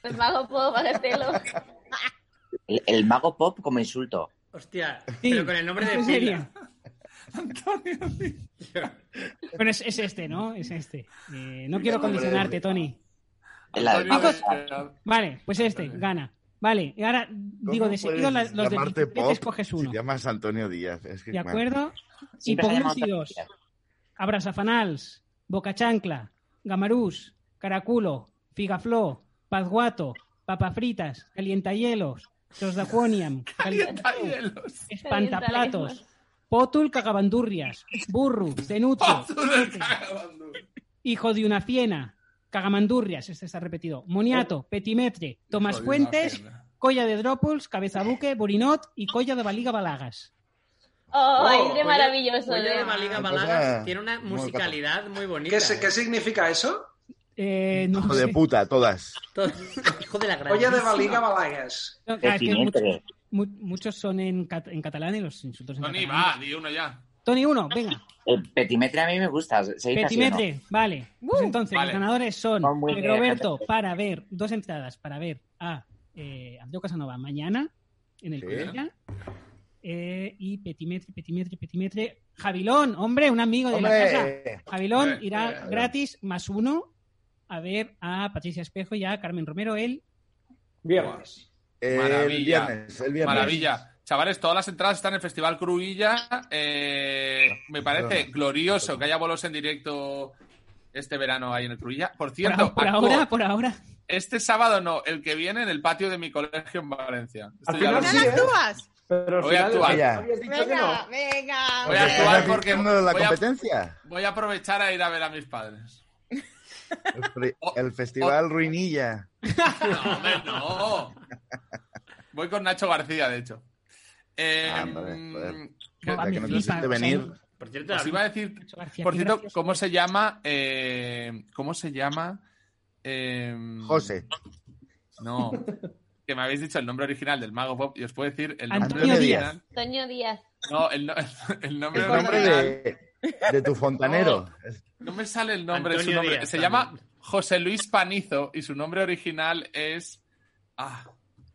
Speaker 7: Pues mago puedo págatelo.
Speaker 9: El, el mago pop como insulto.
Speaker 2: Hostia,
Speaker 6: Sí,
Speaker 2: pero con el nombre de
Speaker 6: en serio.
Speaker 4: [LAUGHS]
Speaker 2: pila.
Speaker 3: Antonio Díaz.
Speaker 6: Pero es, es este, ¿no? Es este. Eh, no quiero
Speaker 3: Hombre.
Speaker 6: condicionarte, Tony.
Speaker 9: Es la de
Speaker 3: Antonio
Speaker 9: Pablo.
Speaker 3: Díaz.
Speaker 6: Vale, pues este, gana. Vale, y ahora [LAUGHS] digo, de seguido las- los de
Speaker 10: Llamarte
Speaker 6: bicicleta
Speaker 10: Pop,
Speaker 6: escoges
Speaker 10: si
Speaker 6: uno.
Speaker 10: te llamas Antonio Díaz. Es que,
Speaker 6: ¿De
Speaker 10: bueno,
Speaker 6: acuerdo? Y
Speaker 9: Siempre se ha
Speaker 6: Pognus y
Speaker 9: llamado
Speaker 6: dos. Abrazafanals, Bocachancla, Gamarús, Caraculo, Figafló, Pazguato, Papafritas, Calientahielos,
Speaker 10: [LAUGHS]
Speaker 6: Sosdacuoniam,
Speaker 3: Calientahielos.
Speaker 6: Espantaplatos, Potul Cagabandurrias, Burru, Cenucho,
Speaker 3: Tú le estás grabando.
Speaker 6: Hijo de una fiena, Cagamandurrias, este está repetido, Moniato, Petimetre, Tomás
Speaker 3: Joder,
Speaker 6: Fuentes,
Speaker 3: Oh. una pena.
Speaker 6: Colla de Drópuls, Cabezabuque, Borinot y Colla de Baliga Balagas.
Speaker 7: Oh,
Speaker 2: Oh,
Speaker 7: es de
Speaker 2: Goya-
Speaker 7: maravilloso.
Speaker 2: Goya de
Speaker 7: de-
Speaker 2: Baliga
Speaker 10: Una
Speaker 2: Balagas
Speaker 10: cosa
Speaker 2: tiene una
Speaker 10: muy
Speaker 2: musicalidad muy bonita. ¿eh?
Speaker 5: ¿Qué, se- qué significa eso?
Speaker 6: Eh, no
Speaker 3: [LAUGHS]
Speaker 10: Hijo
Speaker 6: sé.
Speaker 10: de puta, todas.
Speaker 2: Todo- Hijo de la gran.
Speaker 5: Olla de Baliga Balagas.
Speaker 6: No, claro, es que
Speaker 9: Definite.
Speaker 6: muchos, mu- muchos son en, cat- en catalán y los insultos en
Speaker 3: Tony,
Speaker 6: catalán.
Speaker 3: va, di uno ya.
Speaker 6: Tony, uno, venga.
Speaker 9: El petimetre a mí me gusta. Se dice así, ¿no?
Speaker 6: Petimetre, vale. Pues entonces,
Speaker 3: Uh. Vale.
Speaker 6: los ganadores son
Speaker 9: Son muy bien,
Speaker 6: Roberto
Speaker 9: gente.
Speaker 6: para ver, dos entradas para ver a eh, Andreu Casanova mañana en el
Speaker 10: Sí.
Speaker 6: Cubella. Eh, y Petimetre, Petimetre, Petimetre. Javilón, hombre, un amigo de la casa.
Speaker 10: ¡Hombre!
Speaker 6: Javilón
Speaker 3: Hombre,
Speaker 6: irá
Speaker 3: hombre,
Speaker 6: gratis más uno a ver a Patricia Espejo y a Carmen Romero el
Speaker 4: Viernes.
Speaker 10: El
Speaker 3: Maravilla.
Speaker 10: viernes, el viernes.
Speaker 3: Maravilla. Chavales, todas las entradas están en Festival Cruilla. Eh, me parece
Speaker 10: Perdona.
Speaker 3: glorioso que haya bolos en directo este verano ahí en el Cruilla. Por
Speaker 6: por,
Speaker 3: cierto,
Speaker 6: a- por
Speaker 3: actúo
Speaker 6: ahora, por ahora.
Speaker 3: este sábado no, el que viene en el patio de mi colegio en Valencia. Esto
Speaker 4: Al
Speaker 3: ya
Speaker 4: final
Speaker 3: lo
Speaker 8: ¿No
Speaker 4: sí,
Speaker 3: sé.
Speaker 4: ¿eh?
Speaker 8: actúas?
Speaker 4: Pero al
Speaker 3: Voy a
Speaker 4: final
Speaker 3: actuar.
Speaker 4: habías dicho que
Speaker 8: Venga, venga.
Speaker 4: no.
Speaker 3: Voy
Speaker 10: Voy
Speaker 3: a
Speaker 8: venga.
Speaker 3: actuar porque
Speaker 10: la
Speaker 3: voy a-
Speaker 10: competencia.
Speaker 3: Voy a aprovechar a ir a ver a mis padres.
Speaker 10: El fri- El festival Ruinilla.
Speaker 3: No, hombre, [LAUGHS] no. Voy con Nacho García, de hecho. Eh,
Speaker 10: Ah, vale, joder.
Speaker 3: que-
Speaker 10: Ya
Speaker 6: a mí
Speaker 10: que no
Speaker 6: flipa,
Speaker 10: quisiste
Speaker 6: o sea,
Speaker 10: venir.
Speaker 2: Por cierto,
Speaker 3: os iba a decir
Speaker 6: Nacho García,
Speaker 3: Por
Speaker 6: qué
Speaker 3: cierto,
Speaker 6: gracioso.
Speaker 3: ¿cómo se llama? eh, ¿Cómo se llama? Eh,
Speaker 10: José.
Speaker 3: No. Que me habéis dicho el nombre original del Mago Pop y os puedo decir el nombre
Speaker 6: Antonio
Speaker 3: original.
Speaker 6: Díaz.
Speaker 7: Antonio Díaz.
Speaker 3: No, el, no- [LAUGHS] el nombre
Speaker 10: El nombre
Speaker 3: original.
Speaker 10: de, de tu fontanero.
Speaker 3: No me sale el nombre,
Speaker 2: Antonio
Speaker 3: su nombre.
Speaker 2: Díaz
Speaker 3: se
Speaker 2: también.
Speaker 3: llama José Luis Panizo y su nombre original es. Ah,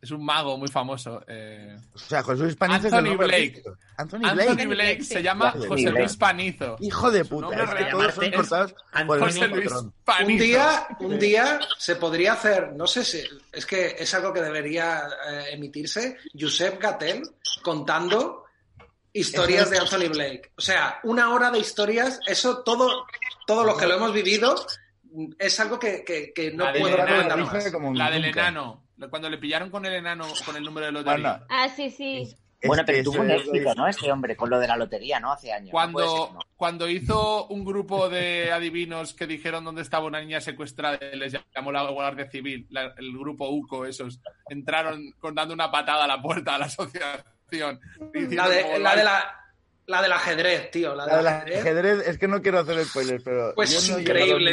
Speaker 3: es un mago muy famoso. eh,
Speaker 10: O sea, José Luis Panizo es
Speaker 3: Anthony
Speaker 10: el nombre
Speaker 3: Blake.
Speaker 10: artístico. Anthony Blake.
Speaker 3: Anthony Blake se llama
Speaker 10: Anthony
Speaker 3: José
Speaker 9: Blake.
Speaker 3: Luis Panizo.
Speaker 10: Hijo de
Speaker 3: nombre
Speaker 10: puta. Es que
Speaker 3: real.
Speaker 10: todos son
Speaker 2: Es
Speaker 10: cortados por el
Speaker 3: José
Speaker 10: mismo
Speaker 3: Luis
Speaker 10: patrón.
Speaker 3: Panizo.
Speaker 5: Un día, un día se podría hacer, no sé si, es que es algo que debería eh, emitirse, Josep Gatel contando historias de Anthony Blake. O sea, una hora de historias, eso todo, todo lo que lo hemos vivido mm, es algo que, que- que no
Speaker 3: La del
Speaker 5: puedo
Speaker 3: enano,
Speaker 5: recomendar
Speaker 3: la
Speaker 5: más.
Speaker 10: dije como
Speaker 3: La del
Speaker 10: nunca.
Speaker 3: enano. Cuando le pillaron con el enano, con el número de lotería.
Speaker 10: Bueno,
Speaker 7: Ah, sí, sí.
Speaker 10: Este es
Speaker 9: Bueno, pero
Speaker 10: que
Speaker 9: tuvo un
Speaker 10: ese-
Speaker 9: éxito, ¿no? Este hombre, con lo de la lotería, ¿no? Hace años. Pues, no puede ser,
Speaker 3: Cuando,
Speaker 9: ¿no?
Speaker 3: cuando hizo un grupo de adivinos que dijeron dónde estaba una niña secuestrada, y les llamó la Guardia Civil, la- el grupo UCO, esos, entraron con dando una patada a la puerta a la asociación. diciendo
Speaker 5: La, de,
Speaker 3: como,
Speaker 5: la, de la, la del ajedrez, tío. La
Speaker 10: La
Speaker 5: del
Speaker 10: del
Speaker 5: ajedrez.
Speaker 10: ajedrez, es que no quiero hacer spoilers, pero.
Speaker 5: Pues
Speaker 10: yo
Speaker 5: es
Speaker 10: no he
Speaker 5: increíble,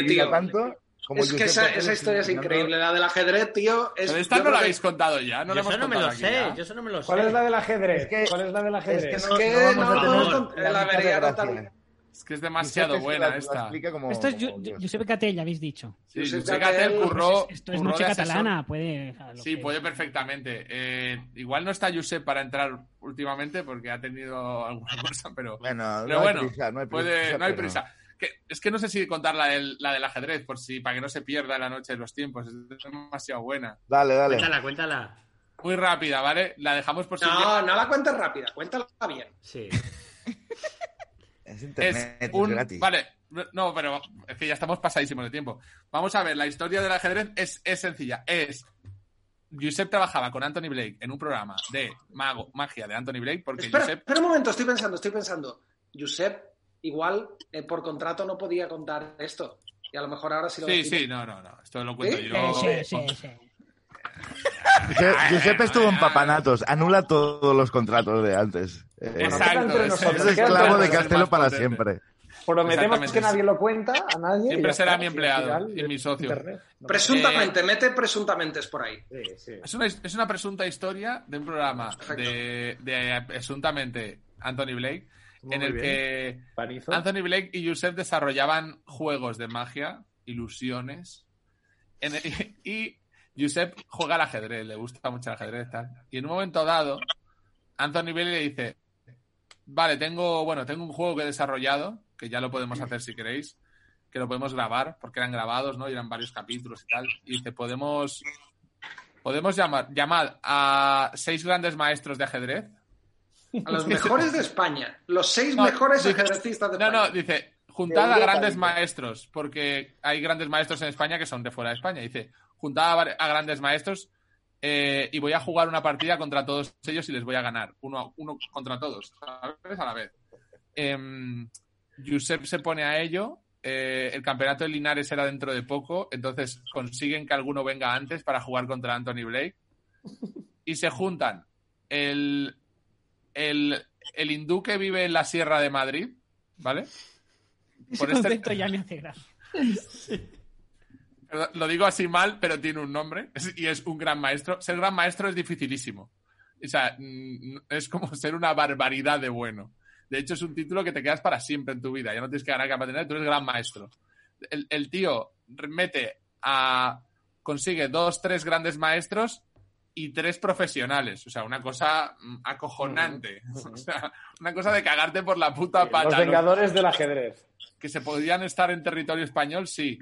Speaker 10: llegado a
Speaker 5: tío.
Speaker 10: vivirla Tanto como
Speaker 5: Es que
Speaker 10: Giuseppe
Speaker 5: esa,
Speaker 10: Pérez
Speaker 5: esa historia es
Speaker 10: intentando-
Speaker 5: increíble. La del ajedrez, tío. Es,
Speaker 3: Pero esta
Speaker 5: yo
Speaker 3: no
Speaker 5: creo
Speaker 3: la
Speaker 5: que-
Speaker 3: habéis contado ya, no la
Speaker 2: yo
Speaker 3: hemos
Speaker 2: solo me
Speaker 3: contado.
Speaker 2: lo
Speaker 3: aquí,
Speaker 2: sé,
Speaker 3: ¿verdad?
Speaker 2: yo solo me lo sé.
Speaker 4: ¿Cuál es la del ajedrez?
Speaker 10: Es que-
Speaker 4: ¿Cuál es la del
Speaker 10: Es
Speaker 4: ajedrez?
Speaker 10: que
Speaker 5: Es que
Speaker 10: no, no,
Speaker 5: no,
Speaker 10: vamos
Speaker 2: no,
Speaker 10: a
Speaker 5: no,
Speaker 10: tener
Speaker 5: la
Speaker 10: la mitad de
Speaker 5: vería
Speaker 10: gracia.
Speaker 5: total.
Speaker 3: Es que es demasiado
Speaker 10: Giuseppe
Speaker 3: buena
Speaker 10: la- la
Speaker 3: esta.
Speaker 10: explica como-
Speaker 6: Esto es Ju-
Speaker 10: como
Speaker 6: Ju-
Speaker 10: Dios. pues,
Speaker 6: Giuseppe Catell, ya habéis dicho.
Speaker 3: Sí,
Speaker 5: Giuseppe
Speaker 3: Giuseppe Gatel
Speaker 5: Gatel,
Speaker 3: curró-
Speaker 6: Esto es
Speaker 3: curró
Speaker 6: noche
Speaker 3: de asesor.
Speaker 6: catalana,
Speaker 3: [LAUGHS]
Speaker 6: puede. a lo
Speaker 3: Sí,
Speaker 6: que-
Speaker 3: puede perfectamente. Eh, igual no está Josep para entrar últimamente porque ha tenido
Speaker 10: [LAUGHS]
Speaker 3: alguna cosa, pero,
Speaker 10: Bueno,
Speaker 3: pero
Speaker 10: no
Speaker 3: bueno,
Speaker 10: hay prisa, no hay prisa.
Speaker 3: puede- no hay
Speaker 10: pero-
Speaker 3: prisa. Que- es que no sé si contar la del, la del ajedrez, por si, para que no se pierda la noche de los tiempos. Es demasiado buena.
Speaker 10: Dale, dale.
Speaker 2: Cuéntala, cuéntala.
Speaker 3: Muy rápida, ¿vale? La dejamos por si.
Speaker 5: No, no la cuentes rápida, cuéntala bien.
Speaker 2: Sí.
Speaker 10: Es
Speaker 3: es
Speaker 10: internet, es
Speaker 3: un-
Speaker 10: gratis.
Speaker 3: Vale, no, pero es que ya estamos pasadísimos de tiempo. Vamos a ver, la historia del ajedrez es, es sencilla. Es. Josep trabajaba con Anthony Blake en un programa de mago, magia de Anthony Blake, porque
Speaker 5: Espera,
Speaker 3: Josep
Speaker 5: espera un momento, estoy pensando, estoy pensando. Josep, igual eh, por contrato no podía contar esto. Y a lo mejor ahora sí lo
Speaker 3: Sí,
Speaker 5: decimos.
Speaker 3: sí, no, no, no. Esto lo cuento
Speaker 5: ¿Sí?
Speaker 3: yo.
Speaker 6: Sí, sí, sí, sí.
Speaker 10: Giuseppe Giuseppe estuvo en Papanatos. Anula todos los contratos de antes. Eh,
Speaker 4: Queda
Speaker 3: Exacto.
Speaker 4: entre
Speaker 3: es-
Speaker 4: nosotros,
Speaker 10: Es
Speaker 4: queda entre
Speaker 10: esclavo de
Speaker 4: nosotros.
Speaker 10: Castelo para
Speaker 3: Más potente.
Speaker 10: siempre.
Speaker 4: Prometemos
Speaker 3: Exactamente.
Speaker 4: que nadie lo cuenta a nadie. y
Speaker 3: Siempre
Speaker 4: ya
Speaker 3: será
Speaker 4: está.
Speaker 3: mi
Speaker 4: Y al
Speaker 3: empleado
Speaker 4: final,
Speaker 3: y mi socio.
Speaker 4: internet. No,
Speaker 5: Presuntamente, mete presuntamente es por ahí.
Speaker 4: sí, sí.
Speaker 3: Eh, Es una, es una presunta historia de un programa de, de presuntamente Anthony Blake en el que
Speaker 4: Panizo.
Speaker 3: Anthony Blake y Youssef desarrollaban juegos de magia, ilusiones. en el- [LAUGHS] y Youssef juega al ajedrez, le gusta mucho el ajedrez. Tal. Y en un momento dado, Anthony Blake le dice: Vale, tengo, bueno, tengo un juego que he desarrollado, que ya lo podemos hacer si queréis, que lo podemos grabar, porque eran grabados, ¿no? Y eran varios capítulos y tal. Y dice: Podemos. Podemos llamar, llamar a seis grandes maestros de ajedrez
Speaker 5: A los mejores de España. Los seis
Speaker 3: No,
Speaker 5: mejores
Speaker 3: dices-
Speaker 5: ajedrecistas de
Speaker 3: no,
Speaker 5: España.
Speaker 3: no, dice, juntad a
Speaker 10: Europa,
Speaker 3: grandes
Speaker 10: dice.
Speaker 3: maestros, porque hay grandes maestros en España que son de fuera de España. Dice, juntad a, var- a grandes maestros eh, y voy a jugar una partida contra todos ellos y les voy a ganar. Uno, a- uno contra todos, ¿sabes? A la vez. Em, Josep se pone a ello. eh, el campeonato de Linares era dentro de poco, entonces consiguen que alguno venga antes para jugar contra Anthony Blake. Y se juntan el, el, el hindú que vive en la Sierra de Madrid, ¿vale?
Speaker 6: Ese
Speaker 3: Por este-
Speaker 6: concepto ya me hace gracia.
Speaker 3: [LAUGHS] Lo- Lo digo así mal, pero tiene un nombre es- y es un gran maestro. Ser gran maestro es dificilísimo. O sea, mm, es como [LAUGHS] ser una barbaridad de bueno. De hecho, es un título que te quedas para siempre en tu vida. Ya no tienes que ganar capacidad, tú eres gran maestro. El, el tío mete a. consigue dos, tres grandes maestros y tres profesionales. O sea, una cosa mm, acojonante. [LAUGHS] O sea, una cosa de cagarte por la puta pata.
Speaker 4: Los
Speaker 3: ¿no?
Speaker 4: Vengadores del ajedrez.
Speaker 3: que se podrían estar en territorio español, sí.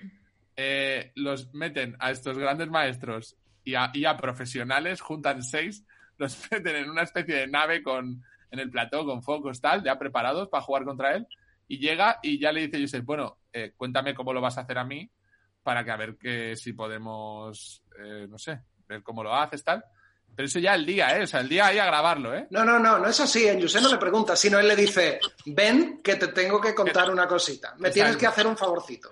Speaker 3: Eh, los meten a estos grandes maestros y a, y a profesionales, juntan seis, los [LAUGHS] meten en una especie de nave con, en el plató con focos, tal, ya preparados para jugar contra él. Y llega y ya le dice Josep, bueno, eh, cuéntame cómo lo vas a hacer a mí para que a ver que si podemos, eh, no sé, ver cómo lo haces, tal. Pero eso ya el día, ¿eh? O sea, el día ahí a grabarlo, ¿eh?
Speaker 5: No, no, no, no es así. En Yusef no le pregunta, sino él le dice, ven que te tengo que contar una cosita. Me tienes
Speaker 3: Exacto.
Speaker 5: que hacer un favorcito.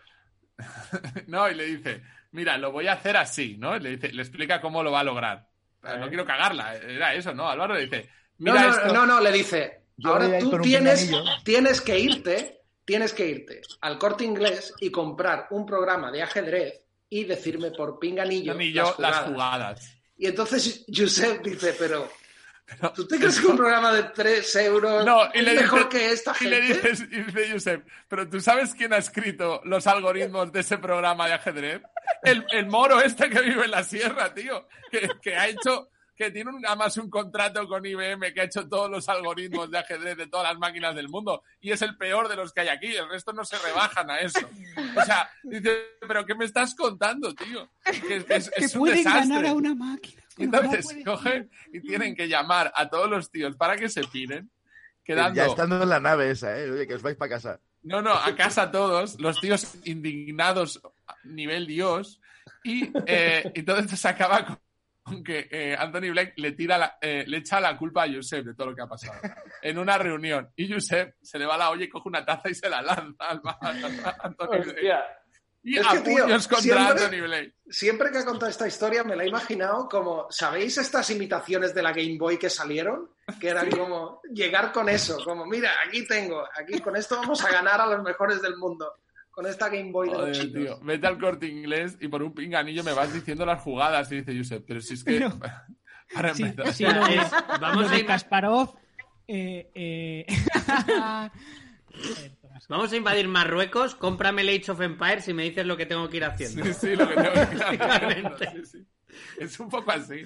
Speaker 3: No, y le dice, mira, lo voy a hacer así, ¿no? Y Le dice, le explica cómo lo va a lograr. O sea, No quiero cagarla, era eso, ¿no? Álvaro le dice,
Speaker 5: Eh. No,
Speaker 3: mira
Speaker 5: no,
Speaker 3: esto.
Speaker 5: no, no, le dice,
Speaker 10: Yo voy
Speaker 5: ahora
Speaker 10: a ir
Speaker 5: tú
Speaker 10: con un
Speaker 5: tienes,
Speaker 10: pinganillo".
Speaker 5: tienes que irte, tienes que irte al corte inglés y comprar un programa de ajedrez y decirme por pinganillo
Speaker 3: Ni yo
Speaker 5: las
Speaker 3: las
Speaker 5: jugadas".
Speaker 3: jugadas.
Speaker 5: Y entonces Josep dice, pero
Speaker 3: Pero-
Speaker 5: ¿tú te crees que un programa de 3 euros
Speaker 3: No, y
Speaker 5: es
Speaker 3: le
Speaker 5: mejor
Speaker 3: dice-
Speaker 5: que esta
Speaker 3: Y
Speaker 5: gente?
Speaker 3: le dices, y dice Josep, pero ¿tú sabes quién ha escrito los algoritmos de ese programa de ajedrez? El, el moro este que vive en la sierra, tío, que, que ha hecho, que tiene un- además un contrato con IBM que ha hecho todos los algoritmos de ajedrez de todas las máquinas del mundo y es el peor de los que hay aquí, el resto no se rebajan a eso. O sea, dice, pero ¿qué me estás contando, tío? Que, que es,
Speaker 6: Que
Speaker 3: es un
Speaker 6: pueden
Speaker 3: desastre.
Speaker 6: ganar a una máquina.
Speaker 3: Y
Speaker 6: No
Speaker 3: entonces
Speaker 6: puede-
Speaker 3: cogen y tienen que llamar a todos los tíos para que se piren, quedando...
Speaker 10: Ya estando en la nave esa, ¿eh? Oye, que os vais para casa.
Speaker 3: No, no, a casa todos, los tíos indignados a nivel Dios. Y eh, entonces se acaba con, con que eh, Anthony Blake le, tira la- eh, le echa la culpa a Josep de todo lo que ha pasado en una reunión. Y Josep se le va la olla y coge una taza y se la lanza al a Anthony Blake.
Speaker 4: Hostia.
Speaker 3: Y
Speaker 5: Es
Speaker 3: a
Speaker 5: que, tío,
Speaker 3: puños contra
Speaker 5: siempre-
Speaker 3: Anthony Blake.
Speaker 5: Siempre que ha contado esta historia me la he imaginado como, ¿sabéis estas imitaciones de la Game Boy que salieron? Que eran como llegar con eso, como, mira, aquí tengo, aquí con esto vamos a ganar a los mejores del mundo, con esta Game Boy de los
Speaker 3: Joder,
Speaker 5: chinos.
Speaker 3: tío, vete al corte inglés y por un pinganillo me vas diciendo las jugadas. Y dice Josep, pero si es que.
Speaker 6: Pero-
Speaker 3: [LAUGHS] Para
Speaker 6: Sí,
Speaker 3: empezar.
Speaker 6: sí, lo
Speaker 2: [LAUGHS]
Speaker 6: de,
Speaker 2: Es- vamos
Speaker 6: lo
Speaker 2: a
Speaker 6: de
Speaker 2: ir-
Speaker 6: Kasparov. eh, eh, Joder,
Speaker 2: [LAUGHS]
Speaker 6: Tomás.
Speaker 2: Vamos a invadir Marruecos, cómprame el Age of Empires y me dices lo que tengo que ir haciendo.
Speaker 3: Sí, sí, lo que tengo que
Speaker 2: Básicamente.
Speaker 3: Sí, sí. Es un poco así.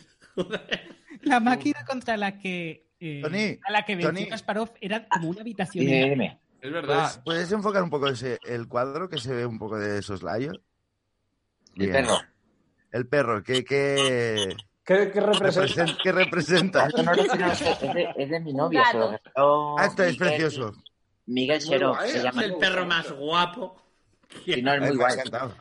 Speaker 6: la máquina contra la que. eh,
Speaker 10: Tony,
Speaker 6: a la que venció
Speaker 10: Tony.
Speaker 6: Kasparov era como una habitación.
Speaker 9: Dime, dime.
Speaker 3: Es verdad.
Speaker 10: Eh, ¿Puedes, puedes enfocar un poco ese, el cuadro que se ve un poco de soslayo?
Speaker 9: El
Speaker 10: Bien.
Speaker 9: perro.
Speaker 10: El perro, ¿qué, qué,
Speaker 4: ¿Qué, qué representa?
Speaker 10: representa, qué representa?
Speaker 9: Esto no lo sé, no lo sé, es, de, es de mi novia,
Speaker 7: gato.
Speaker 9: pero oh,
Speaker 10: Ah, esto es
Speaker 9: Miguel-
Speaker 10: precioso.
Speaker 9: Miguel
Speaker 5: Muy
Speaker 9: Serón
Speaker 5: guay,
Speaker 3: ¿eh?
Speaker 9: se llama.
Speaker 2: El perro más guapo.
Speaker 9: Si no, es
Speaker 10: Ay,
Speaker 9: muy
Speaker 10: me ha
Speaker 9: guay.
Speaker 10: encantado.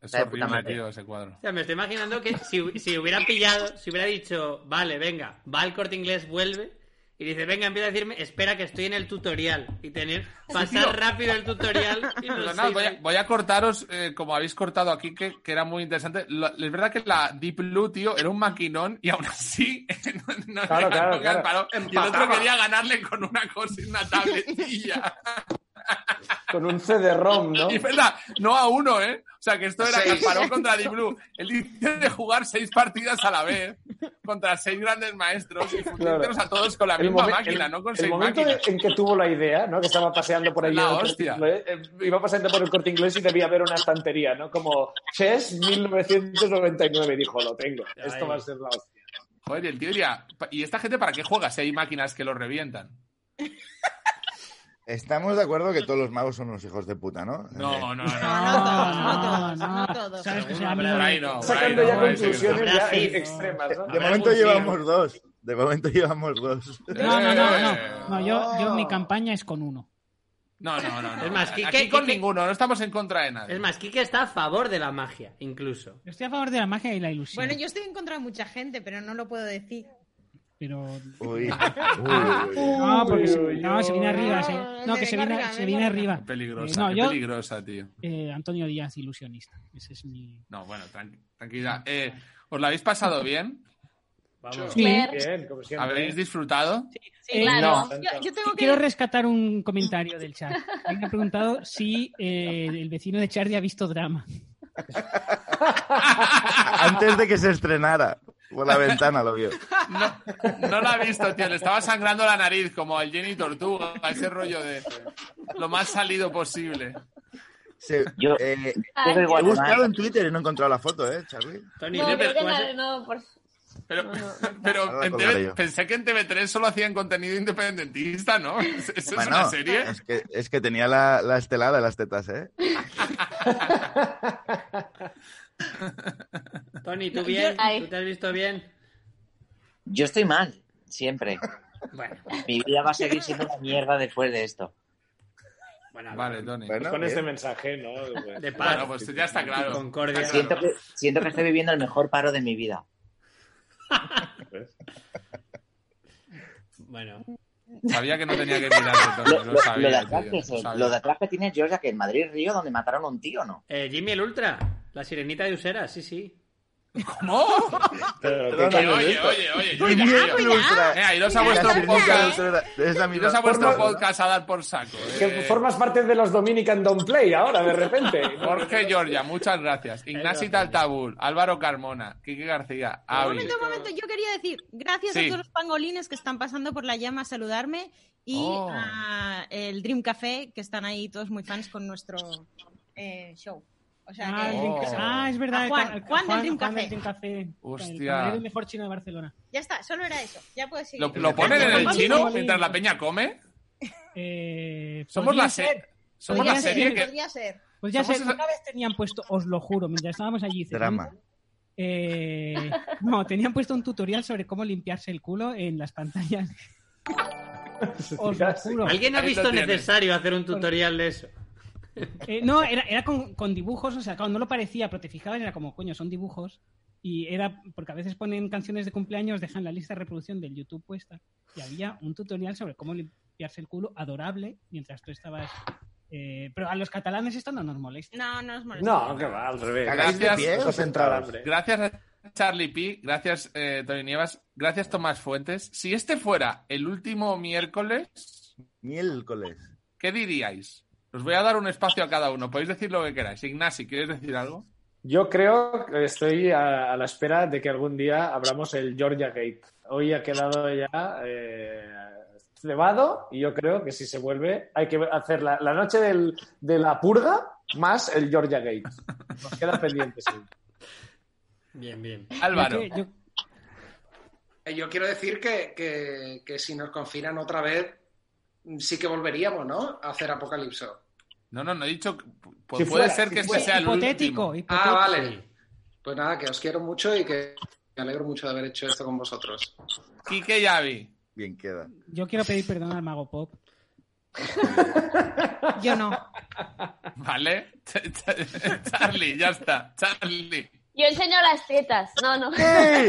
Speaker 3: Es
Speaker 9: Está de puta
Speaker 3: horrible,
Speaker 9: madre.
Speaker 3: tío, ese cuadro.
Speaker 2: O sea, me estoy imaginando que si, si hubiera pillado, si hubiera dicho, vale, venga, va al corte inglés, vuelve, y dice, venga, empieza a decirme, espera que estoy en el tutorial. Y tener, pasar rápido el tutorial y no
Speaker 3: Perdonad,
Speaker 2: sé,
Speaker 3: Pues voy, a, voy a cortaros, eh, como habéis cortado aquí, que, que era muy interesante. La- es verdad que la Deep Blue, tío, era un maquinón y aún así [LAUGHS] eh, no, no
Speaker 4: Claro,
Speaker 3: le ganó,
Speaker 4: claro,
Speaker 3: que
Speaker 4: claro.
Speaker 3: paró. Y el otro
Speaker 5: Empataba.
Speaker 4: [LAUGHS]
Speaker 3: quería ganarle con una cosa, una tabletilla.
Speaker 4: Con un CD-ROM, ¿no?
Speaker 3: Y es verdad, no a uno, ¿eh? O sea, que esto era
Speaker 5: Seis.
Speaker 3: Kasparov
Speaker 4: [LAUGHS]
Speaker 3: contra Diblu. Él dice de jugar seis partidas a la vez contra seis grandes maestros y fundirlos a todos con la
Speaker 4: El
Speaker 3: misma
Speaker 4: momen-
Speaker 3: máquina,
Speaker 4: el-
Speaker 3: no con
Speaker 4: el
Speaker 3: seis
Speaker 4: momento
Speaker 3: máquinas.
Speaker 4: en que tuvo la idea, ¿no? Que estaba paseando por allí.
Speaker 3: La
Speaker 4: en el corte
Speaker 3: hostia.
Speaker 4: inglés, eh, iba paseando por el corte inglés y debía haber una estantería, ¿no? Como Chess 1999. y Dijo, lo tengo. Esto va a ser la hostia.
Speaker 3: Joder, y el tío diría, ¿y esta gente para qué juega si hay máquinas que los revientan?
Speaker 10: Estamos de acuerdo que todos los magos son unos hijos de puta, ¿no?
Speaker 8: No,
Speaker 3: No, no, no.
Speaker 8: no todos, no todos, no todos.
Speaker 6: Sabes que soy
Speaker 2: Seguro,
Speaker 6: amigo
Speaker 2: pero
Speaker 6: de-
Speaker 3: Ahí no, por ahí
Speaker 4: Sacando
Speaker 3: no,
Speaker 4: ya
Speaker 3: ahí sí que no.
Speaker 4: conclusiones ya
Speaker 2: Brasil.
Speaker 4: extremas, ¿no?
Speaker 10: De momento llevamos dos. De momento [LAUGHS] llevamos dos.
Speaker 6: No, no, no, no.
Speaker 3: Eh.
Speaker 6: No, yo, yo mi campaña es con uno.
Speaker 3: No, no, no. no.
Speaker 2: Es más,
Speaker 3: Aquí
Speaker 2: Quique-
Speaker 3: con
Speaker 2: Quique-
Speaker 3: ninguno, no estamos en contra de nadie.
Speaker 2: Es más, Kike está a favor de la magia, incluso.
Speaker 6: Yo estoy a favor de la magia y la ilusión.
Speaker 8: Bueno, yo estoy en contra de mucha gente, pero no lo puedo decir.
Speaker 6: Pero. [LAUGHS]
Speaker 10: Uy. uy, uy.
Speaker 6: No, porque se,
Speaker 4: uy,
Speaker 6: no, se viene
Speaker 4: uy.
Speaker 6: arriba. Se, no,
Speaker 8: Venga
Speaker 6: que se viene,
Speaker 8: arriba,
Speaker 6: se
Speaker 8: venga
Speaker 6: viene
Speaker 8: arriba.
Speaker 6: arriba.
Speaker 3: Peligrosa,
Speaker 6: Eh, no,
Speaker 3: qué
Speaker 6: yo-
Speaker 3: peligrosa, tío.
Speaker 6: Eh, Antonio Díaz, ilusionista. Ese es mi.
Speaker 3: No, bueno, tranqui- tranquilidad. Eh, ¿Os la habéis pasado bien?
Speaker 2: Vamos.
Speaker 6: Sí.
Speaker 7: Claire.
Speaker 4: Bien, como siempre.
Speaker 3: ¿Habéis disfrutado?
Speaker 7: Sí,
Speaker 6: Eh,
Speaker 7: claro.
Speaker 4: no.
Speaker 8: Yo, yo tengo que
Speaker 6: Quiero rescatar un comentario del chat. Alguien ha preguntado si eh, el vecino de Charlie ha visto drama.
Speaker 10: Antes de que se estrenara. Por la ventana lo vio.
Speaker 3: No, no la ha visto, tío. Le estaba sangrando la nariz, como al Jenny Tortuga, ese rollo de lo más salido posible.
Speaker 10: Se-
Speaker 9: Yo-
Speaker 10: eh,
Speaker 7: Ay,
Speaker 9: Pero
Speaker 10: he
Speaker 9: igual,
Speaker 10: buscado en Twitter y no he encontrado la foto, ¿eh, Charlie?
Speaker 2: Tony,
Speaker 7: No,
Speaker 3: Dime,
Speaker 7: creo que
Speaker 3: ¿cómo
Speaker 7: nada,
Speaker 3: se-
Speaker 7: no, por-
Speaker 3: Pero,
Speaker 7: No, no,
Speaker 3: pero
Speaker 10: Ahora
Speaker 3: en
Speaker 10: la
Speaker 3: TV
Speaker 10: colgaré yo.
Speaker 3: pensé que en TV3 solo hacían contenido independentista, ¿no? ¿Eso es
Speaker 10: Bueno,
Speaker 3: una serie?
Speaker 10: Es que, es que tenía la, la estelada de las tetas, ¿eh?
Speaker 2: [LAUGHS] Tony, ¿tú bien?
Speaker 7: Ay.
Speaker 2: ¿Tú te has visto bien?
Speaker 9: Yo estoy mal, siempre.
Speaker 2: Bueno,
Speaker 9: Mi vida va a seguir siendo una mierda después de esto.
Speaker 2: bueno,
Speaker 3: Vale, Tony.
Speaker 10: Bueno,
Speaker 4: Con
Speaker 10: bien.
Speaker 4: este mensaje, ¿no?
Speaker 2: de paz.
Speaker 3: Bueno, pues ya está claro.
Speaker 2: Concordia.
Speaker 3: Está
Speaker 9: Siento
Speaker 3: claro.
Speaker 9: que, siento que estoy viviendo el mejor paro de mi vida.
Speaker 2: Bueno,
Speaker 3: Sabía que no tenía que mirarte, Tony.
Speaker 9: Lo,
Speaker 3: Lo,
Speaker 9: lo-
Speaker 3: sabía,
Speaker 9: lo de
Speaker 3: tío,
Speaker 9: atrás que es
Speaker 3: lo
Speaker 9: el-
Speaker 3: sabía.
Speaker 9: lo de atrás que tiene Georgia, que en Madrid Río, donde mataron a un tío, ¿no?
Speaker 2: eh, Jimmy el Ultra, la sirenita de Usera, sí, sí.
Speaker 3: ¿Cómo?
Speaker 10: Perdona,
Speaker 3: Oye,
Speaker 10: ¿no es
Speaker 3: oye,
Speaker 10: esto?
Speaker 3: oye, oye.
Speaker 10: Uy,
Speaker 3: oye,
Speaker 10: mira,
Speaker 3: oye.
Speaker 10: mira, ultra.
Speaker 3: Eh, iros a
Speaker 10: Mira,
Speaker 3: vuestro
Speaker 10: la típica
Speaker 3: podcast.
Speaker 10: ultra. Es la
Speaker 3: Iros
Speaker 10: misma.
Speaker 3: a vuestro
Speaker 10: Porno.
Speaker 3: podcast a dar por saco.
Speaker 4: Que
Speaker 3: eh.
Speaker 4: formas parte de los Dominican Don't Play ahora, de repente.
Speaker 3: Jorge Giorgia, muchas gracias. Ignasi Taltabul, Álvaro Carmona, Quique García,
Speaker 8: Un
Speaker 3: Avi.
Speaker 8: momento, un momento, yo quería decir, gracias
Speaker 3: Ah, Sí.
Speaker 8: a todos los pangolines que están pasando por la llama a saludarme y
Speaker 3: Oh.
Speaker 8: a el Dream Café, que están ahí todos muy fans con nuestro eh, show. O sea,
Speaker 6: Ah,
Speaker 8: que-
Speaker 6: el Dream
Speaker 3: Oh.
Speaker 6: Café. Ah, es verdad.
Speaker 8: A Juan,
Speaker 6: el-
Speaker 8: Juan del Dream Café.
Speaker 6: Café.
Speaker 3: Hostia.
Speaker 6: El camarero y mejor chino de Barcelona.
Speaker 8: ya está, solo era eso. Ya puedo seguir.
Speaker 3: ¿Lo, lo ponen en el
Speaker 6: Vamos,
Speaker 3: chino
Speaker 6: vamos.
Speaker 3: mientras la peña come?
Speaker 6: Eh,
Speaker 3: Somos
Speaker 6: podría
Speaker 3: la, se-
Speaker 6: ser.
Speaker 3: somos
Speaker 6: Podría
Speaker 3: la
Speaker 6: ser,
Speaker 3: serie que...
Speaker 8: Podría ser.
Speaker 6: Pues ya sé,
Speaker 3: somos esa-
Speaker 6: una vez tenían puesto, os lo juro, mientras estábamos allí. cenando,
Speaker 10: Drama.
Speaker 6: Eh, [LAUGHS] no, tenían puesto un tutorial sobre cómo limpiarse el culo en las pantallas.
Speaker 4: [LAUGHS]
Speaker 6: Os lo juro.
Speaker 2: ¿Alguien ha
Speaker 3: Ahí lo
Speaker 2: visto
Speaker 3: tienes.
Speaker 2: necesario hacer un tutorial de eso?
Speaker 6: Eh, no, era, era con, con dibujos, o sea, claro, no lo parecía, pero te fijabas, era como, coño, son dibujos. Y era, porque a veces ponen canciones de cumpleaños, dejan la lista de reproducción del YouTube puesta. Y había un tutorial sobre cómo limpiarse el culo, adorable, mientras tú estabas. eh, pero a los catalanes esto no nos molesta.
Speaker 8: No, no os molesta.
Speaker 4: No, que va, al revés.
Speaker 10: ¿Cagáis de
Speaker 3: Gracias.
Speaker 10: pie o
Speaker 4: Nos entra
Speaker 10: sentados?
Speaker 4: hambre.
Speaker 3: Gracias a Charlie P, gracias eh, Tony Nievas, gracias Tomás Fuentes. Si este fuera el último miércoles,
Speaker 10: Miércoles.
Speaker 3: ¿qué diríais? Os voy a dar un espacio a cada uno, podéis decir lo que queráis. Ignasi, ¿quieres decir algo?
Speaker 4: Yo creo que estoy a, a la espera de que algún día abramos el Georgia Gate. Hoy ha quedado ya eh, cebado y yo creo que si se vuelve hay que hacer la, la noche del- de la purga más el Georgia Gate. Nos queda pendiente, sí.
Speaker 2: Bien, bien.
Speaker 3: Álvaro,
Speaker 6: Yo- yo-
Speaker 5: Eh, Yo quiero decir que, que- que si nos confinan otra vez, mm, sí que volveríamos, ¿no? A hacer Apocalipso.
Speaker 3: no, no, no he dicho, pu- puede
Speaker 4: Si fuera,
Speaker 3: ser
Speaker 4: si
Speaker 3: que este
Speaker 4: fuera.
Speaker 3: sea el
Speaker 6: hipotético,
Speaker 3: último.
Speaker 6: hipotético.
Speaker 5: Ah, vale. Pues nada, que os quiero mucho y que me alegro mucho de haber hecho esto con vosotros.
Speaker 3: Quique y Avi.
Speaker 10: Bien queda.
Speaker 6: Yo quiero pedir perdón al Mago Pop.
Speaker 8: [LAUGHS] Yo no.
Speaker 3: ¿Vale? [LAUGHS] Charlie, ya está. Charlie.
Speaker 7: Yo enseño las tetas. No, no. [LAUGHS]
Speaker 10: ¡Ey!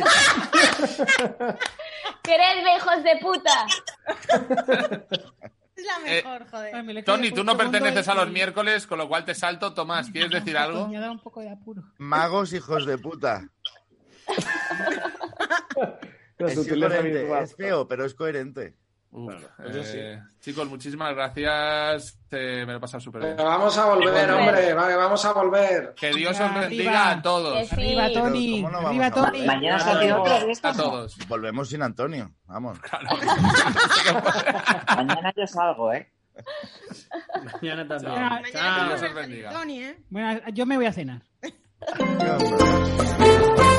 Speaker 7: Queredme, hijos de puta.
Speaker 8: Es la
Speaker 6: Eh,
Speaker 8: mejor, joder.
Speaker 3: Tony, tú no perteneces a los
Speaker 6: mierdas
Speaker 3: miércoles, con lo cual te salto. Tomás, ¿quieres decir algo?
Speaker 6: Me ha dado un poco de apuro.
Speaker 10: Magos hijos de
Speaker 3: [LAUGHS]
Speaker 10: puta.
Speaker 4: Los
Speaker 10: Es,
Speaker 4: utiliza
Speaker 10: coherente,
Speaker 4: habitual.
Speaker 10: es feo, pero es coherente.
Speaker 3: Uf,
Speaker 11: pues yo sí.
Speaker 3: eh, Chicos, muchísimas gracias. Eh, me lo he pasado súper bien.
Speaker 5: Pero vamos a volver,
Speaker 3: Volver.
Speaker 5: hombre, vale, vamos a volver.
Speaker 3: Que Dios os
Speaker 9: Arriba.
Speaker 3: bendiga a todos.
Speaker 12: Sí.
Speaker 9: Arriba, Tony.
Speaker 2: Pero, ¿cómo no vamos
Speaker 9: Arriba,
Speaker 2: a
Speaker 9: Tony.
Speaker 2: volver?
Speaker 10: Mañana se hace otra de
Speaker 3: A
Speaker 10: estas. ¿no?
Speaker 3: todos.
Speaker 2: Volvemos sin Antonio, vamos.
Speaker 10: [LAUGHS] Mañana yo salgo, ¿eh?
Speaker 8: Mañana también. Chao.
Speaker 3: Chao.
Speaker 6: Mañana
Speaker 3: Dios
Speaker 6: tenemos
Speaker 3: os bendiga.
Speaker 6: Tony, ¿eh?
Speaker 9: Bueno, yo me voy a cenar.
Speaker 2: Dios mío.